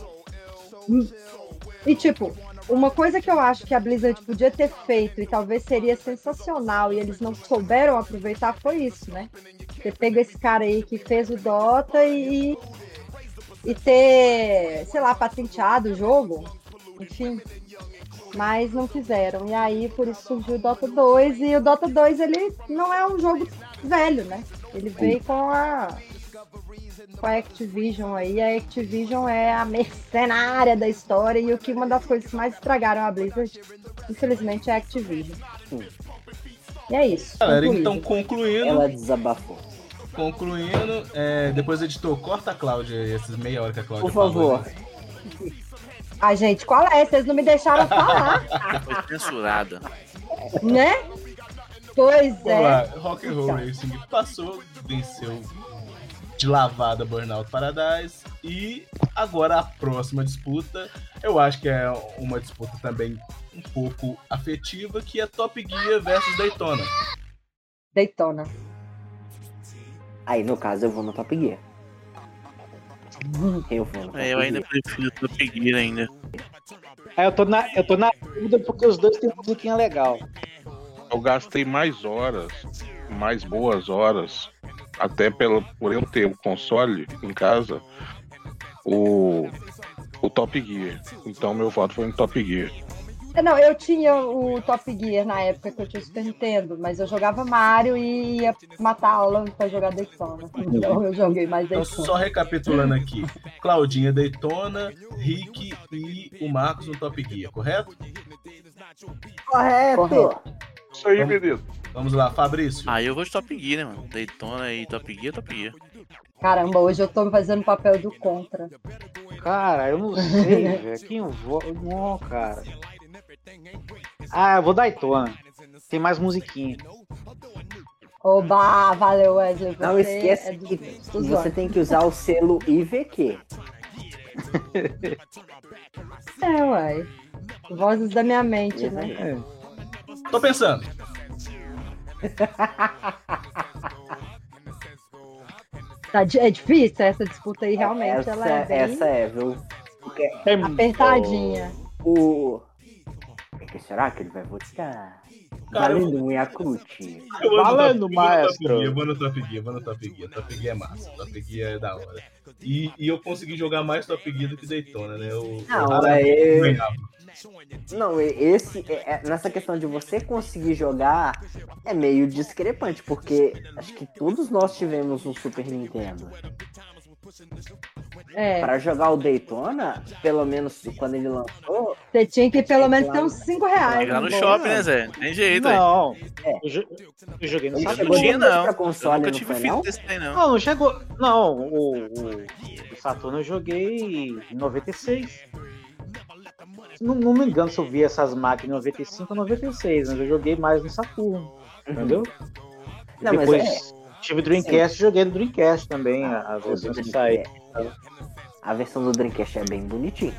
[SPEAKER 4] e tipo, uma coisa que eu acho que a Blizzard podia ter feito e talvez seria sensacional e eles não souberam aproveitar foi isso, né? Ter pego esse cara aí que fez o Dota e, e ter, sei lá, patenteado o jogo, enfim. Mas não fizeram. E aí por isso surgiu o Dota 2 e o Dota 2 ele não é um jogo velho, né? Ele veio com a com a Activision aí. A Activision é a mercenária da história e o que uma das coisas que mais estragaram a Blizzard, infelizmente, é a Activision. E é isso.
[SPEAKER 3] Galera,
[SPEAKER 4] concluído.
[SPEAKER 3] então concluindo.
[SPEAKER 11] Ela desabafou.
[SPEAKER 3] Concluindo, é, depois editor, corta a Cláudia aí, essas meia hora que a Cláudia
[SPEAKER 11] Por favor.
[SPEAKER 3] falou.
[SPEAKER 4] Ah, gente, qual é? Vocês não me deixaram falar,
[SPEAKER 5] Foi censurada.
[SPEAKER 4] né? Pois
[SPEAKER 3] Vamos lá,
[SPEAKER 4] é.
[SPEAKER 3] Rock and Roll Racing passou, venceu de lavada Burnout Paradise e agora a próxima disputa, eu acho que é uma disputa também um pouco afetiva, que é Top Gear versus Daytona.
[SPEAKER 4] Daytona.
[SPEAKER 11] Aí, no caso, eu vou no Top Gear. Eu vou no Top
[SPEAKER 5] É, eu ainda
[SPEAKER 11] Gear.
[SPEAKER 5] prefiro Top Gear ainda.
[SPEAKER 13] Ah, eu tô na, eu tô na dúvida porque os dois têm musiquinha legal.
[SPEAKER 8] Eu gastei mais horas, mais boas horas, até pelo, por eu ter o console em casa, o, o Top Gear. Então meu voto foi no Top Gear.
[SPEAKER 4] É, Não, eu tinha o Top Gear na época que eu tinha o Super Nintendo, mas eu jogava Mario e ia matar a aula pra jogar Daytona. Então eu joguei mais
[SPEAKER 3] Então,
[SPEAKER 4] Daytona.
[SPEAKER 3] só recapitulando aqui: Claudinha Daytona, Rick e o Marcos no Top Gear, correto?
[SPEAKER 11] Correto.
[SPEAKER 8] Isso aí, menino.
[SPEAKER 3] Vamos lá, Fabrício.
[SPEAKER 5] Aí eu vou de Top Gear, né, mano? Daytona e Top Gear, Top Gear.
[SPEAKER 4] Caramba, hoje eu tô fazendo o papel do contra.
[SPEAKER 13] Cara, eu não sei, velho. Quem eu vou. Não, cara. Ah, eu vou Daytona. Tem mais musiquinha.
[SPEAKER 4] Oba, valeu, Wesley.
[SPEAKER 11] Não
[SPEAKER 4] você
[SPEAKER 11] esqueça
[SPEAKER 4] é do-
[SPEAKER 11] que
[SPEAKER 4] dos
[SPEAKER 11] você
[SPEAKER 4] olhos.
[SPEAKER 11] tem que usar o selo IVQ.
[SPEAKER 4] né? É, uai. Vozes da minha mente,
[SPEAKER 11] Uhum.
[SPEAKER 4] né?
[SPEAKER 3] Tô pensando.
[SPEAKER 4] Tá di- é difícil essa disputa aí, realmente.
[SPEAKER 11] Essa,
[SPEAKER 4] ela é bem
[SPEAKER 11] essa é, viu? Porque-
[SPEAKER 4] apertadinha.
[SPEAKER 11] O. O que será que ele vai votar?
[SPEAKER 3] Cara, eu-
[SPEAKER 11] Valendo um Yakut.
[SPEAKER 3] Eu vou no
[SPEAKER 11] Valendo,
[SPEAKER 3] Top Gear,
[SPEAKER 11] maestro.
[SPEAKER 3] Eu vou no Top Gear, eu vou no Top Gear. Top Gear é massa, Top Gear é da hora. E, e eu consegui jogar mais Top Gear do que Daytona, né? Eu, eu
[SPEAKER 11] Não,
[SPEAKER 3] raramente
[SPEAKER 11] é-
[SPEAKER 3] ganhava.
[SPEAKER 11] Não, e- esse, é- é- nessa questão de você conseguir jogar é meio discrepante, porque acho que todos nós tivemos um Super Nintendo.
[SPEAKER 4] É.
[SPEAKER 11] Pra jogar o Daytona, pelo menos quando ele lançou,
[SPEAKER 4] Você tinha que
[SPEAKER 13] É
[SPEAKER 4] pelo menos ter
[SPEAKER 13] né?
[SPEAKER 4] uns 5 reais.
[SPEAKER 5] Lá no
[SPEAKER 4] bolso.
[SPEAKER 5] shopping, né, Zé? Tem jeito,
[SPEAKER 13] Não.
[SPEAKER 11] É.
[SPEAKER 13] Eu, jo- eu joguei no
[SPEAKER 5] Eu não
[SPEAKER 13] Saturno.
[SPEAKER 5] tinha, não.
[SPEAKER 13] Pra
[SPEAKER 5] Eu nunca tive
[SPEAKER 13] foi,
[SPEAKER 5] fita desse trem, não.
[SPEAKER 13] Não, não chegou. Não, o, o- o Saturno eu joguei em 96. Não, não me engano se eu vi essas máquinas em 95 ou 96, mas eu joguei mais no Saturno. Entendeu?
[SPEAKER 11] Não, mas
[SPEAKER 13] Depois
[SPEAKER 11] é- Ah,
[SPEAKER 13] tive Dreamcast e joguei no Dreamcast também, a- as
[SPEAKER 11] o
[SPEAKER 13] versões que
[SPEAKER 11] Dreamcast.
[SPEAKER 13] saíram.
[SPEAKER 11] a versão do Dreamcast é bem bonitinha.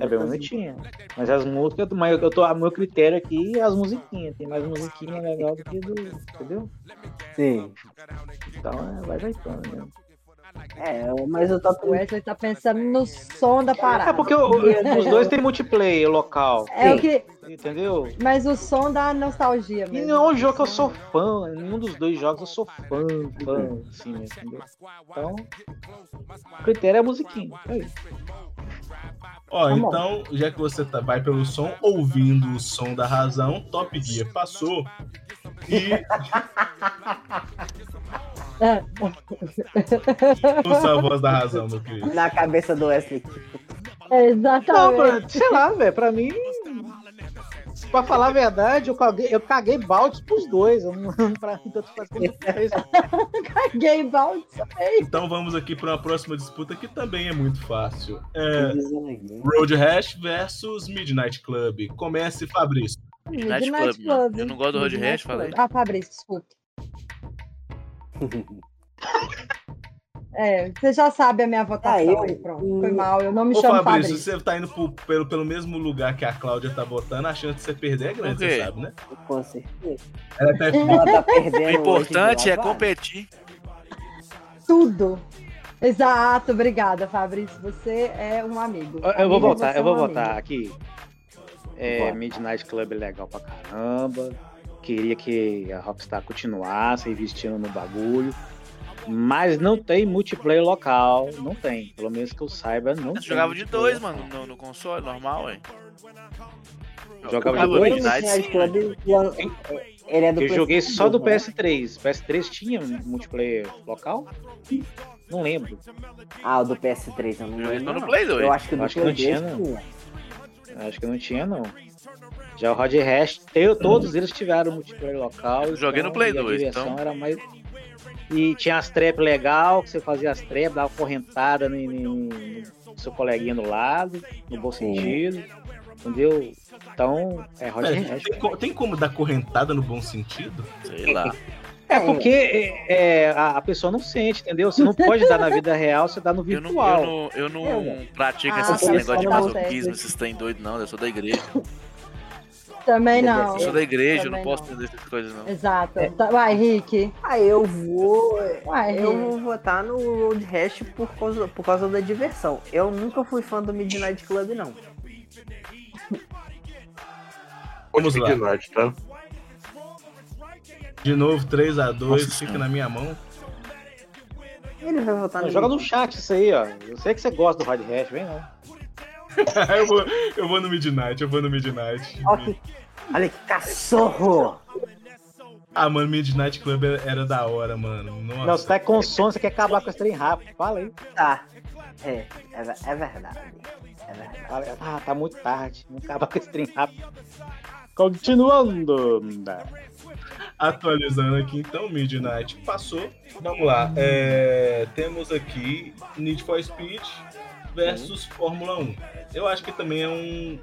[SPEAKER 13] É bem bonitinha. Mas as músicas, mas eu tô, a meu critério aqui é as musiquinhas. Tem mais musiquinha legal do que do. Entendeu?
[SPEAKER 11] Sim.
[SPEAKER 13] Então é, vai deitando mesmo.
[SPEAKER 11] É, mas eu tô.
[SPEAKER 4] O Wesley tá pensando no som da parada.
[SPEAKER 13] É porque o- o- os dois têm multiplayer local.
[SPEAKER 4] É o que.
[SPEAKER 13] Entendeu?
[SPEAKER 4] Mas o som da nostalgia
[SPEAKER 13] E
[SPEAKER 4] mesmo.
[SPEAKER 13] não é um jogo que eu sou fã. Em nenhum dos dois jogos eu sou fã, fã, assim, né, entendeu? Então, o critério é a musiquinha. É isso.
[SPEAKER 3] Ó,
[SPEAKER 13] Tá bom.
[SPEAKER 3] então, já que você tá- vai pelo som, ouvindo o som da razão, Top Gear passou. E
[SPEAKER 4] É,
[SPEAKER 3] Ouça a voz da razão, meu querido.
[SPEAKER 11] Na cabeça do Wesley.
[SPEAKER 4] Então,
[SPEAKER 13] Não,
[SPEAKER 4] é.
[SPEAKER 13] mano, sei lá, velho. Pra mim. Pra falar a verdade, eu caguei, eu caguei baldes pros dois. Eu não, pra mim, tanto faz como fez.
[SPEAKER 4] caguei baldes.
[SPEAKER 3] Então vamos aqui para uma próxima disputa que também é muito fácil. É Road Rash versus Midnight Club. Comece, Fabrício.
[SPEAKER 5] Midnight Club, mano. Eu não gosto do Road
[SPEAKER 4] Midnight
[SPEAKER 5] Rash, falei.
[SPEAKER 4] Club. Ah, Fabrício, desculpa. É, você já sabe a minha
[SPEAKER 13] Ah,
[SPEAKER 4] votação.
[SPEAKER 3] eu-
[SPEAKER 4] aí, pronto.
[SPEAKER 13] Hum.
[SPEAKER 4] Foi mal, eu não me
[SPEAKER 3] Ô,
[SPEAKER 4] chamo
[SPEAKER 3] Fabrício,
[SPEAKER 4] Fabrício.
[SPEAKER 3] você tá indo pro- pelo, pelo mesmo lugar que a Cláudia tá votando, a chance de você perder é grande,
[SPEAKER 5] Por quê?
[SPEAKER 3] você sabe, né?
[SPEAKER 11] Com certeza.
[SPEAKER 3] Ela tá,
[SPEAKER 11] Ela tá perdendo
[SPEAKER 5] O
[SPEAKER 11] hoje,
[SPEAKER 5] importante
[SPEAKER 11] né?
[SPEAKER 5] é competir.
[SPEAKER 4] Tudo. Exato, obrigada, Fabrício. Você é um amigo.
[SPEAKER 13] Eu, eu vou
[SPEAKER 4] Amigo,
[SPEAKER 13] voltar,
[SPEAKER 4] você
[SPEAKER 13] eu
[SPEAKER 4] é
[SPEAKER 13] vou
[SPEAKER 4] um
[SPEAKER 13] voltar
[SPEAKER 4] amigo.
[SPEAKER 13] aqui. É, Midnight Club é legal pra caramba. Queria que a Rockstar continuasse investindo no bagulho. Mas não tem multiplayer local. Não tem. Pelo menos que eu saiba, não
[SPEAKER 5] Você
[SPEAKER 13] tem.
[SPEAKER 5] jogava de dois, mano, no, no console, normal, ué.
[SPEAKER 13] Jogava de
[SPEAKER 5] Ah,
[SPEAKER 13] dois?
[SPEAKER 5] Midnight,
[SPEAKER 11] Midnight
[SPEAKER 5] sim,
[SPEAKER 11] Club,
[SPEAKER 5] né?
[SPEAKER 11] ele é do
[SPEAKER 13] Eu joguei
[SPEAKER 11] PlayStation
[SPEAKER 13] só do
[SPEAKER 11] né?
[SPEAKER 13] PS3. PS3 tinha multiplayer local? Não lembro.
[SPEAKER 11] Ah, o do PS3, eu não lembro.
[SPEAKER 13] só no
[SPEAKER 11] não.
[SPEAKER 13] Play dois.
[SPEAKER 11] Eu acho que o do
[SPEAKER 13] Acho que não
[SPEAKER 11] Play
[SPEAKER 13] tinha,
[SPEAKER 11] 2
[SPEAKER 13] não. Acho que não tinha, não. Já o Rod Rash, eu, todos eles tiveram multiplayer local.
[SPEAKER 5] Eu joguei no Play
[SPEAKER 13] e a
[SPEAKER 5] 2,
[SPEAKER 13] diversão
[SPEAKER 5] então.
[SPEAKER 13] era mais. E tinha as trap legal, que você fazia as trap, dava correntada no, no- no seu coleguinha do lado, no bom sentido. Entendeu? Então, é Rod
[SPEAKER 3] Pera,
[SPEAKER 13] Rash.
[SPEAKER 3] tem, co- tem como dar correntada no bom sentido? Sei
[SPEAKER 13] lá. É porque é, é, a, a pessoa não sente, entendeu? Você não pode dar na vida real, você dá no
[SPEAKER 5] Eu não,
[SPEAKER 13] virtual.
[SPEAKER 5] eu não, eu não
[SPEAKER 13] É,
[SPEAKER 5] pratico
[SPEAKER 4] Ah,
[SPEAKER 5] esses
[SPEAKER 4] tá,
[SPEAKER 5] negócios de
[SPEAKER 4] tá
[SPEAKER 5] masoquismo,
[SPEAKER 4] certo.
[SPEAKER 5] esses trem doido, não. Eu sou da igreja.
[SPEAKER 4] Também não.
[SPEAKER 5] Eu sou é da É. igreja, eu não
[SPEAKER 4] Também
[SPEAKER 5] posso entender essas coisas, não.
[SPEAKER 4] Exato. Tá- Vai, Rick.
[SPEAKER 11] Ah, eu vou.
[SPEAKER 4] Uai,
[SPEAKER 11] eu
[SPEAKER 4] Rick.
[SPEAKER 11] vou votar no Road Rash por causa, por causa da diversão. Eu nunca fui fã do Midnight Club, não.
[SPEAKER 3] Vamos lá.
[SPEAKER 8] Midnight, tá?
[SPEAKER 3] De novo, 3x2,
[SPEAKER 8] Nossa
[SPEAKER 3] fica na minha mão.
[SPEAKER 11] Ele vai votar
[SPEAKER 13] Joga no chat isso aí, ó. Eu sei que você gosta do Rod Rash, vem não.
[SPEAKER 3] eu, vou, eu vou no Midnight, eu vou no Midnight.
[SPEAKER 11] Olha que cachorro!
[SPEAKER 3] Ah, mano, Midnight Club era- era da hora, mano. Nossa.
[SPEAKER 13] Não, você tá com sono, você quer acabar com esse trem rápido. Fala aí.
[SPEAKER 11] Tá. É, é, ver- é verdade. É verdade.
[SPEAKER 13] Fala aí. Ah, tá muito tarde. Não acaba com esse trem rápido. Continuando.
[SPEAKER 3] Atualizando aqui, então, Midnight passou. Vamos lá. é, temos aqui Need for Speed versus Fórmula 1. Eu acho que também é um,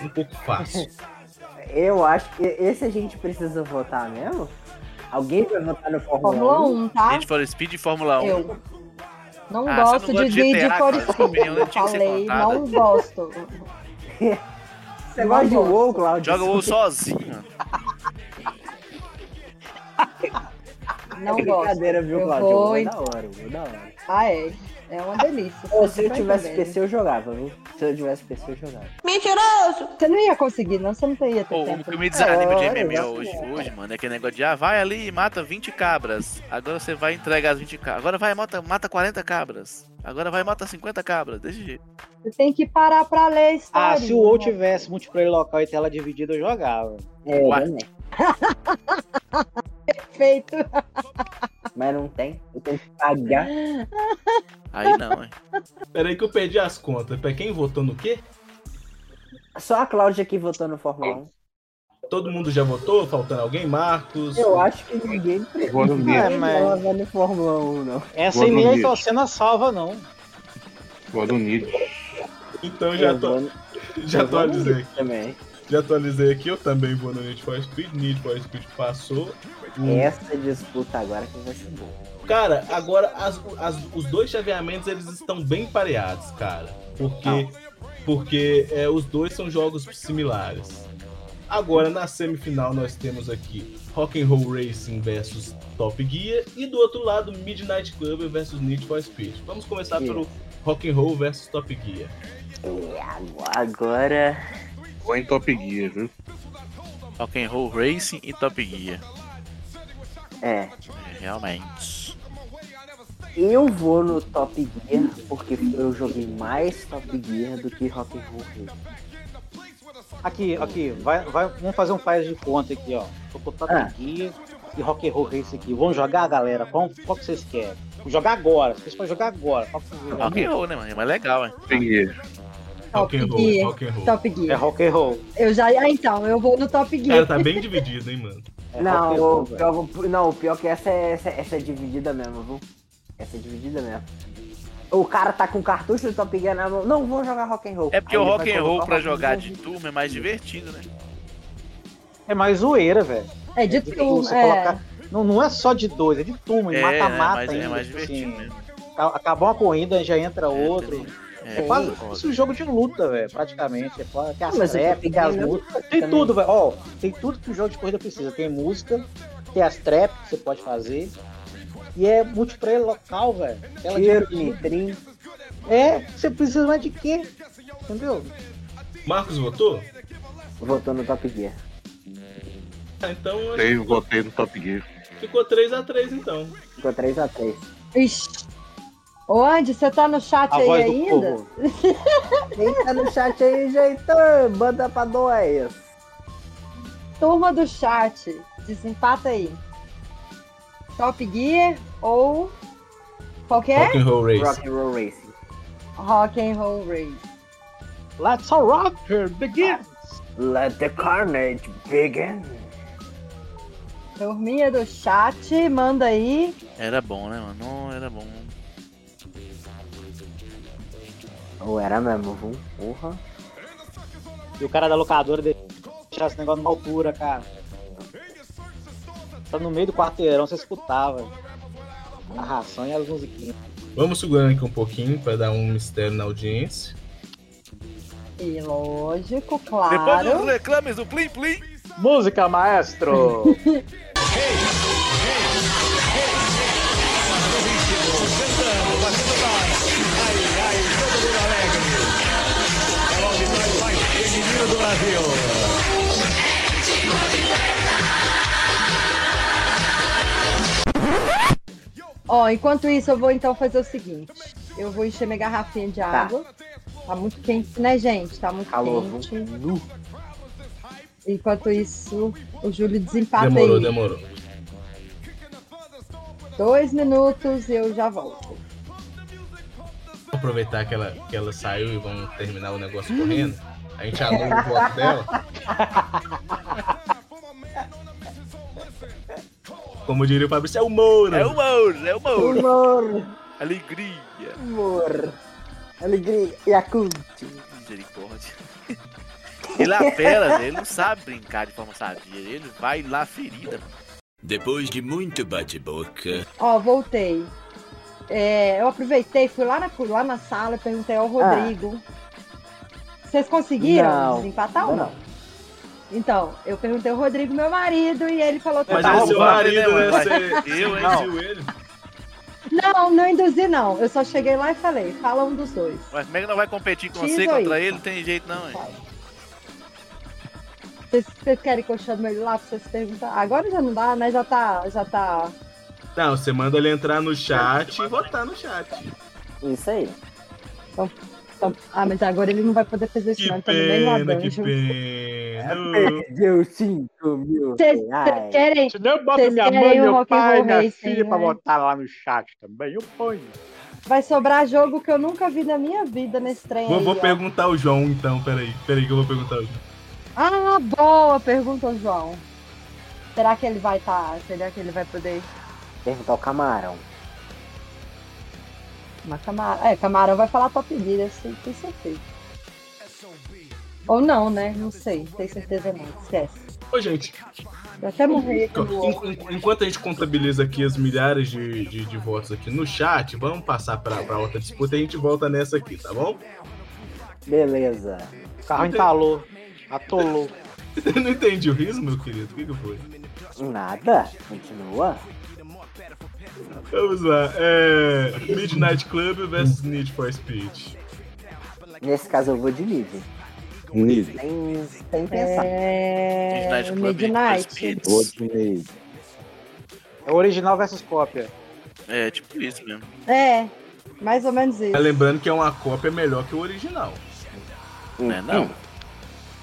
[SPEAKER 3] um pouco fácil.
[SPEAKER 11] Eu acho que esse a gente precisa votar mesmo? Alguém vai votar no Fórmula,
[SPEAKER 4] Fórmula
[SPEAKER 11] 1?
[SPEAKER 4] 1, tá?
[SPEAKER 5] Need for Speed e Fórmula 1.
[SPEAKER 4] Eu. Não
[SPEAKER 5] Ah,
[SPEAKER 4] gosto
[SPEAKER 5] você não
[SPEAKER 4] de
[SPEAKER 5] gosta de
[SPEAKER 4] vídeo
[SPEAKER 5] GTA,
[SPEAKER 4] por
[SPEAKER 5] cara. Sua opinião
[SPEAKER 4] Eu
[SPEAKER 5] não tinha que ser
[SPEAKER 4] falei,
[SPEAKER 5] contada.
[SPEAKER 4] não gosto.
[SPEAKER 11] Você gosta de WoW, Claudio?
[SPEAKER 5] Joga o WoW sozinho.
[SPEAKER 4] Não
[SPEAKER 11] é brincadeira,
[SPEAKER 4] gosto.
[SPEAKER 11] viu,
[SPEAKER 4] Eu
[SPEAKER 11] Claudio?
[SPEAKER 4] vou
[SPEAKER 11] Vou...
[SPEAKER 4] em-
[SPEAKER 11] da hora, vou da hora.
[SPEAKER 4] Ah, é. É uma delícia.
[SPEAKER 11] Ou se
[SPEAKER 4] Você
[SPEAKER 11] eu
[SPEAKER 4] vai
[SPEAKER 11] tivesse
[SPEAKER 4] entender.
[SPEAKER 11] PC, eu jogava, viu? Se eu tivesse PC, eu jogava.
[SPEAKER 4] Mentiroso! Você não ia conseguir, não. Você não ia ter
[SPEAKER 5] Pô, o
[SPEAKER 4] tempo.
[SPEAKER 5] que me desanima de
[SPEAKER 11] É,
[SPEAKER 5] MMA
[SPEAKER 11] exato,
[SPEAKER 5] hoje,
[SPEAKER 11] é.
[SPEAKER 5] hoje, mano, é aquele negócio de, ah, vai ali e mata 20 cabras. Agora você vai entregar as 20 cabras. Agora vai e mata, mata 40 cabras. Agora vai e mata 50 cabras. Desse jeito.
[SPEAKER 4] Você tem que parar pra ler a história. né?
[SPEAKER 13] Ah, se o WoW tivesse multiplayer local e tela dividida, eu jogava.
[SPEAKER 11] É,
[SPEAKER 5] Ué.
[SPEAKER 11] né?
[SPEAKER 4] Feito.
[SPEAKER 11] Mas não tem. Eu tenho que pagar.
[SPEAKER 5] Aí não, hein?
[SPEAKER 3] Peraí que eu perdi as contas. Pra quem votou no quê?
[SPEAKER 11] Só a Cláudia que votou no Fórmula 1.
[SPEAKER 3] Todo mundo já votou? Faltando alguém? Marcos?
[SPEAKER 11] Eu acho que ninguém
[SPEAKER 3] Vou no
[SPEAKER 11] ninguém
[SPEAKER 5] É,
[SPEAKER 3] mesmo.
[SPEAKER 11] votava no Fórmula 1, não.
[SPEAKER 13] Essa
[SPEAKER 8] Vou
[SPEAKER 13] aí
[SPEAKER 8] no
[SPEAKER 13] nem
[SPEAKER 8] Nietzsche.
[SPEAKER 13] a cena salva, não.
[SPEAKER 8] Vou do Nid.
[SPEAKER 3] Então já tô, já
[SPEAKER 8] eu vou no
[SPEAKER 3] atualizei.
[SPEAKER 11] um Também.
[SPEAKER 3] Já atualizei aqui, eu também vou no Need for Speed. Need for Speed passou.
[SPEAKER 8] É,
[SPEAKER 3] Hum.
[SPEAKER 11] Essa disputa agora que vai ser boa.
[SPEAKER 3] Cara, agora as- as- os dois chaveamentos eles estão bem pareados, cara. Porque, porque é, os dois são jogos similares. Agora na semifinal nós temos aqui Rock'n'Roll Racing versus Top Gear e do outro lado Midnight Club versus Need for Speed. Vamos começar pelo Rock'n'Roll versus Top Gear.
[SPEAKER 11] É, agora- Agora.
[SPEAKER 8] Vou em Top Gear, viu?
[SPEAKER 5] Rock'n'Roll Racing e Top Gear.
[SPEAKER 11] É.
[SPEAKER 5] Realmente.
[SPEAKER 11] Eu vou no Top É, Gear porque eu joguei mais Top Gear do que Rock and Roll. Racing.
[SPEAKER 13] Aqui, aqui, vai, vai, vamos fazer um faz de conta aqui, ó. Vou botar
[SPEAKER 2] Ah.
[SPEAKER 13] aqui e rock and roll race aqui. Vamos jogar, galera? Qual, qual que vocês querem? Jogar agora, vocês podem jogar agora. Qual que vocês jogam?
[SPEAKER 5] Rock and roll, né, mano? É mais legal, hein?
[SPEAKER 3] Rock and roll,
[SPEAKER 4] Gear.
[SPEAKER 3] rock and roll.
[SPEAKER 4] Top Gear.
[SPEAKER 13] É rock and roll.
[SPEAKER 4] Eu já. Ah, então, eu vou no Top Gear.
[SPEAKER 3] Cara, tá bem dividido, hein, mano.
[SPEAKER 13] É
[SPEAKER 11] Não, o pior, o- não, o pior que essa é, essa, essa é dividida mesmo, viu? Essa é dividida mesmo. O cara tá com cartucho do Top Gear na mão. Não, vou jogar rock and roll.
[SPEAKER 5] É porque
[SPEAKER 11] Aí
[SPEAKER 5] o
[SPEAKER 11] ele
[SPEAKER 5] rock
[SPEAKER 11] vai
[SPEAKER 5] and roll
[SPEAKER 11] colocar
[SPEAKER 5] pra
[SPEAKER 11] o rock and
[SPEAKER 5] jogar
[SPEAKER 11] roll.
[SPEAKER 5] de turma é mais divertido, né?
[SPEAKER 13] É mais zoeira, velho.
[SPEAKER 4] É de
[SPEAKER 13] tipo,
[SPEAKER 4] turma,
[SPEAKER 13] você
[SPEAKER 4] é.
[SPEAKER 13] colocar- Não, não é só de dois, é de turma,
[SPEAKER 5] É,
[SPEAKER 13] e mata-mata.
[SPEAKER 5] é mais-
[SPEAKER 13] ainda,
[SPEAKER 5] é mais
[SPEAKER 13] tipo
[SPEAKER 5] divertido
[SPEAKER 13] assim, a- Acabou uma corrida, já entra outro. É,
[SPEAKER 5] É,
[SPEAKER 13] quase
[SPEAKER 5] concordo.
[SPEAKER 13] isso é um jogo de luta, velho, praticamente. É quase, tem
[SPEAKER 11] Mas
[SPEAKER 13] as
[SPEAKER 11] o
[SPEAKER 13] trap,
[SPEAKER 11] Top
[SPEAKER 13] tem as
[SPEAKER 11] Gear
[SPEAKER 13] músicas.
[SPEAKER 11] também.
[SPEAKER 13] Tem tudo, velho. Ó, tem tudo que o jogo de corrida precisa. Tem música, tem as trap que você pode fazer. E é multiplayer local, velho. Tela
[SPEAKER 11] Tiro,
[SPEAKER 13] dividida. É, você precisa mais de quê? Entendeu?
[SPEAKER 3] Marcos votou?
[SPEAKER 11] Votou no Top Gear.
[SPEAKER 3] Ah, então acho
[SPEAKER 8] Eu votei no Top Gear.
[SPEAKER 3] que ficou 3x3 então.
[SPEAKER 11] Ficou 3x3.
[SPEAKER 4] é. Ixi. Ô, Andy, você tá no chat
[SPEAKER 11] A
[SPEAKER 4] aí
[SPEAKER 11] voz do
[SPEAKER 4] ainda?
[SPEAKER 11] povo. Quem tá no chat aí, jeitão? Banda pra dois.
[SPEAKER 4] Turma do chat, desempata aí. Top Gear ou qualquer
[SPEAKER 3] Rock and Roll Racing.
[SPEAKER 11] Rock and Roll Racing.
[SPEAKER 4] Rock and Roll Race.
[SPEAKER 13] Let's all rocker begin!
[SPEAKER 11] Let the carnage begin.
[SPEAKER 4] Turminha do chat, manda aí.
[SPEAKER 5] Era bom, né, mano? Não, era bom.
[SPEAKER 11] Ou era mesmo, viu? Porra.
[SPEAKER 13] E o cara da locadora deixar esse negócio numa altura, cara. Tá no meio do quarteirão, você escutava. A ração e as musiquinhas.
[SPEAKER 3] Vamos segurando aqui um pouquinho pra dar um mistério na audiência.
[SPEAKER 4] E lógico,
[SPEAKER 5] Depois
[SPEAKER 4] claro.
[SPEAKER 5] dos reclames do Plim Plim.
[SPEAKER 13] Música, maestro!
[SPEAKER 4] Ó, enquanto isso, eu vou então fazer o seguinte. Eu vou encher minha garrafinha de água. Tá muito quente, né, gente? Tá muito
[SPEAKER 11] Calor,
[SPEAKER 4] quente.
[SPEAKER 11] viu? Nu.
[SPEAKER 4] Enquanto isso, o Júlio desempata
[SPEAKER 3] Demorou,
[SPEAKER 4] aí.
[SPEAKER 3] demorou.
[SPEAKER 4] Dois minutos e eu já volto.
[SPEAKER 3] Vamos aproveitar que ela, que ela saiu e vamos terminar o negócio
[SPEAKER 4] Hum.
[SPEAKER 3] correndo. A gente anula o voto dela. Como diria o Fabrício, é o Mouro.
[SPEAKER 5] É o Mouro, é o Mouro.
[SPEAKER 11] Humor.
[SPEAKER 5] Alegria.
[SPEAKER 11] Humor. Alegria. E a culpa.
[SPEAKER 5] Misericórdia. Ele apela, né? ele não sabe brincar de forma sadia. Ele vai lá ferida, mano.
[SPEAKER 16] Depois de muito bate-boca.
[SPEAKER 4] Ó, voltei. É, eu aproveitei, fui lá na, fui lá na sala e perguntei ao Rodrigo. Vocês conseguiram
[SPEAKER 11] Não.
[SPEAKER 4] desempatar ou não? Então, eu perguntei ao Rodrigo, meu marido, e ele falou que
[SPEAKER 3] Mas
[SPEAKER 4] tá
[SPEAKER 3] é seu
[SPEAKER 4] roubando.
[SPEAKER 3] marido, né?
[SPEAKER 5] Vai.
[SPEAKER 3] Você,
[SPEAKER 5] Eu,
[SPEAKER 3] você
[SPEAKER 5] hein?
[SPEAKER 3] induziu ele.
[SPEAKER 4] Não, não induzi não. Eu só cheguei lá e falei, fala um dos dois.
[SPEAKER 5] Mas como é que não vai competir com
[SPEAKER 4] Diz
[SPEAKER 5] você
[SPEAKER 4] aí.
[SPEAKER 5] contra ele? Não tem jeito não, hein?
[SPEAKER 4] Vocês, vocês querem que eu chame ele lá pra vocês perguntar? Agora já não dá, né? Já tá. Já tá.
[SPEAKER 3] Não, você manda ele entrar no chat e votar no chat.
[SPEAKER 11] Isso aí.
[SPEAKER 4] então- Ah, mas agora ele não vai poder fazer isso, não. Ele tá no meio da
[SPEAKER 3] que
[SPEAKER 4] dungeon.
[SPEAKER 3] pena.
[SPEAKER 11] Perdeu 5 mil
[SPEAKER 4] Vocês
[SPEAKER 11] reais.
[SPEAKER 4] querem.
[SPEAKER 13] Se não, eu boto
[SPEAKER 4] vocês
[SPEAKER 13] minha
[SPEAKER 4] querem
[SPEAKER 13] mãe,
[SPEAKER 4] o
[SPEAKER 13] meu
[SPEAKER 4] Rock and
[SPEAKER 13] pai,
[SPEAKER 4] Roll
[SPEAKER 13] minha
[SPEAKER 4] Racing,
[SPEAKER 13] filha pra
[SPEAKER 4] né?
[SPEAKER 13] botar lá no chat também. Eu ponho.
[SPEAKER 4] Vai sobrar jogo que eu nunca vi na minha vida nesse trem.
[SPEAKER 3] Vou,
[SPEAKER 4] aí,
[SPEAKER 3] vou
[SPEAKER 4] ó.
[SPEAKER 3] perguntar o João então, peraí. Peraí que eu vou perguntar o João.
[SPEAKER 4] Ah, boa pergunta, João. Será que ele vai estar? Será que ele vai poder?
[SPEAKER 11] Perguntar o camarão.
[SPEAKER 4] Mas Camarão, é, Camarão vai falar Top Gear, eu sei, tenho certeza. Ou não, né? Não sei, tenho certeza não, esquece.
[SPEAKER 3] Ô, gente.
[SPEAKER 4] Eu até morri.
[SPEAKER 3] Enqu- enqu- Enquanto a gente contabiliza aqui as milhares de, de, de votos aqui no chat, vamos passar pra, pra outra disputa e a gente volta nessa aqui, tá bom?
[SPEAKER 11] Beleza.
[SPEAKER 13] O carro entalou, atolou.
[SPEAKER 3] Eu não entendi o riso, meu querido. O que, que foi?
[SPEAKER 11] Nada. Continua.
[SPEAKER 3] Vamos lá. É... Midnight Club versus Need for Speed.
[SPEAKER 11] Nesse caso eu vou de nível.
[SPEAKER 17] Nid.
[SPEAKER 11] Sem, sem pensar.
[SPEAKER 4] É...
[SPEAKER 5] Midnight Club,
[SPEAKER 4] Midnight.
[SPEAKER 17] Vou de Nid.
[SPEAKER 13] É original versus cópia.
[SPEAKER 5] É, tipo isso mesmo.
[SPEAKER 4] É, mais ou menos isso.
[SPEAKER 3] Mas Lembrando que é uma cópia melhor que o original.
[SPEAKER 5] Não é não?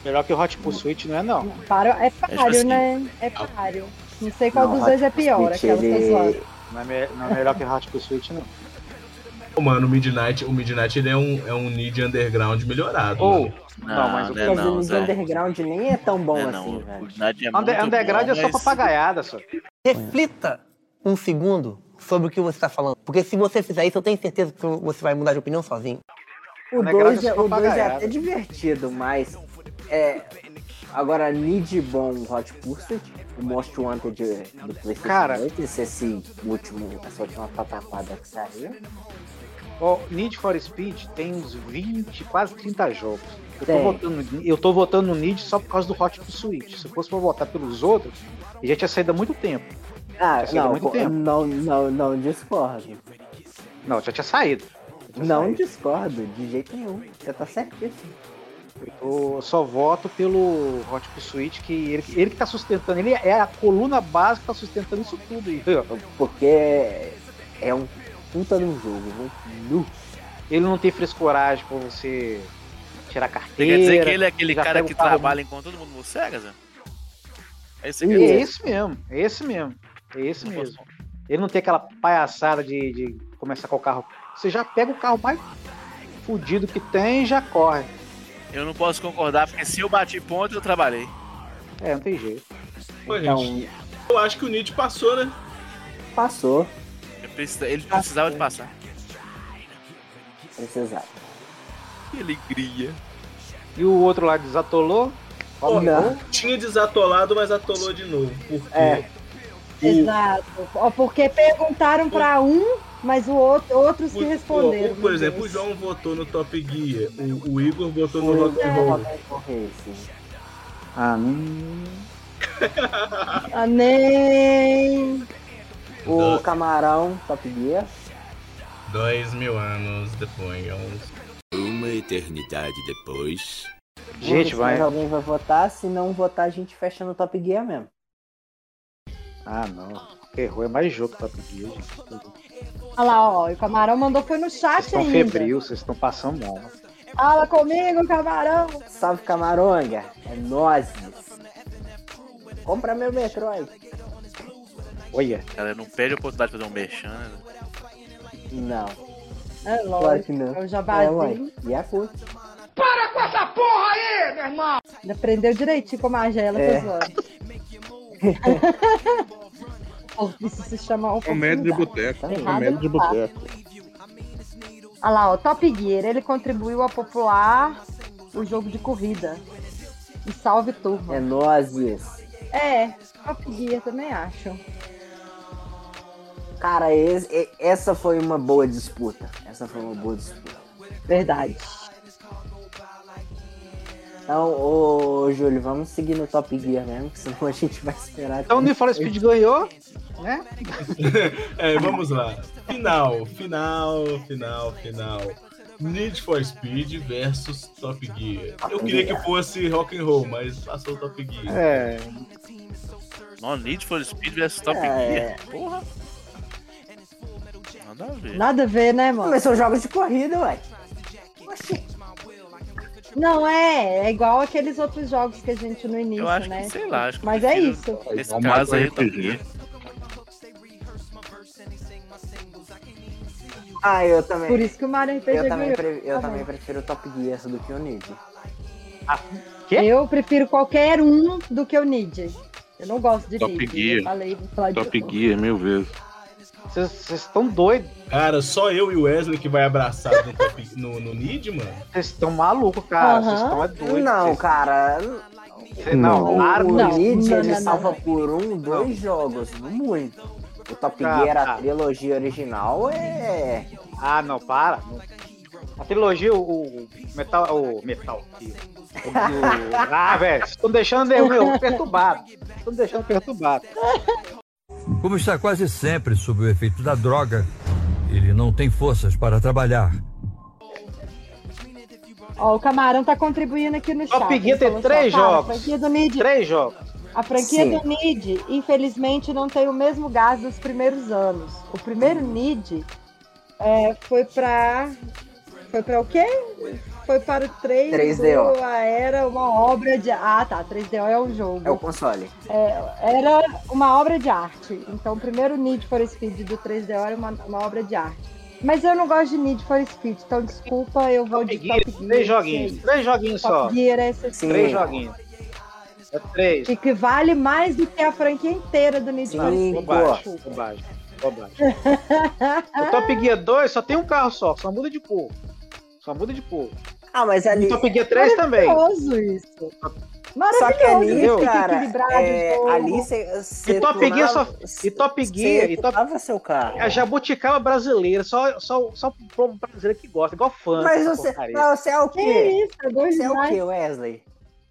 [SPEAKER 13] Melhor que o Hot Pursuit não é, não.
[SPEAKER 4] Paro, é
[SPEAKER 13] tipo
[SPEAKER 4] páreo,
[SPEAKER 13] assim,
[SPEAKER 4] né? É páreo. Não sei qual
[SPEAKER 13] Não,
[SPEAKER 4] dos dois é
[SPEAKER 13] Hot
[SPEAKER 4] pior,
[SPEAKER 13] Pursuit,
[SPEAKER 4] aquela que eu zoando.
[SPEAKER 13] Não é, me- não é melhor que o Hot Pursuit, não.
[SPEAKER 3] Ô, Mano, o Midnight, o Midnight ele é um, é um Need Underground melhorado.
[SPEAKER 13] Ou-
[SPEAKER 3] mano.
[SPEAKER 13] não, um mas o-
[SPEAKER 5] é
[SPEAKER 11] Quer dizer, o underground nem é tão bom assim, velho.
[SPEAKER 13] Under- underground é só papagaiada, só.
[SPEAKER 12] Reflita um segundo sobre o que você está falando. Porque se você fizer isso, eu tenho certeza que você vai mudar de opinião sozinho.
[SPEAKER 11] O 2 é, o dois é até divertido, mas. É. Agora, Need Bom Hot Pursuit, o Most Wanted do PlayStation
[SPEAKER 13] Cara.
[SPEAKER 11] 2, esse último, essa última pataquada que saiu.
[SPEAKER 13] Ó, Need for Speed tem uns 20, quase 30 jogos. Eu tô,
[SPEAKER 11] Tem.
[SPEAKER 13] votando, eu tô votando no Need só por causa do Hot Pursuit. Se fosse pra votar pelos outros, eu já tinha saído há muito tempo.
[SPEAKER 11] Ah,
[SPEAKER 13] Isso aí dá
[SPEAKER 11] não,
[SPEAKER 13] é muito
[SPEAKER 11] pô,
[SPEAKER 13] tempo.
[SPEAKER 11] não, não, não discordo.
[SPEAKER 13] Não, já tinha saído.
[SPEAKER 11] não discordo, de jeito nenhum. Você tá certíssimo.
[SPEAKER 13] Eu só voto pelo Hot Pursuit, que ele, ele que tá sustentando. Ele é a coluna base que tá sustentando isso tudo aí.
[SPEAKER 11] Porque é um puta no jogo, viu?
[SPEAKER 13] Ele não tem frescoragem pra você tirar
[SPEAKER 5] Você
[SPEAKER 13] carteira.
[SPEAKER 5] quer dizer que ele é aquele
[SPEAKER 13] já
[SPEAKER 5] cara
[SPEAKER 13] pega o
[SPEAKER 5] que
[SPEAKER 13] carro
[SPEAKER 5] trabalha enquanto todo mundo morcega, Zé? É isso
[SPEAKER 13] É esse mesmo, é esse mesmo, é esse mesmo. Ele não tem aquela palhaçada de, de começar com o carro. Você já pega o carro mais fudido que tem e já corre.
[SPEAKER 5] Eu não posso concordar, porque se eu bati ponto, eu trabalhei.
[SPEAKER 13] É, não tem jeito. é Então,
[SPEAKER 3] Pô,
[SPEAKER 13] um
[SPEAKER 3] gente, Eu acho que o Need passou, né?
[SPEAKER 11] Passou.
[SPEAKER 5] Eu precisa- Ele precisava de passar.
[SPEAKER 11] Precisava.
[SPEAKER 5] Que alegria.
[SPEAKER 13] E o outro lá desatolou?
[SPEAKER 3] Ó,
[SPEAKER 13] Não.
[SPEAKER 3] Tinha desatolado, mas atolou de novo. Por quê?
[SPEAKER 13] É.
[SPEAKER 4] Exato. Ó, Porque perguntaram pra um, mas o outro, outros que
[SPEAKER 3] Ó,
[SPEAKER 4] responderam.
[SPEAKER 3] o- por exemplo, o João votou no Top Gear, o, o Igor votou no Rock and Roll.
[SPEAKER 13] Ah, não.
[SPEAKER 4] Ah, Amém.
[SPEAKER 11] O camarão, Top Gear.
[SPEAKER 3] Dois mil anos depois.
[SPEAKER 16] Uma eternidade depois.
[SPEAKER 11] Vamos ver se mais
[SPEAKER 13] é
[SPEAKER 11] alguém vai votar, se não votar, a gente fecha no Top Gear mesmo.
[SPEAKER 13] Ah, não. Errou, é mais jogo pra pedir. gente. Vocês
[SPEAKER 4] Olha lá, ó. O camarão mandou foi no chat
[SPEAKER 13] estão
[SPEAKER 4] ainda.
[SPEAKER 13] febril, vocês estão passando mal.
[SPEAKER 4] Fala comigo, camarão.
[SPEAKER 11] Salve Camaronga, é nós. Compra meu Metroid.
[SPEAKER 13] Olha.
[SPEAKER 5] Ela não perde a oportunidade de fazer um merchan, né?
[SPEAKER 11] Não.
[SPEAKER 4] É lógico.
[SPEAKER 11] Claro que não.
[SPEAKER 4] Eu já bati.
[SPEAKER 11] É, uai, e é curto.
[SPEAKER 4] Para com essa porra aí, meu irmão! Ainda prendeu direitinho com a magela,
[SPEAKER 11] É.
[SPEAKER 4] pessoal. Isso se chama
[SPEAKER 8] Comédia um de
[SPEAKER 4] oportunidade.
[SPEAKER 8] boteco.
[SPEAKER 4] Tá errado,
[SPEAKER 8] Comédia de
[SPEAKER 4] não tá.
[SPEAKER 8] boteco.
[SPEAKER 4] Olha lá, o Top Gear, ele contribuiu a popular o jogo de corrida. E salve turma.
[SPEAKER 11] É nozes.
[SPEAKER 4] É, Top Gear também acho.
[SPEAKER 11] Cara, esse- e- essa foi uma boa disputa. Essa foi uma boa disputa.
[SPEAKER 4] Verdade.
[SPEAKER 11] Então, ô Júlio, vamos seguir no Top Gear mesmo, que senão a gente vai esperar.
[SPEAKER 13] Então o Need for Speed ganhou, né?
[SPEAKER 3] É, vamos lá. Final, final, final, final. Need for Speed versus Top Gear. Eu queria que fosse Rock and Roll, mas passou o Top Gear.
[SPEAKER 13] É.
[SPEAKER 5] Não, Need for Speed versus Top
[SPEAKER 11] É.
[SPEAKER 5] Gear. Porra. Nada a ver.
[SPEAKER 4] Nada a ver, né, mano?
[SPEAKER 11] Mas são jogos de corrida, ué.
[SPEAKER 4] assim? Não, é, é igual aqueles outros jogos que a gente no início,
[SPEAKER 5] Eu acho
[SPEAKER 4] né?
[SPEAKER 5] que, sei lá, acho que eu
[SPEAKER 4] Mas é
[SPEAKER 5] prefiro-
[SPEAKER 4] isso.
[SPEAKER 5] Nesse
[SPEAKER 8] É um
[SPEAKER 5] caso aí, tá- Top
[SPEAKER 8] RPG.
[SPEAKER 5] Gear.
[SPEAKER 11] Ah, eu também.
[SPEAKER 4] Por isso que o Mario RPG
[SPEAKER 11] eu também,
[SPEAKER 4] ganhou.
[SPEAKER 11] pre- eu
[SPEAKER 4] Tá
[SPEAKER 11] também
[SPEAKER 4] bom.
[SPEAKER 11] prefiro o Top Gear do que o Need.
[SPEAKER 4] Eu prefiro qualquer um do que o Nid. Eu não gosto de
[SPEAKER 8] Top
[SPEAKER 4] Nid.
[SPEAKER 8] Gear.
[SPEAKER 4] Eu falei, vou falar de
[SPEAKER 8] Top
[SPEAKER 4] novo.
[SPEAKER 8] Gear, mil vezes.
[SPEAKER 13] Vocês estão doidos.
[SPEAKER 3] Cara, só eu e o Wesley que vai abraçar no, top, no, no Need, mano.
[SPEAKER 13] Vocês estão malucos, cara. Vocês
[SPEAKER 11] Aham.
[SPEAKER 13] estão é doidos.
[SPEAKER 11] Não,
[SPEAKER 13] Vocês-
[SPEAKER 11] cara.
[SPEAKER 13] Cê- não,
[SPEAKER 11] o,
[SPEAKER 13] claro
[SPEAKER 11] o
[SPEAKER 13] que não.
[SPEAKER 11] Need
[SPEAKER 13] Não,
[SPEAKER 11] ele
[SPEAKER 13] não, não.
[SPEAKER 11] salva por um, dois jogos, não muito. O Top
[SPEAKER 13] Tá,
[SPEAKER 11] Gear,
[SPEAKER 13] tá.
[SPEAKER 11] a trilogia original é.
[SPEAKER 13] Ah, não, para. A trilogia, o o Metal. O Metal. o- o- ah, velho, vocês estão deixando eu, eu perturbado. Vocês Estão deixando perturbado.
[SPEAKER 18] Como está quase sempre sob o efeito da droga, ele não tem forças para trabalhar.
[SPEAKER 4] Ó, o Camarão tá contribuindo aqui no chat.
[SPEAKER 13] Top Gear
[SPEAKER 4] Ele
[SPEAKER 13] tem
[SPEAKER 4] falou
[SPEAKER 13] três
[SPEAKER 4] só, cara,
[SPEAKER 13] jogos.
[SPEAKER 4] A franquia do Nid.
[SPEAKER 13] Três jogos.
[SPEAKER 4] A franquia
[SPEAKER 13] Sim.
[SPEAKER 4] do Nid, infelizmente, não tem o mesmo gás dos primeiros anos. O primeiro Nid é, foi pra. Foi pra o quê? foi para o 3
[SPEAKER 11] 3DO.
[SPEAKER 4] Era uma obra de. Ah, tá. 3DO é o jogo.
[SPEAKER 11] É o console.
[SPEAKER 4] É, era uma obra de arte. Então, o primeiro Need for Speed do 3DO era uma, uma obra de arte. Mas eu não gosto de Need for Speed, então desculpa, eu vou de Top Gear.
[SPEAKER 13] Três joguinhos,
[SPEAKER 4] sim.
[SPEAKER 13] três joguinhos
[SPEAKER 4] Top
[SPEAKER 13] só.
[SPEAKER 4] Gear é esse
[SPEAKER 13] Três joguinhos. É três.
[SPEAKER 4] E que vale mais do que a franquia inteira do Need for
[SPEAKER 13] Sim,
[SPEAKER 4] Speed.
[SPEAKER 13] bobagem, bobagem, bobagem. O Top Gear 2 só tem um carro só, só muda de cor. Só muda de cor.
[SPEAKER 11] Ah, mas
[SPEAKER 13] E
[SPEAKER 11] ali.
[SPEAKER 13] Top Gear 3 também.
[SPEAKER 4] Maravilhoso isso.
[SPEAKER 11] Só
[SPEAKER 4] Maravilhoso
[SPEAKER 11] que ali,
[SPEAKER 4] isso,
[SPEAKER 11] cara,
[SPEAKER 4] equilibrado
[SPEAKER 11] é,
[SPEAKER 4] jogo.
[SPEAKER 11] ali você.
[SPEAKER 13] E Top Gear só- E Top Gear. E top...
[SPEAKER 11] seu carro.
[SPEAKER 13] É a jabuticaba brasileira, só, só, só o povo brasileiro que gosta, igual funk.
[SPEAKER 11] Mas
[SPEAKER 13] essa
[SPEAKER 11] você,
[SPEAKER 13] porcaria.
[SPEAKER 11] mas você é o quê?
[SPEAKER 4] Que isso, é dois
[SPEAKER 11] você é o
[SPEAKER 4] demais.
[SPEAKER 11] quê, Wesley?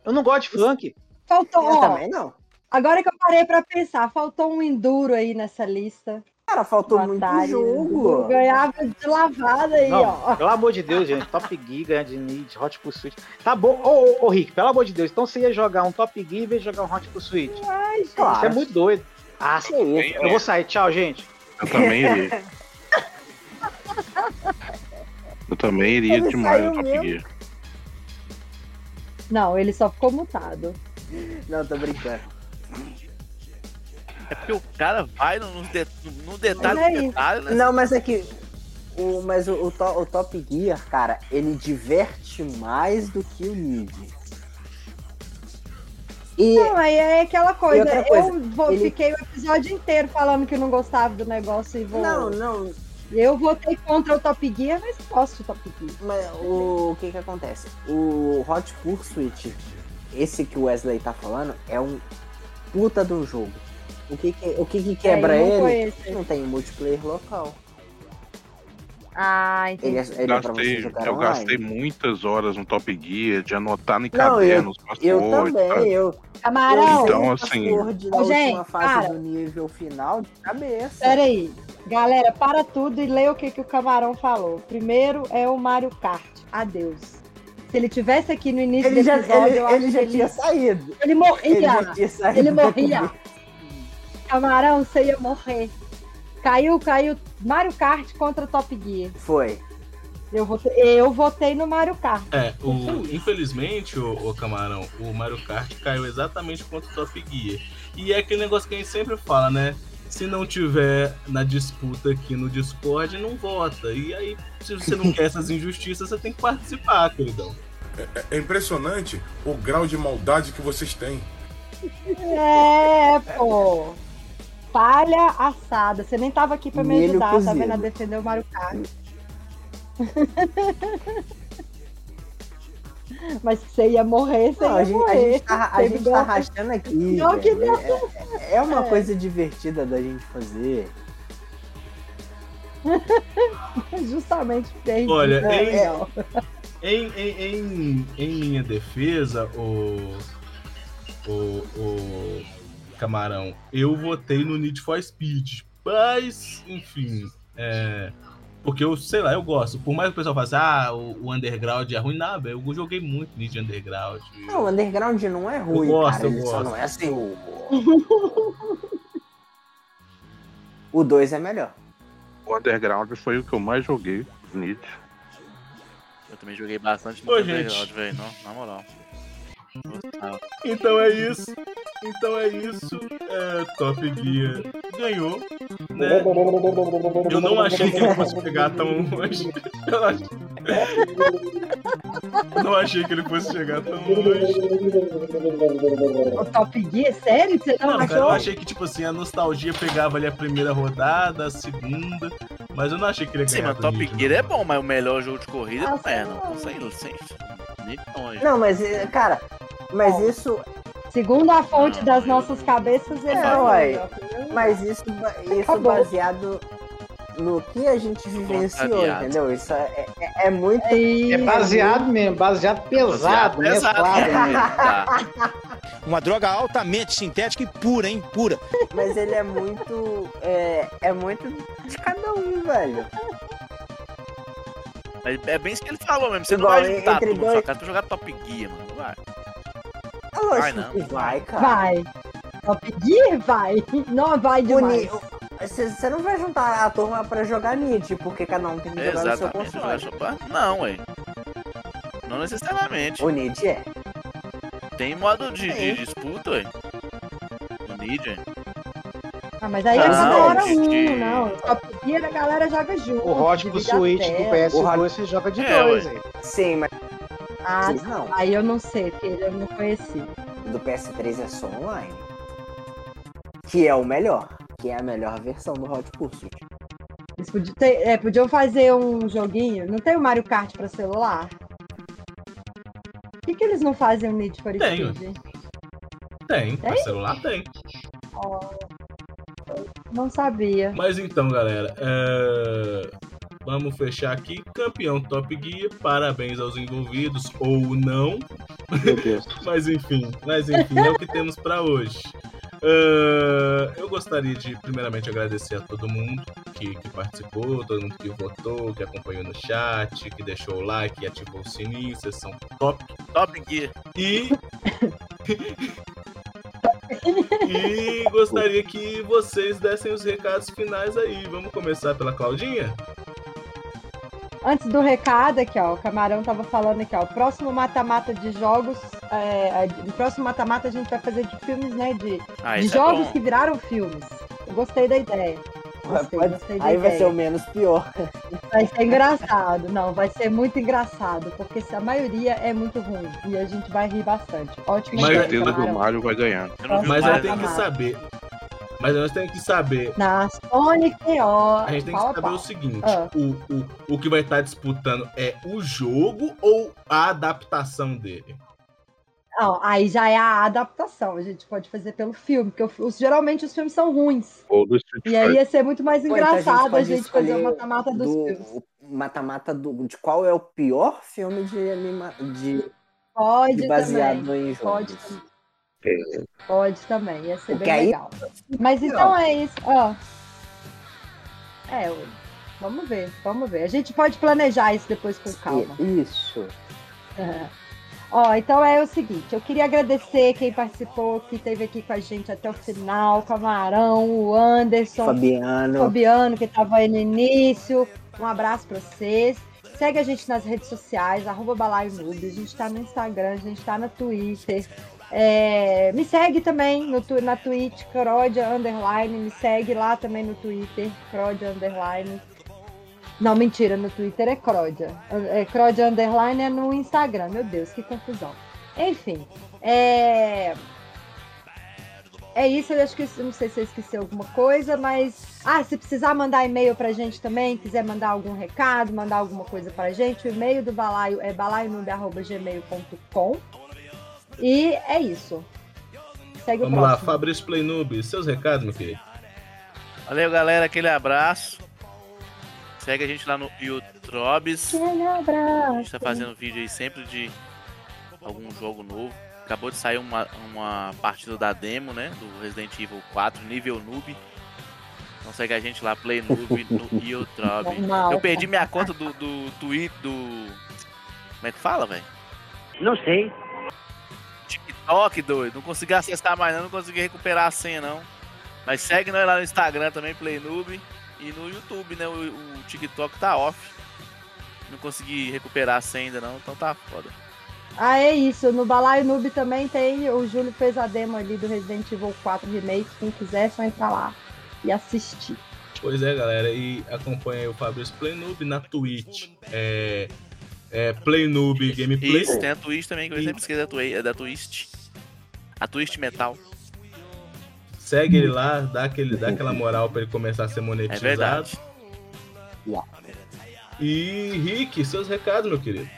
[SPEAKER 13] Eu não gosto de funk.
[SPEAKER 4] Faltou,
[SPEAKER 11] Eu
[SPEAKER 4] ó,
[SPEAKER 11] também não.
[SPEAKER 4] Agora que eu parei pra pensar, faltou um enduro aí nessa lista.
[SPEAKER 11] Cara, faltou
[SPEAKER 4] muito
[SPEAKER 11] jogo.
[SPEAKER 4] Ganhava de lavada aí, ó.
[SPEAKER 13] Não, pelo amor de Deus, gente. Top Gear ganha de Need, Hot Pursuit. Tá bom. Ô, ô, ô, Rick, pelo amor de Deus. Então você ia jogar um Top Gear em vez de jogar um Hot Pursuit.
[SPEAKER 4] Ai, gente.
[SPEAKER 13] Isso é muito doido.
[SPEAKER 5] É
[SPEAKER 13] Ah, que isso. Eu vou sair. Tchau, gente.
[SPEAKER 8] Eu também iria. Eu também iria
[SPEAKER 4] Ele
[SPEAKER 8] demais
[SPEAKER 4] saiu
[SPEAKER 8] no Top
[SPEAKER 4] mesmo.
[SPEAKER 8] Gear.
[SPEAKER 4] Não, ele só ficou mutado.
[SPEAKER 11] Não, tô brincando.
[SPEAKER 5] É porque o cara vai no, no, de- no detalhe
[SPEAKER 11] Mas é
[SPEAKER 5] do
[SPEAKER 11] isso.
[SPEAKER 5] detalhe, né?
[SPEAKER 11] Não, mas é que. O, mas o, o, to- o Top Gear, cara, ele diverte mais do que o Need. E
[SPEAKER 4] Não, aí é aquela coisa.
[SPEAKER 11] E outra coisa,
[SPEAKER 4] eu vou-
[SPEAKER 11] ele-
[SPEAKER 4] fiquei o episódio inteiro falando que não gostava do negócio e vou.
[SPEAKER 11] Não, não.
[SPEAKER 4] Eu votei contra o Top Gear, mas gosto do Top Gear.
[SPEAKER 11] Mas o, o que que acontece? O Hot Pursuit, esse que o Wesley tá falando, é um puta do jogo. O que que, o que, que quebra
[SPEAKER 4] É, eu não
[SPEAKER 11] ele?
[SPEAKER 4] conheço.
[SPEAKER 11] Não tem multiplayer local.
[SPEAKER 4] Ah, entendi.
[SPEAKER 11] Ele é, ele é pra você
[SPEAKER 8] Gastei,
[SPEAKER 11] jogar
[SPEAKER 8] eu
[SPEAKER 11] online.
[SPEAKER 8] gastei muitas horas no Top Gear, de anotar em
[SPEAKER 11] Não, eu-
[SPEAKER 8] cadernos, tá?
[SPEAKER 11] Eu
[SPEAKER 8] passaporte, sabe?
[SPEAKER 11] também, eu.
[SPEAKER 4] Camarão,
[SPEAKER 8] Então, assim-
[SPEAKER 11] Eu sei o password da
[SPEAKER 4] Ô, né? gente,
[SPEAKER 11] última fase
[SPEAKER 4] cara.
[SPEAKER 11] do nível final de cabeça.
[SPEAKER 4] Peraí, galera, para tudo e lê o que, que o Camarão falou. Primeiro é o Mario Kart. Adeus. Se ele tivesse aqui no início
[SPEAKER 11] Ele
[SPEAKER 4] do
[SPEAKER 11] já,
[SPEAKER 4] episódio,
[SPEAKER 11] ele,
[SPEAKER 4] eu acho
[SPEAKER 11] ele já
[SPEAKER 4] que
[SPEAKER 11] tinha saído.
[SPEAKER 4] Ele morria.
[SPEAKER 11] Ele já tinha saído.
[SPEAKER 4] Ele morria. Camarão, você ia morrer. Caiu, caiu. Mario Kart contra Top Gear.
[SPEAKER 11] Foi.
[SPEAKER 4] Eu votei, eu votei no Mario Kart.
[SPEAKER 3] É, o, infelizmente, o, Camarão, o Mario Kart caiu exatamente contra o Top Gear. E é aquele negócio que a gente sempre fala, né? Se não tiver na disputa aqui no Discord, não vota. E aí, se você não quer essas injustiças, você tem que participar, queridão.
[SPEAKER 19] É, é impressionante o grau de maldade que vocês têm.
[SPEAKER 4] É, pô. Palha assada. Você nem tava aqui pra me
[SPEAKER 19] Milho
[SPEAKER 4] ajudar, tá
[SPEAKER 19] cozido.
[SPEAKER 4] vendo? A defender o Mario Kart. Mas que você ia morrer, você
[SPEAKER 11] Não,
[SPEAKER 4] ia
[SPEAKER 11] a gente, a
[SPEAKER 4] morrer.
[SPEAKER 11] gente tá, a
[SPEAKER 4] Você
[SPEAKER 11] gente tá
[SPEAKER 4] gosta-
[SPEAKER 11] rachando aqui.
[SPEAKER 4] Não, que
[SPEAKER 11] velho.
[SPEAKER 4] não.
[SPEAKER 11] É- É, é uma
[SPEAKER 4] É.
[SPEAKER 11] coisa divertida da gente fazer.
[SPEAKER 4] Justamente perdi.
[SPEAKER 3] Olha,
[SPEAKER 4] né?
[SPEAKER 3] em- Em, em, em, em minha defesa, o, o, o Camarão, eu votei no Need for Speed. Mas, enfim, é, porque eu, sei lá, eu gosto. Por mais que o pessoal fale assim, ah, o, o Underground é ruim, nada, eu joguei muito Need Underground.
[SPEAKER 11] Não, o underground não é ruim,
[SPEAKER 3] gosto,
[SPEAKER 11] cara.
[SPEAKER 3] eu
[SPEAKER 11] Ele só
[SPEAKER 3] gosto.
[SPEAKER 11] não é assim. O, o 2 é melhor.
[SPEAKER 8] O Underground foi o que eu mais joguei, Need.
[SPEAKER 5] Eu também joguei bastante no
[SPEAKER 3] Ô,
[SPEAKER 5] Underground,
[SPEAKER 3] gente.
[SPEAKER 5] velho, não, na moral. Gostava.
[SPEAKER 3] Então é isso. Então é isso. É, Top Gear ganhou. Né? Eu não achei que ele fosse chegar tão longe. Eu não achei... Eu não achei que ele fosse chegar tão longe.
[SPEAKER 4] O Top Gear, sério? que Você tá não,
[SPEAKER 3] Não, cara, eu
[SPEAKER 4] achou?
[SPEAKER 3] achei que, tipo assim, a nostalgia pegava ali a primeira rodada, a segunda, mas eu não achei que ele ia
[SPEAKER 5] Sim,
[SPEAKER 3] ganhar.
[SPEAKER 5] mas
[SPEAKER 3] do
[SPEAKER 5] Top
[SPEAKER 3] Need,
[SPEAKER 5] Gear é bom, mas o melhor jogo de corrida não é, não. Sem, sem, nem assim, longe.
[SPEAKER 11] Não, mas, eh, cara, mas isso.
[SPEAKER 4] Segundo a fonte das nossas cabeças, ele tá
[SPEAKER 11] É,
[SPEAKER 4] não
[SPEAKER 11] uai.
[SPEAKER 4] ganhou.
[SPEAKER 11] Mas isso, ba- isso
[SPEAKER 4] Acabou.
[SPEAKER 11] baseado no que a gente vivenciou,
[SPEAKER 13] Contrariado.
[SPEAKER 11] entendeu? Isso é, é, é muito.
[SPEAKER 13] É baseado mesmo, baseado pesado, né?
[SPEAKER 2] né?
[SPEAKER 11] Baseado
[SPEAKER 13] mesclado
[SPEAKER 11] pesado.
[SPEAKER 13] mesmo.
[SPEAKER 5] Tá.
[SPEAKER 20] é Uma droga altamente sintética e pura, hein? Pura.
[SPEAKER 11] Mas ele é muito. É, é muito de cada um, velho.
[SPEAKER 5] Mas é bem isso que ele falou mesmo. Você não
[SPEAKER 11] Igual,
[SPEAKER 5] vai juntar
[SPEAKER 11] entre
[SPEAKER 5] tudo na sua
[SPEAKER 11] dois-
[SPEAKER 5] casa pra jogar Top Gear, mano. Não Vai.
[SPEAKER 11] É lógico
[SPEAKER 5] Vai, não.
[SPEAKER 11] que vai, cara.
[SPEAKER 4] Vai. Top Gear vai. Não vai demais.
[SPEAKER 11] Você não vai juntar a turma pra jogar Nid, porque cada um tem que jogar no seu
[SPEAKER 5] Exatamente.
[SPEAKER 11] console.
[SPEAKER 5] Não, vai chupar? Não, ué. Não necessariamente.
[SPEAKER 11] O Nid é.
[SPEAKER 5] Tem modo de, de disputa, ué. No Nid, ué.
[SPEAKER 4] Ah, mas aí eles
[SPEAKER 5] Não,
[SPEAKER 4] exploram
[SPEAKER 5] gente.
[SPEAKER 4] um, não. Só podia a galera joga junto.
[SPEAKER 2] O Hot pro
[SPEAKER 4] divide a
[SPEAKER 2] Switch do
[SPEAKER 4] tela.
[SPEAKER 2] PS2 você joga de
[SPEAKER 11] É,
[SPEAKER 2] dois,
[SPEAKER 11] ué.
[SPEAKER 2] aí.
[SPEAKER 11] Sim, mas
[SPEAKER 4] Ah,
[SPEAKER 11] Vocês não.
[SPEAKER 4] aí eu não sei, porque eu não conheci.
[SPEAKER 11] do PS3 é só online. Que é o melhor. Que é a melhor versão do Hot Pursuit.
[SPEAKER 4] Eles podiam, ter- é, podiam fazer um joguinho. Não tem o Mario Kart pra celular? Por que, que eles não fazem o Need for
[SPEAKER 3] Tem,
[SPEAKER 4] Speed?
[SPEAKER 3] Tem, pra
[SPEAKER 4] Tem?
[SPEAKER 3] celular tem.
[SPEAKER 4] Ó, não sabia.
[SPEAKER 3] Mas então, galera, é, vamos fechar aqui. Campeão Top Gear, parabéns aos envolvidos, ou não.
[SPEAKER 13] Meu Deus.
[SPEAKER 3] Mas enfim, mas enfim, é o que temos pra hoje. Ah, eu gostaria de primeiramente agradecer a todo mundo que, que participou, todo mundo que votou, que acompanhou no chat, que deixou o like, que ativou o sininho, vocês são top.
[SPEAKER 5] Top Gear.
[SPEAKER 3] E. e gostaria que vocês dessem os recados finais aí. Vamos começar pela Claudinha?
[SPEAKER 4] Antes do recado aqui, ó, o Camarão tava falando aqui, ó, o próximo mata-mata de jogos, é, a- o próximo mata-mata a gente vai fazer de filmes, né, de,
[SPEAKER 11] Ah,
[SPEAKER 4] de
[SPEAKER 11] isso é
[SPEAKER 4] jogos
[SPEAKER 11] bom.
[SPEAKER 4] que viraram filmes. Eu gostei da ideia. Gostei, gostei da
[SPEAKER 11] Aí vai
[SPEAKER 4] ideia.
[SPEAKER 11] ser um o menos pior.
[SPEAKER 4] Vai ser engraçado, não, vai ser muito engraçado, porque se a maioria é muito ruim e a gente vai rir bastante. Ótimo.
[SPEAKER 8] Com
[SPEAKER 4] ideia,
[SPEAKER 8] certeza que o
[SPEAKER 4] Camarão.
[SPEAKER 8] Mario vai ganhar.
[SPEAKER 3] Mas eu
[SPEAKER 4] Mario
[SPEAKER 3] tenho que
[SPEAKER 4] Kart.
[SPEAKER 3] saber. Mas nós temos que saber
[SPEAKER 4] Na Sonic, ó.
[SPEAKER 3] A gente tem que
[SPEAKER 4] pau a
[SPEAKER 3] saber
[SPEAKER 4] pau.
[SPEAKER 3] o seguinte:
[SPEAKER 4] Ah.
[SPEAKER 3] o, o, o que vai estar disputando é o jogo ou a adaptação dele?
[SPEAKER 4] Não, aí já é a adaptação. A gente pode fazer pelo filme, porque o- os- geralmente os filmes são ruins.
[SPEAKER 8] Ou do Street
[SPEAKER 4] E aí ia ser muito mais
[SPEAKER 11] Pô, então a gente
[SPEAKER 4] engraçado a
[SPEAKER 11] pode
[SPEAKER 4] gente fazer o
[SPEAKER 11] escolher
[SPEAKER 4] mata-mata dos
[SPEAKER 11] do-
[SPEAKER 4] filmes.
[SPEAKER 11] o Mata-mata do- de qual é o pior filme de anima... de,
[SPEAKER 4] Pode
[SPEAKER 11] de baseado
[SPEAKER 4] É também.
[SPEAKER 11] em jogos.
[SPEAKER 4] Pode, tam- pode também, ia ser
[SPEAKER 11] Porque
[SPEAKER 4] bem
[SPEAKER 11] aí-
[SPEAKER 4] legal. Mas então é isso. ó. É, eu- vamos ver, vamos ver. A gente pode planejar isso depois com calma.
[SPEAKER 11] Isso.
[SPEAKER 4] É. Ó, então é o seguinte, eu queria agradecer quem participou, que esteve aqui com a gente até o final, o Camarão, o Anderson,
[SPEAKER 11] Fabiano.
[SPEAKER 4] Fabiano, que estava aí no início. Um abraço para vocês. Segue a gente nas redes sociais, arroba Balaio Noob. A gente está no Instagram, a gente está no Twitter. É, me segue também no, tu- na Twitch, Crodia Underline. Me segue lá também no Twitter, Crodia Underline. Não, mentira, no Twitter é Crodia. É, Crodia Underline é no Instagram. Meu Deus, que confusão. Enfim, é... É isso, eu acho que eu não sei se eu esqueci alguma coisa, mas. Ah, se precisar mandar e-mail pra gente também, quiser mandar algum recado, mandar alguma coisa pra gente, o e-mail do balaio é balaionube.gmail.com. E é isso. Segue
[SPEAKER 3] Vamos
[SPEAKER 4] o
[SPEAKER 3] lá,
[SPEAKER 4] próximo.
[SPEAKER 3] Fabrício Playnoob, seus recados, meu querido.
[SPEAKER 5] Valeu, galera. Aquele abraço. Segue a gente lá no Youtubes.
[SPEAKER 4] Aquele
[SPEAKER 5] A gente
[SPEAKER 4] abraço.
[SPEAKER 5] tá fazendo vídeo aí sempre de algum jogo novo. Acabou de sair uma, uma partida da demo, né? Do Resident Evil 4, nível noob. Então segue a gente lá, Play Noob no Youtube.
[SPEAKER 4] Normal.
[SPEAKER 5] Eu perdi minha conta do, do Twitter, do. Como é que fala, velho?
[SPEAKER 11] Não sei.
[SPEAKER 5] TikTok, doido. Não consegui acessar mais, não. Não consegui recuperar a senha, não. Mas segue nós lá no Instagram também, PlayNoob. E no YouTube, né? O, o TikTok tá off. Não consegui recuperar a senha ainda, não. Então tá foda.
[SPEAKER 4] Ah, é isso. No Balaio Noob também tem. O Júlio fez a demo ali do Resident Evil 4 Remake. Quem quiser, é só entrar lá e assistir.
[SPEAKER 3] Pois é, galera, e acompanha aí o Fabrício Playnoob na Twitch. É, é Playnoob Gameplay.
[SPEAKER 5] Isso, tem a Twist também, que eu sempre esqueci da, twi é da Twist. A Twist Metal.
[SPEAKER 3] Segue ele lá, dá, aquele, dá aquela moral pra ele começar a ser monetizado.
[SPEAKER 5] É verdade.
[SPEAKER 3] E Rick, seus recados, meu querido.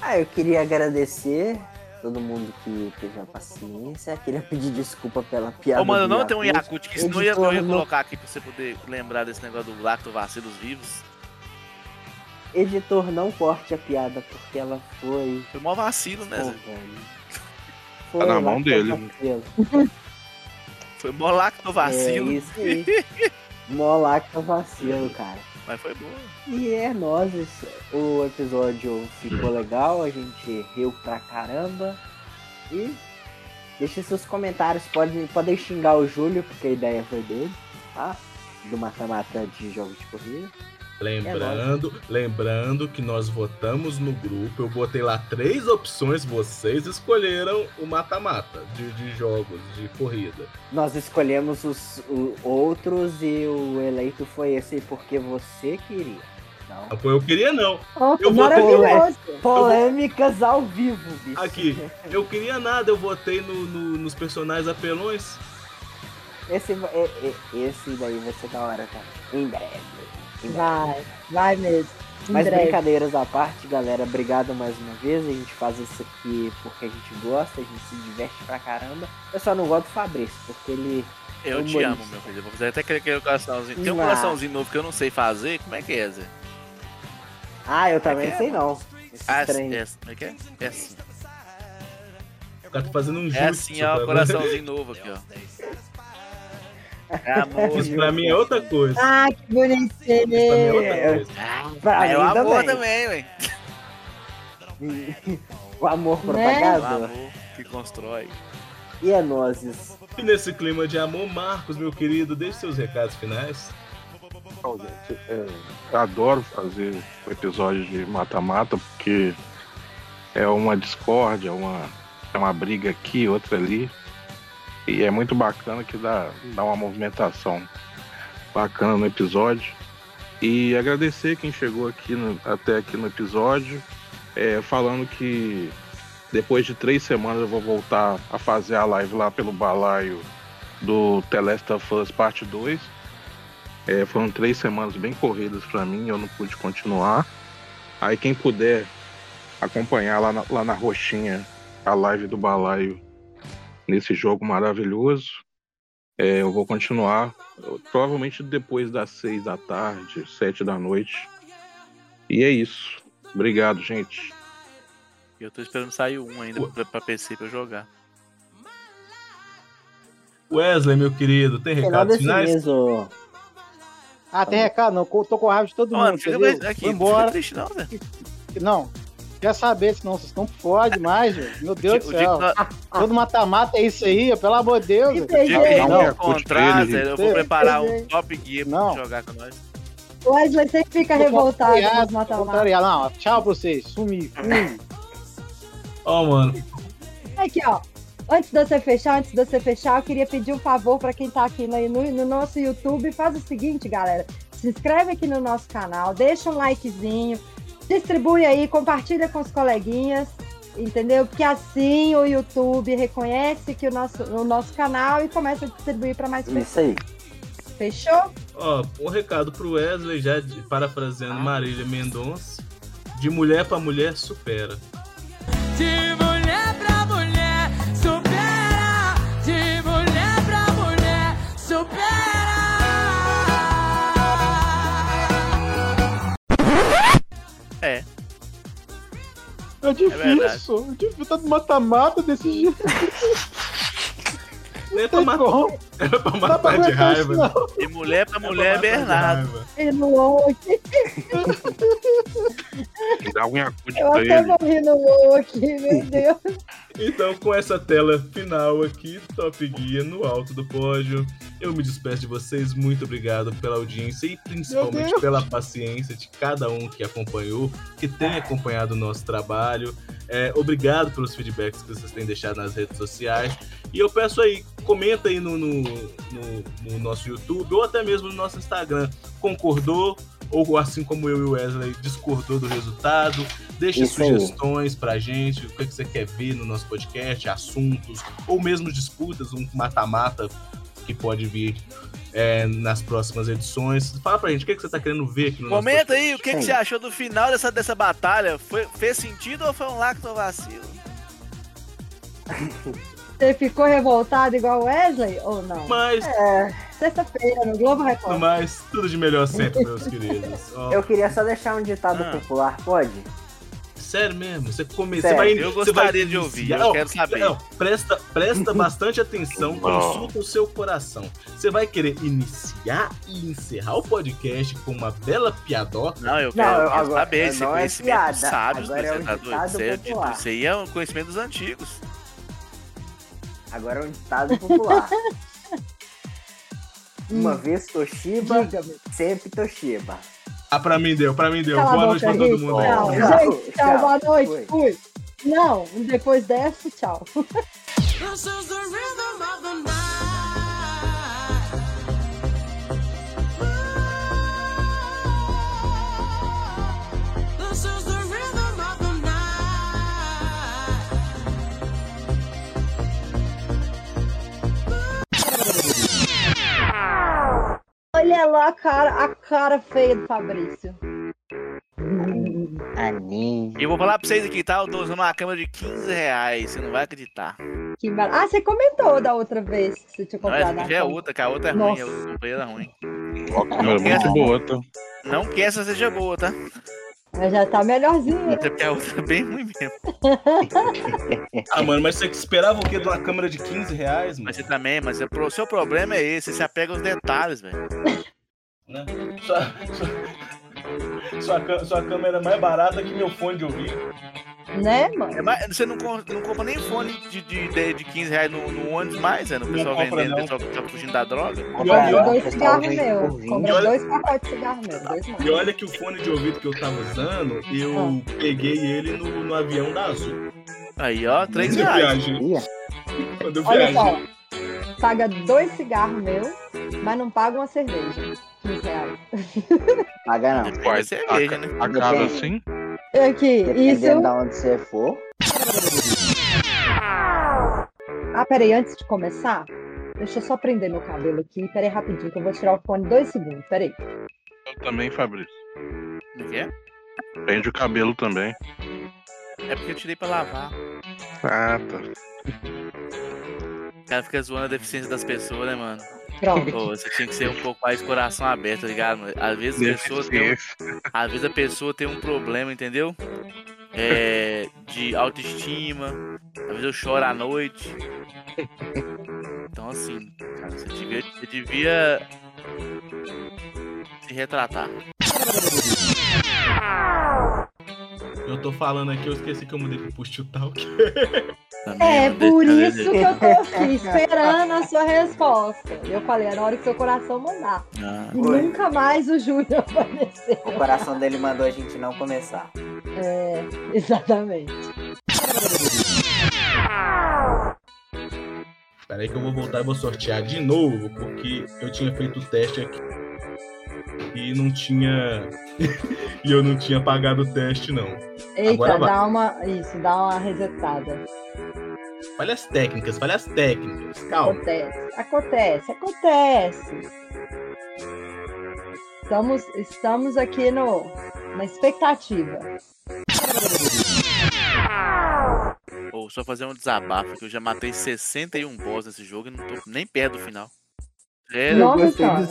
[SPEAKER 11] Ah, eu queria agradecer todo mundo que teve a paciência. Queria pedir desculpa pela piada.
[SPEAKER 5] Ô, mano,
[SPEAKER 11] do
[SPEAKER 5] não tem um
[SPEAKER 11] Yakult.
[SPEAKER 5] Yakut, que senão eu ia, eu ia
[SPEAKER 11] Editor no-
[SPEAKER 5] colocar aqui pra você poder lembrar desse negócio do Lactovacilos vivos.
[SPEAKER 11] Editor, não corte a piada, porque ela foi.
[SPEAKER 5] Foi mó vacilo, né? Zé?
[SPEAKER 11] Foi
[SPEAKER 8] Tá na
[SPEAKER 11] lá
[SPEAKER 8] mão
[SPEAKER 11] com
[SPEAKER 8] dele.
[SPEAKER 11] vacilo.
[SPEAKER 5] Foi mó Lactovacilo.
[SPEAKER 11] É isso aí. Mó vacilo, cara.
[SPEAKER 5] Mas foi bom.
[SPEAKER 11] E é nóis, esse- o episódio ficou legal, a gente riu pra caramba. E deixa seus comentários, podem, podem xingar o Júlio, porque a ideia foi dele, tá? Do mata-mata de jogos de corrida.
[SPEAKER 5] É
[SPEAKER 3] Lembrando, lembrando que nós votamos no grupo, eu botei lá três opções, vocês escolheram o mata-mata de, de jogos, de corrida.
[SPEAKER 11] Nós escolhemos os o- outros e o eleito foi esse porque você queria. Não.
[SPEAKER 3] Não, Ah, Eu queria não.
[SPEAKER 11] Nossa,
[SPEAKER 3] eu votei
[SPEAKER 11] maravilhoso.
[SPEAKER 3] Eu vo-
[SPEAKER 11] Polêmicas ao vivo, bicho.
[SPEAKER 3] Aqui, eu queria nada, eu votei no- no- nos personagens apelões.
[SPEAKER 11] Esse, va- e- e- esse daí vai ser da hora, cara. Em breve. Em
[SPEAKER 4] Vai, vai mesmo. Em
[SPEAKER 11] Mas
[SPEAKER 4] breve.
[SPEAKER 11] brincadeiras à parte, galera, obrigado mais uma vez. A gente faz isso aqui porque a gente gosta, a gente se diverte pra caramba. Eu só não gosto do Fabrício, porque ele.
[SPEAKER 5] Eu
[SPEAKER 11] é
[SPEAKER 5] te
[SPEAKER 11] humorista.
[SPEAKER 5] amo, meu filho. Eu Vou fazer até aquele, aquele coraçãozinho. Tem um
[SPEAKER 11] Ah.
[SPEAKER 5] coraçãozinho novo que eu não sei fazer. Como é que é, Zé?
[SPEAKER 11] Ah, eu também sei não.
[SPEAKER 5] Ah, é, é, como é que é? É assim.
[SPEAKER 3] O cara tá fazendo um jutsu.
[SPEAKER 5] É assim, ó,
[SPEAKER 3] pra-
[SPEAKER 5] o coraçãozinho novo aqui, ó. É amor.
[SPEAKER 3] Isso pra mim é outra coisa.
[SPEAKER 4] Ah, que
[SPEAKER 3] é
[SPEAKER 4] bonitinho.
[SPEAKER 11] Pra
[SPEAKER 5] Aí é o
[SPEAKER 2] Ah,
[SPEAKER 11] mim
[SPEAKER 5] amor
[SPEAKER 11] também.
[SPEAKER 5] também, ué.
[SPEAKER 11] O
[SPEAKER 4] Né?
[SPEAKER 11] amor
[SPEAKER 2] Tá
[SPEAKER 5] É O
[SPEAKER 11] propagador.
[SPEAKER 5] amor que constrói.
[SPEAKER 11] E é nozes.
[SPEAKER 3] E nesse clima de amor, Marcos, meu querido, deixe seus recados finais.
[SPEAKER 8] É, Eu adoro fazer o episódio de mata-mata porque é uma discórdia, uma, é uma briga aqui, outra ali. E é muito bacana que dá, dá uma movimentação bacana no episódio. E agradecer quem chegou aqui no- até aqui no episódio, é, falando que depois de três semanas eu vou voltar a fazer a live lá pelo balaio do The Last of Us Parte 2. É, foram três semanas bem corridas pra mim, eu não pude continuar. Aí quem puder acompanhar lá na, lá na Roxinha a live do Balaio nesse jogo maravilhoso, é, eu vou continuar. eu- provavelmente depois das seis da tarde, sete da noite. E é isso. Obrigado, gente.
[SPEAKER 5] E eu tô esperando sair um ainda pra, pra PC pra eu jogar.
[SPEAKER 3] Wesley, meu querido, tem
[SPEAKER 2] Final
[SPEAKER 3] recados
[SPEAKER 2] desse
[SPEAKER 3] finais?
[SPEAKER 2] mês, Ah, tem recado, não. Eu Tô com raiva de todo
[SPEAKER 5] Mano,
[SPEAKER 2] mundo.
[SPEAKER 5] fica
[SPEAKER 2] entendeu?
[SPEAKER 5] mais- aqui,
[SPEAKER 2] Vou
[SPEAKER 5] não fica
[SPEAKER 2] embora.
[SPEAKER 5] triste não, Zé.
[SPEAKER 2] Não. Quer saber, senão vocês estão foda demais, velho. Meu Deus
[SPEAKER 5] O
[SPEAKER 2] do
[SPEAKER 5] dia-
[SPEAKER 2] céu.
[SPEAKER 5] o dia que
[SPEAKER 2] Todo mata-mata é isso aí, pelo amor de Deus.
[SPEAKER 4] Um
[SPEAKER 2] velho.
[SPEAKER 5] O dia que a gente
[SPEAKER 2] Não.
[SPEAKER 5] encontrar,
[SPEAKER 2] Sei,
[SPEAKER 5] Zé, eu vou preparar
[SPEAKER 2] sei.
[SPEAKER 5] um Top Gear pra você jogar com nós.
[SPEAKER 4] O Wesley sempre fica
[SPEAKER 2] Tô
[SPEAKER 4] revoltado
[SPEAKER 2] contrariado,
[SPEAKER 4] nos
[SPEAKER 2] tô
[SPEAKER 4] mata-mata.
[SPEAKER 2] contrariado. Não, tchau pra vocês. Sumi. fui.
[SPEAKER 3] Ó, mano,
[SPEAKER 4] Aqui, ó. Antes de você fechar, antes de você fechar, eu queria pedir um favor para quem tá aqui no, no- no nosso YouTube. Faz o seguinte, galera. Se inscreve aqui no nosso canal, deixa um likezinho, distribui aí, compartilha com os coleguinhas, entendeu? Porque assim o YouTube reconhece que o nosso, o nosso canal e começa a distribuir para mais pessoas.
[SPEAKER 11] Isso aí.
[SPEAKER 4] Fechou?
[SPEAKER 3] ó, um recado pro Wesley, já de- parafraseando
[SPEAKER 5] Ah.
[SPEAKER 3] Marília Mendonça. De mulher pra mulher, supera.
[SPEAKER 7] De mulher pra mulher, supera. De mulher pra mulher, supera.
[SPEAKER 5] É.
[SPEAKER 2] É difícil.
[SPEAKER 5] verdade.
[SPEAKER 2] É difícil. Tá no mata-mata desse jeito.
[SPEAKER 3] Não tem como. É pra matar de
[SPEAKER 2] aguentar isso,
[SPEAKER 3] raiva. né?
[SPEAKER 2] não.
[SPEAKER 5] E mulher pra mulher é Bernardo.
[SPEAKER 4] E no Loki.
[SPEAKER 8] Dá um acude
[SPEAKER 4] Eu
[SPEAKER 3] pra
[SPEAKER 4] até
[SPEAKER 3] ele.
[SPEAKER 4] morri no Loki, meu Deus.
[SPEAKER 3] Então, com essa tela final aqui, Top Guia no alto do pódio, eu me despeço de vocês. Muito obrigado pela audiência e
[SPEAKER 1] Meu
[SPEAKER 3] principalmente
[SPEAKER 1] Deus.
[SPEAKER 3] pela paciência de cada um que acompanhou, que tem acompanhado o nosso trabalho. É, obrigado pelos feedbacks que vocês têm deixado nas redes sociais. E eu peço aí, comenta aí no, no, no- no nosso YouTube ou até mesmo no nosso Instagram. Concordou? Ou assim como eu e o Wesley, discordou do resultado? Deixa
[SPEAKER 11] Isso aí.
[SPEAKER 3] sugestões sugestões pra gente, o que, que você quer ver no nosso podcast, assuntos, ou mesmo disputas, um mata-mata que pode vir é, nas próximas edições. Fala pra gente o que, que você tá querendo ver aqui no nosso
[SPEAKER 5] Comenta
[SPEAKER 3] podcast.
[SPEAKER 5] aí o que, que você achou do final dessa, dessa batalha. Foi, fez sentido ou foi um lactovacilo?
[SPEAKER 4] Você ficou revoltado igual o Wesley ou não?
[SPEAKER 3] Mas-
[SPEAKER 4] É, sexta-feira no Globo Record.
[SPEAKER 3] Mas tudo de melhor sempre, meus queridos. Ó,
[SPEAKER 11] Eu queria só deixar um ditado
[SPEAKER 3] Ah.
[SPEAKER 11] popular, pode?
[SPEAKER 3] Sério mesmo, você come... você
[SPEAKER 11] Sério.
[SPEAKER 3] vai
[SPEAKER 11] Eu
[SPEAKER 3] você
[SPEAKER 5] gostaria
[SPEAKER 3] vai
[SPEAKER 5] de ouvir,
[SPEAKER 3] iniciar-
[SPEAKER 5] eu
[SPEAKER 3] Não,
[SPEAKER 5] quero saber.
[SPEAKER 3] não, presta, presta bastante atenção, consulta o seu coração. Você vai querer iniciar e encerrar o podcast com uma bela piadoca?
[SPEAKER 5] Não, eu quero, eu quero saber esse conhecimento sábio dos apresentadores. Isso aí é de-
[SPEAKER 11] popular.
[SPEAKER 5] Isso aí é um conhecimento dos antigos.
[SPEAKER 11] Agora é um ditado popular. Uma vez Toshiba, sempre Toshiba.
[SPEAKER 3] Ah, pra mim deu, pra mim deu.
[SPEAKER 4] Cala a
[SPEAKER 3] Boa noite
[SPEAKER 4] boca,
[SPEAKER 3] pra todo
[SPEAKER 4] Rick.
[SPEAKER 3] mundo. Ah,
[SPEAKER 4] Não,
[SPEAKER 3] aí.
[SPEAKER 4] gente, tchau, boa noite. Fui. Não, depois dessa, tchau.
[SPEAKER 7] This is the rhythm of the night. This is the rhythm of the night.
[SPEAKER 4] Olha lá, cara, a cara feia do Fabrício.
[SPEAKER 5] E eu vou falar pra vocês aqui, tá? Eu tô usando uma câmera de 15 reais, você não vai acreditar.
[SPEAKER 4] Que bar... Ah, você comentou da outra vez que você tinha
[SPEAKER 5] Não,
[SPEAKER 4] comprado.
[SPEAKER 5] essa
[SPEAKER 4] a
[SPEAKER 5] aqui é
[SPEAKER 4] cama.
[SPEAKER 5] outra, que a outra é ruim,
[SPEAKER 4] Nossa.
[SPEAKER 5] a outra é ruim.
[SPEAKER 8] Câmera É muito boa, tá?
[SPEAKER 5] Não que essa seja boa, tá?
[SPEAKER 4] Mas já tá melhorzinho. né?
[SPEAKER 5] Até porque a outra é bem ruim mesmo.
[SPEAKER 3] Ah, mano, mas você esperava o quê de uma câmera de 15 reais,
[SPEAKER 5] Mas você também, mas o pro- seu problema é esse, você se apega aos detalhes, velho.
[SPEAKER 3] né? Sua, sua- sua cã- sua câmera é mais barata que meu fone de ouvido.
[SPEAKER 4] Né, mano?
[SPEAKER 5] É mais- você não, com- não compra nem fone de, de, de, de 15 reais no, no ônibus mais, né? O pessoal
[SPEAKER 3] compra,
[SPEAKER 5] vendendo,
[SPEAKER 3] não.
[SPEAKER 5] o pessoal que tá fugindo da droga.
[SPEAKER 4] Comprei dois cigarros meus.
[SPEAKER 3] E
[SPEAKER 4] Comprei
[SPEAKER 3] olha-
[SPEAKER 4] dois pacotes de cigarro meu. Dois não.
[SPEAKER 3] E olha que o fone de ouvido que eu tava usando, eu
[SPEAKER 4] Ah.
[SPEAKER 3] peguei ele no, no avião da Azul.
[SPEAKER 5] Aí, ó, três
[SPEAKER 3] Quando eu
[SPEAKER 5] reais.
[SPEAKER 3] viajei- Quando eu
[SPEAKER 4] é Olha só.
[SPEAKER 3] viajei.
[SPEAKER 4] Paga dois cigarros meus, mas não paga uma cerveja. 15 reais.
[SPEAKER 11] Paga não.
[SPEAKER 5] Pode ser cerveja,
[SPEAKER 11] né?
[SPEAKER 8] é Acaba assim?
[SPEAKER 4] Aqui,
[SPEAKER 11] Dependendo
[SPEAKER 4] isso.
[SPEAKER 11] da onde você for.
[SPEAKER 4] Ah, peraí, antes de começar, deixa eu só prender meu cabelo aqui. Peraí, rapidinho, que eu vou tirar o fone dois segundos. Peraí.
[SPEAKER 8] Eu também, Fabrício.
[SPEAKER 5] O quê?
[SPEAKER 8] Prende o cabelo também.
[SPEAKER 5] É porque eu tirei pra lavar.
[SPEAKER 8] Ah, tá.
[SPEAKER 5] O cara fica zoando a deficiência das pessoas, né, mano?
[SPEAKER 4] Pronto.
[SPEAKER 5] Pô, você tinha que ser um pouco mais coração aberto, tá ligado? mano? Às vezes a pessoa tem um, Às vezes a pessoa tem um problema, entendeu? É, de autoestima. Às vezes eu choro à noite. Então assim, cara, você devia, você devia se retratar.
[SPEAKER 3] Eu tô falando aqui, eu esqueci que eu mudei pro Push to Talk.
[SPEAKER 4] É por
[SPEAKER 5] tá
[SPEAKER 4] isso que eu tô aqui, esperando a sua resposta. Eu falei, é na hora que seu coração mandar.
[SPEAKER 5] Ah,
[SPEAKER 4] E
[SPEAKER 11] Oi.
[SPEAKER 4] nunca mais o Júlio apareceu.
[SPEAKER 11] O coração dele mandou a gente não começar.
[SPEAKER 4] É, exatamente.
[SPEAKER 3] Pera aí que eu vou voltar e vou sortear de novo, porque eu tinha feito o teste aqui. E não tinha. e eu não tinha pagado o teste, não.
[SPEAKER 4] Eita,
[SPEAKER 3] Agora vai. Tá
[SPEAKER 4] dá uma. Isso, dá uma resetada.
[SPEAKER 3] Falha as técnicas, falha as técnicas. Calma.
[SPEAKER 4] Acontece, acontece, acontece. Estamos, estamos aqui no, na expectativa.
[SPEAKER 5] Ou só fazer um desabafo, que eu já matei 61 boss nesse jogo e não tô nem perto do final. É,
[SPEAKER 4] Nossa senhora.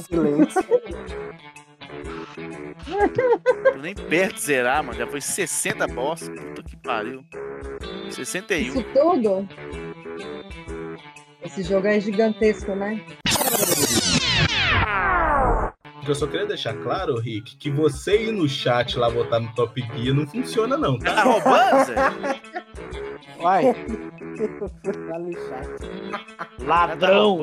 [SPEAKER 5] tô nem perto de zerar, mano. Já foi 60 boss. Puta que pariu. 61.
[SPEAKER 4] Isso tudo? Esse jogo é gigantesco, né?
[SPEAKER 3] Eu só queria deixar claro, Rick, que você ir no chat lá botar no Top Gear não funciona, não. Tá
[SPEAKER 5] roubando, Zé?
[SPEAKER 3] Uai.
[SPEAKER 11] Lá no chat.
[SPEAKER 5] Ladrão!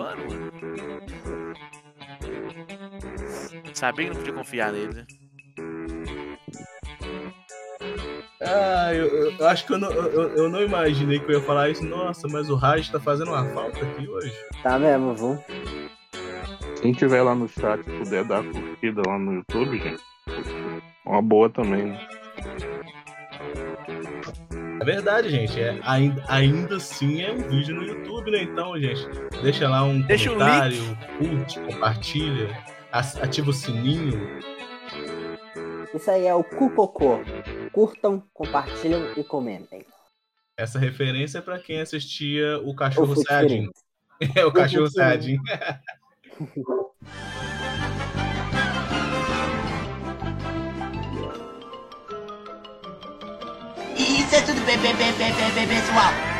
[SPEAKER 5] Sabia que não podia confiar nele, né?
[SPEAKER 3] Ah, eu, eu- eu acho que eu não, eu, eu não imaginei que eu ia falar isso. Nossa, mas o Raj tá fazendo uma falta aqui hoje.
[SPEAKER 11] Tá mesmo, viu?
[SPEAKER 8] Quem tiver lá no chat e puder dar curtida lá no YouTube, gente. Uma boa também, né?
[SPEAKER 3] É verdade, gente. É, ainda, ainda assim é um vídeo no YouTube, né? Então, gente, deixa lá um
[SPEAKER 5] Deixa o
[SPEAKER 3] comentário, um curte, compartilha, ac- ativa o sininho.
[SPEAKER 11] Isso aí é o Cucocô. Curtam, compartilham e comentem.
[SPEAKER 3] Essa referência é pra quem assistia o Cachorro
[SPEAKER 11] O Fute
[SPEAKER 3] Saiyajin. É o Cachorro
[SPEAKER 11] Fute
[SPEAKER 3] Saiyajin.
[SPEAKER 7] Isso é tudo, bebê, bebê, bebê, pessoal.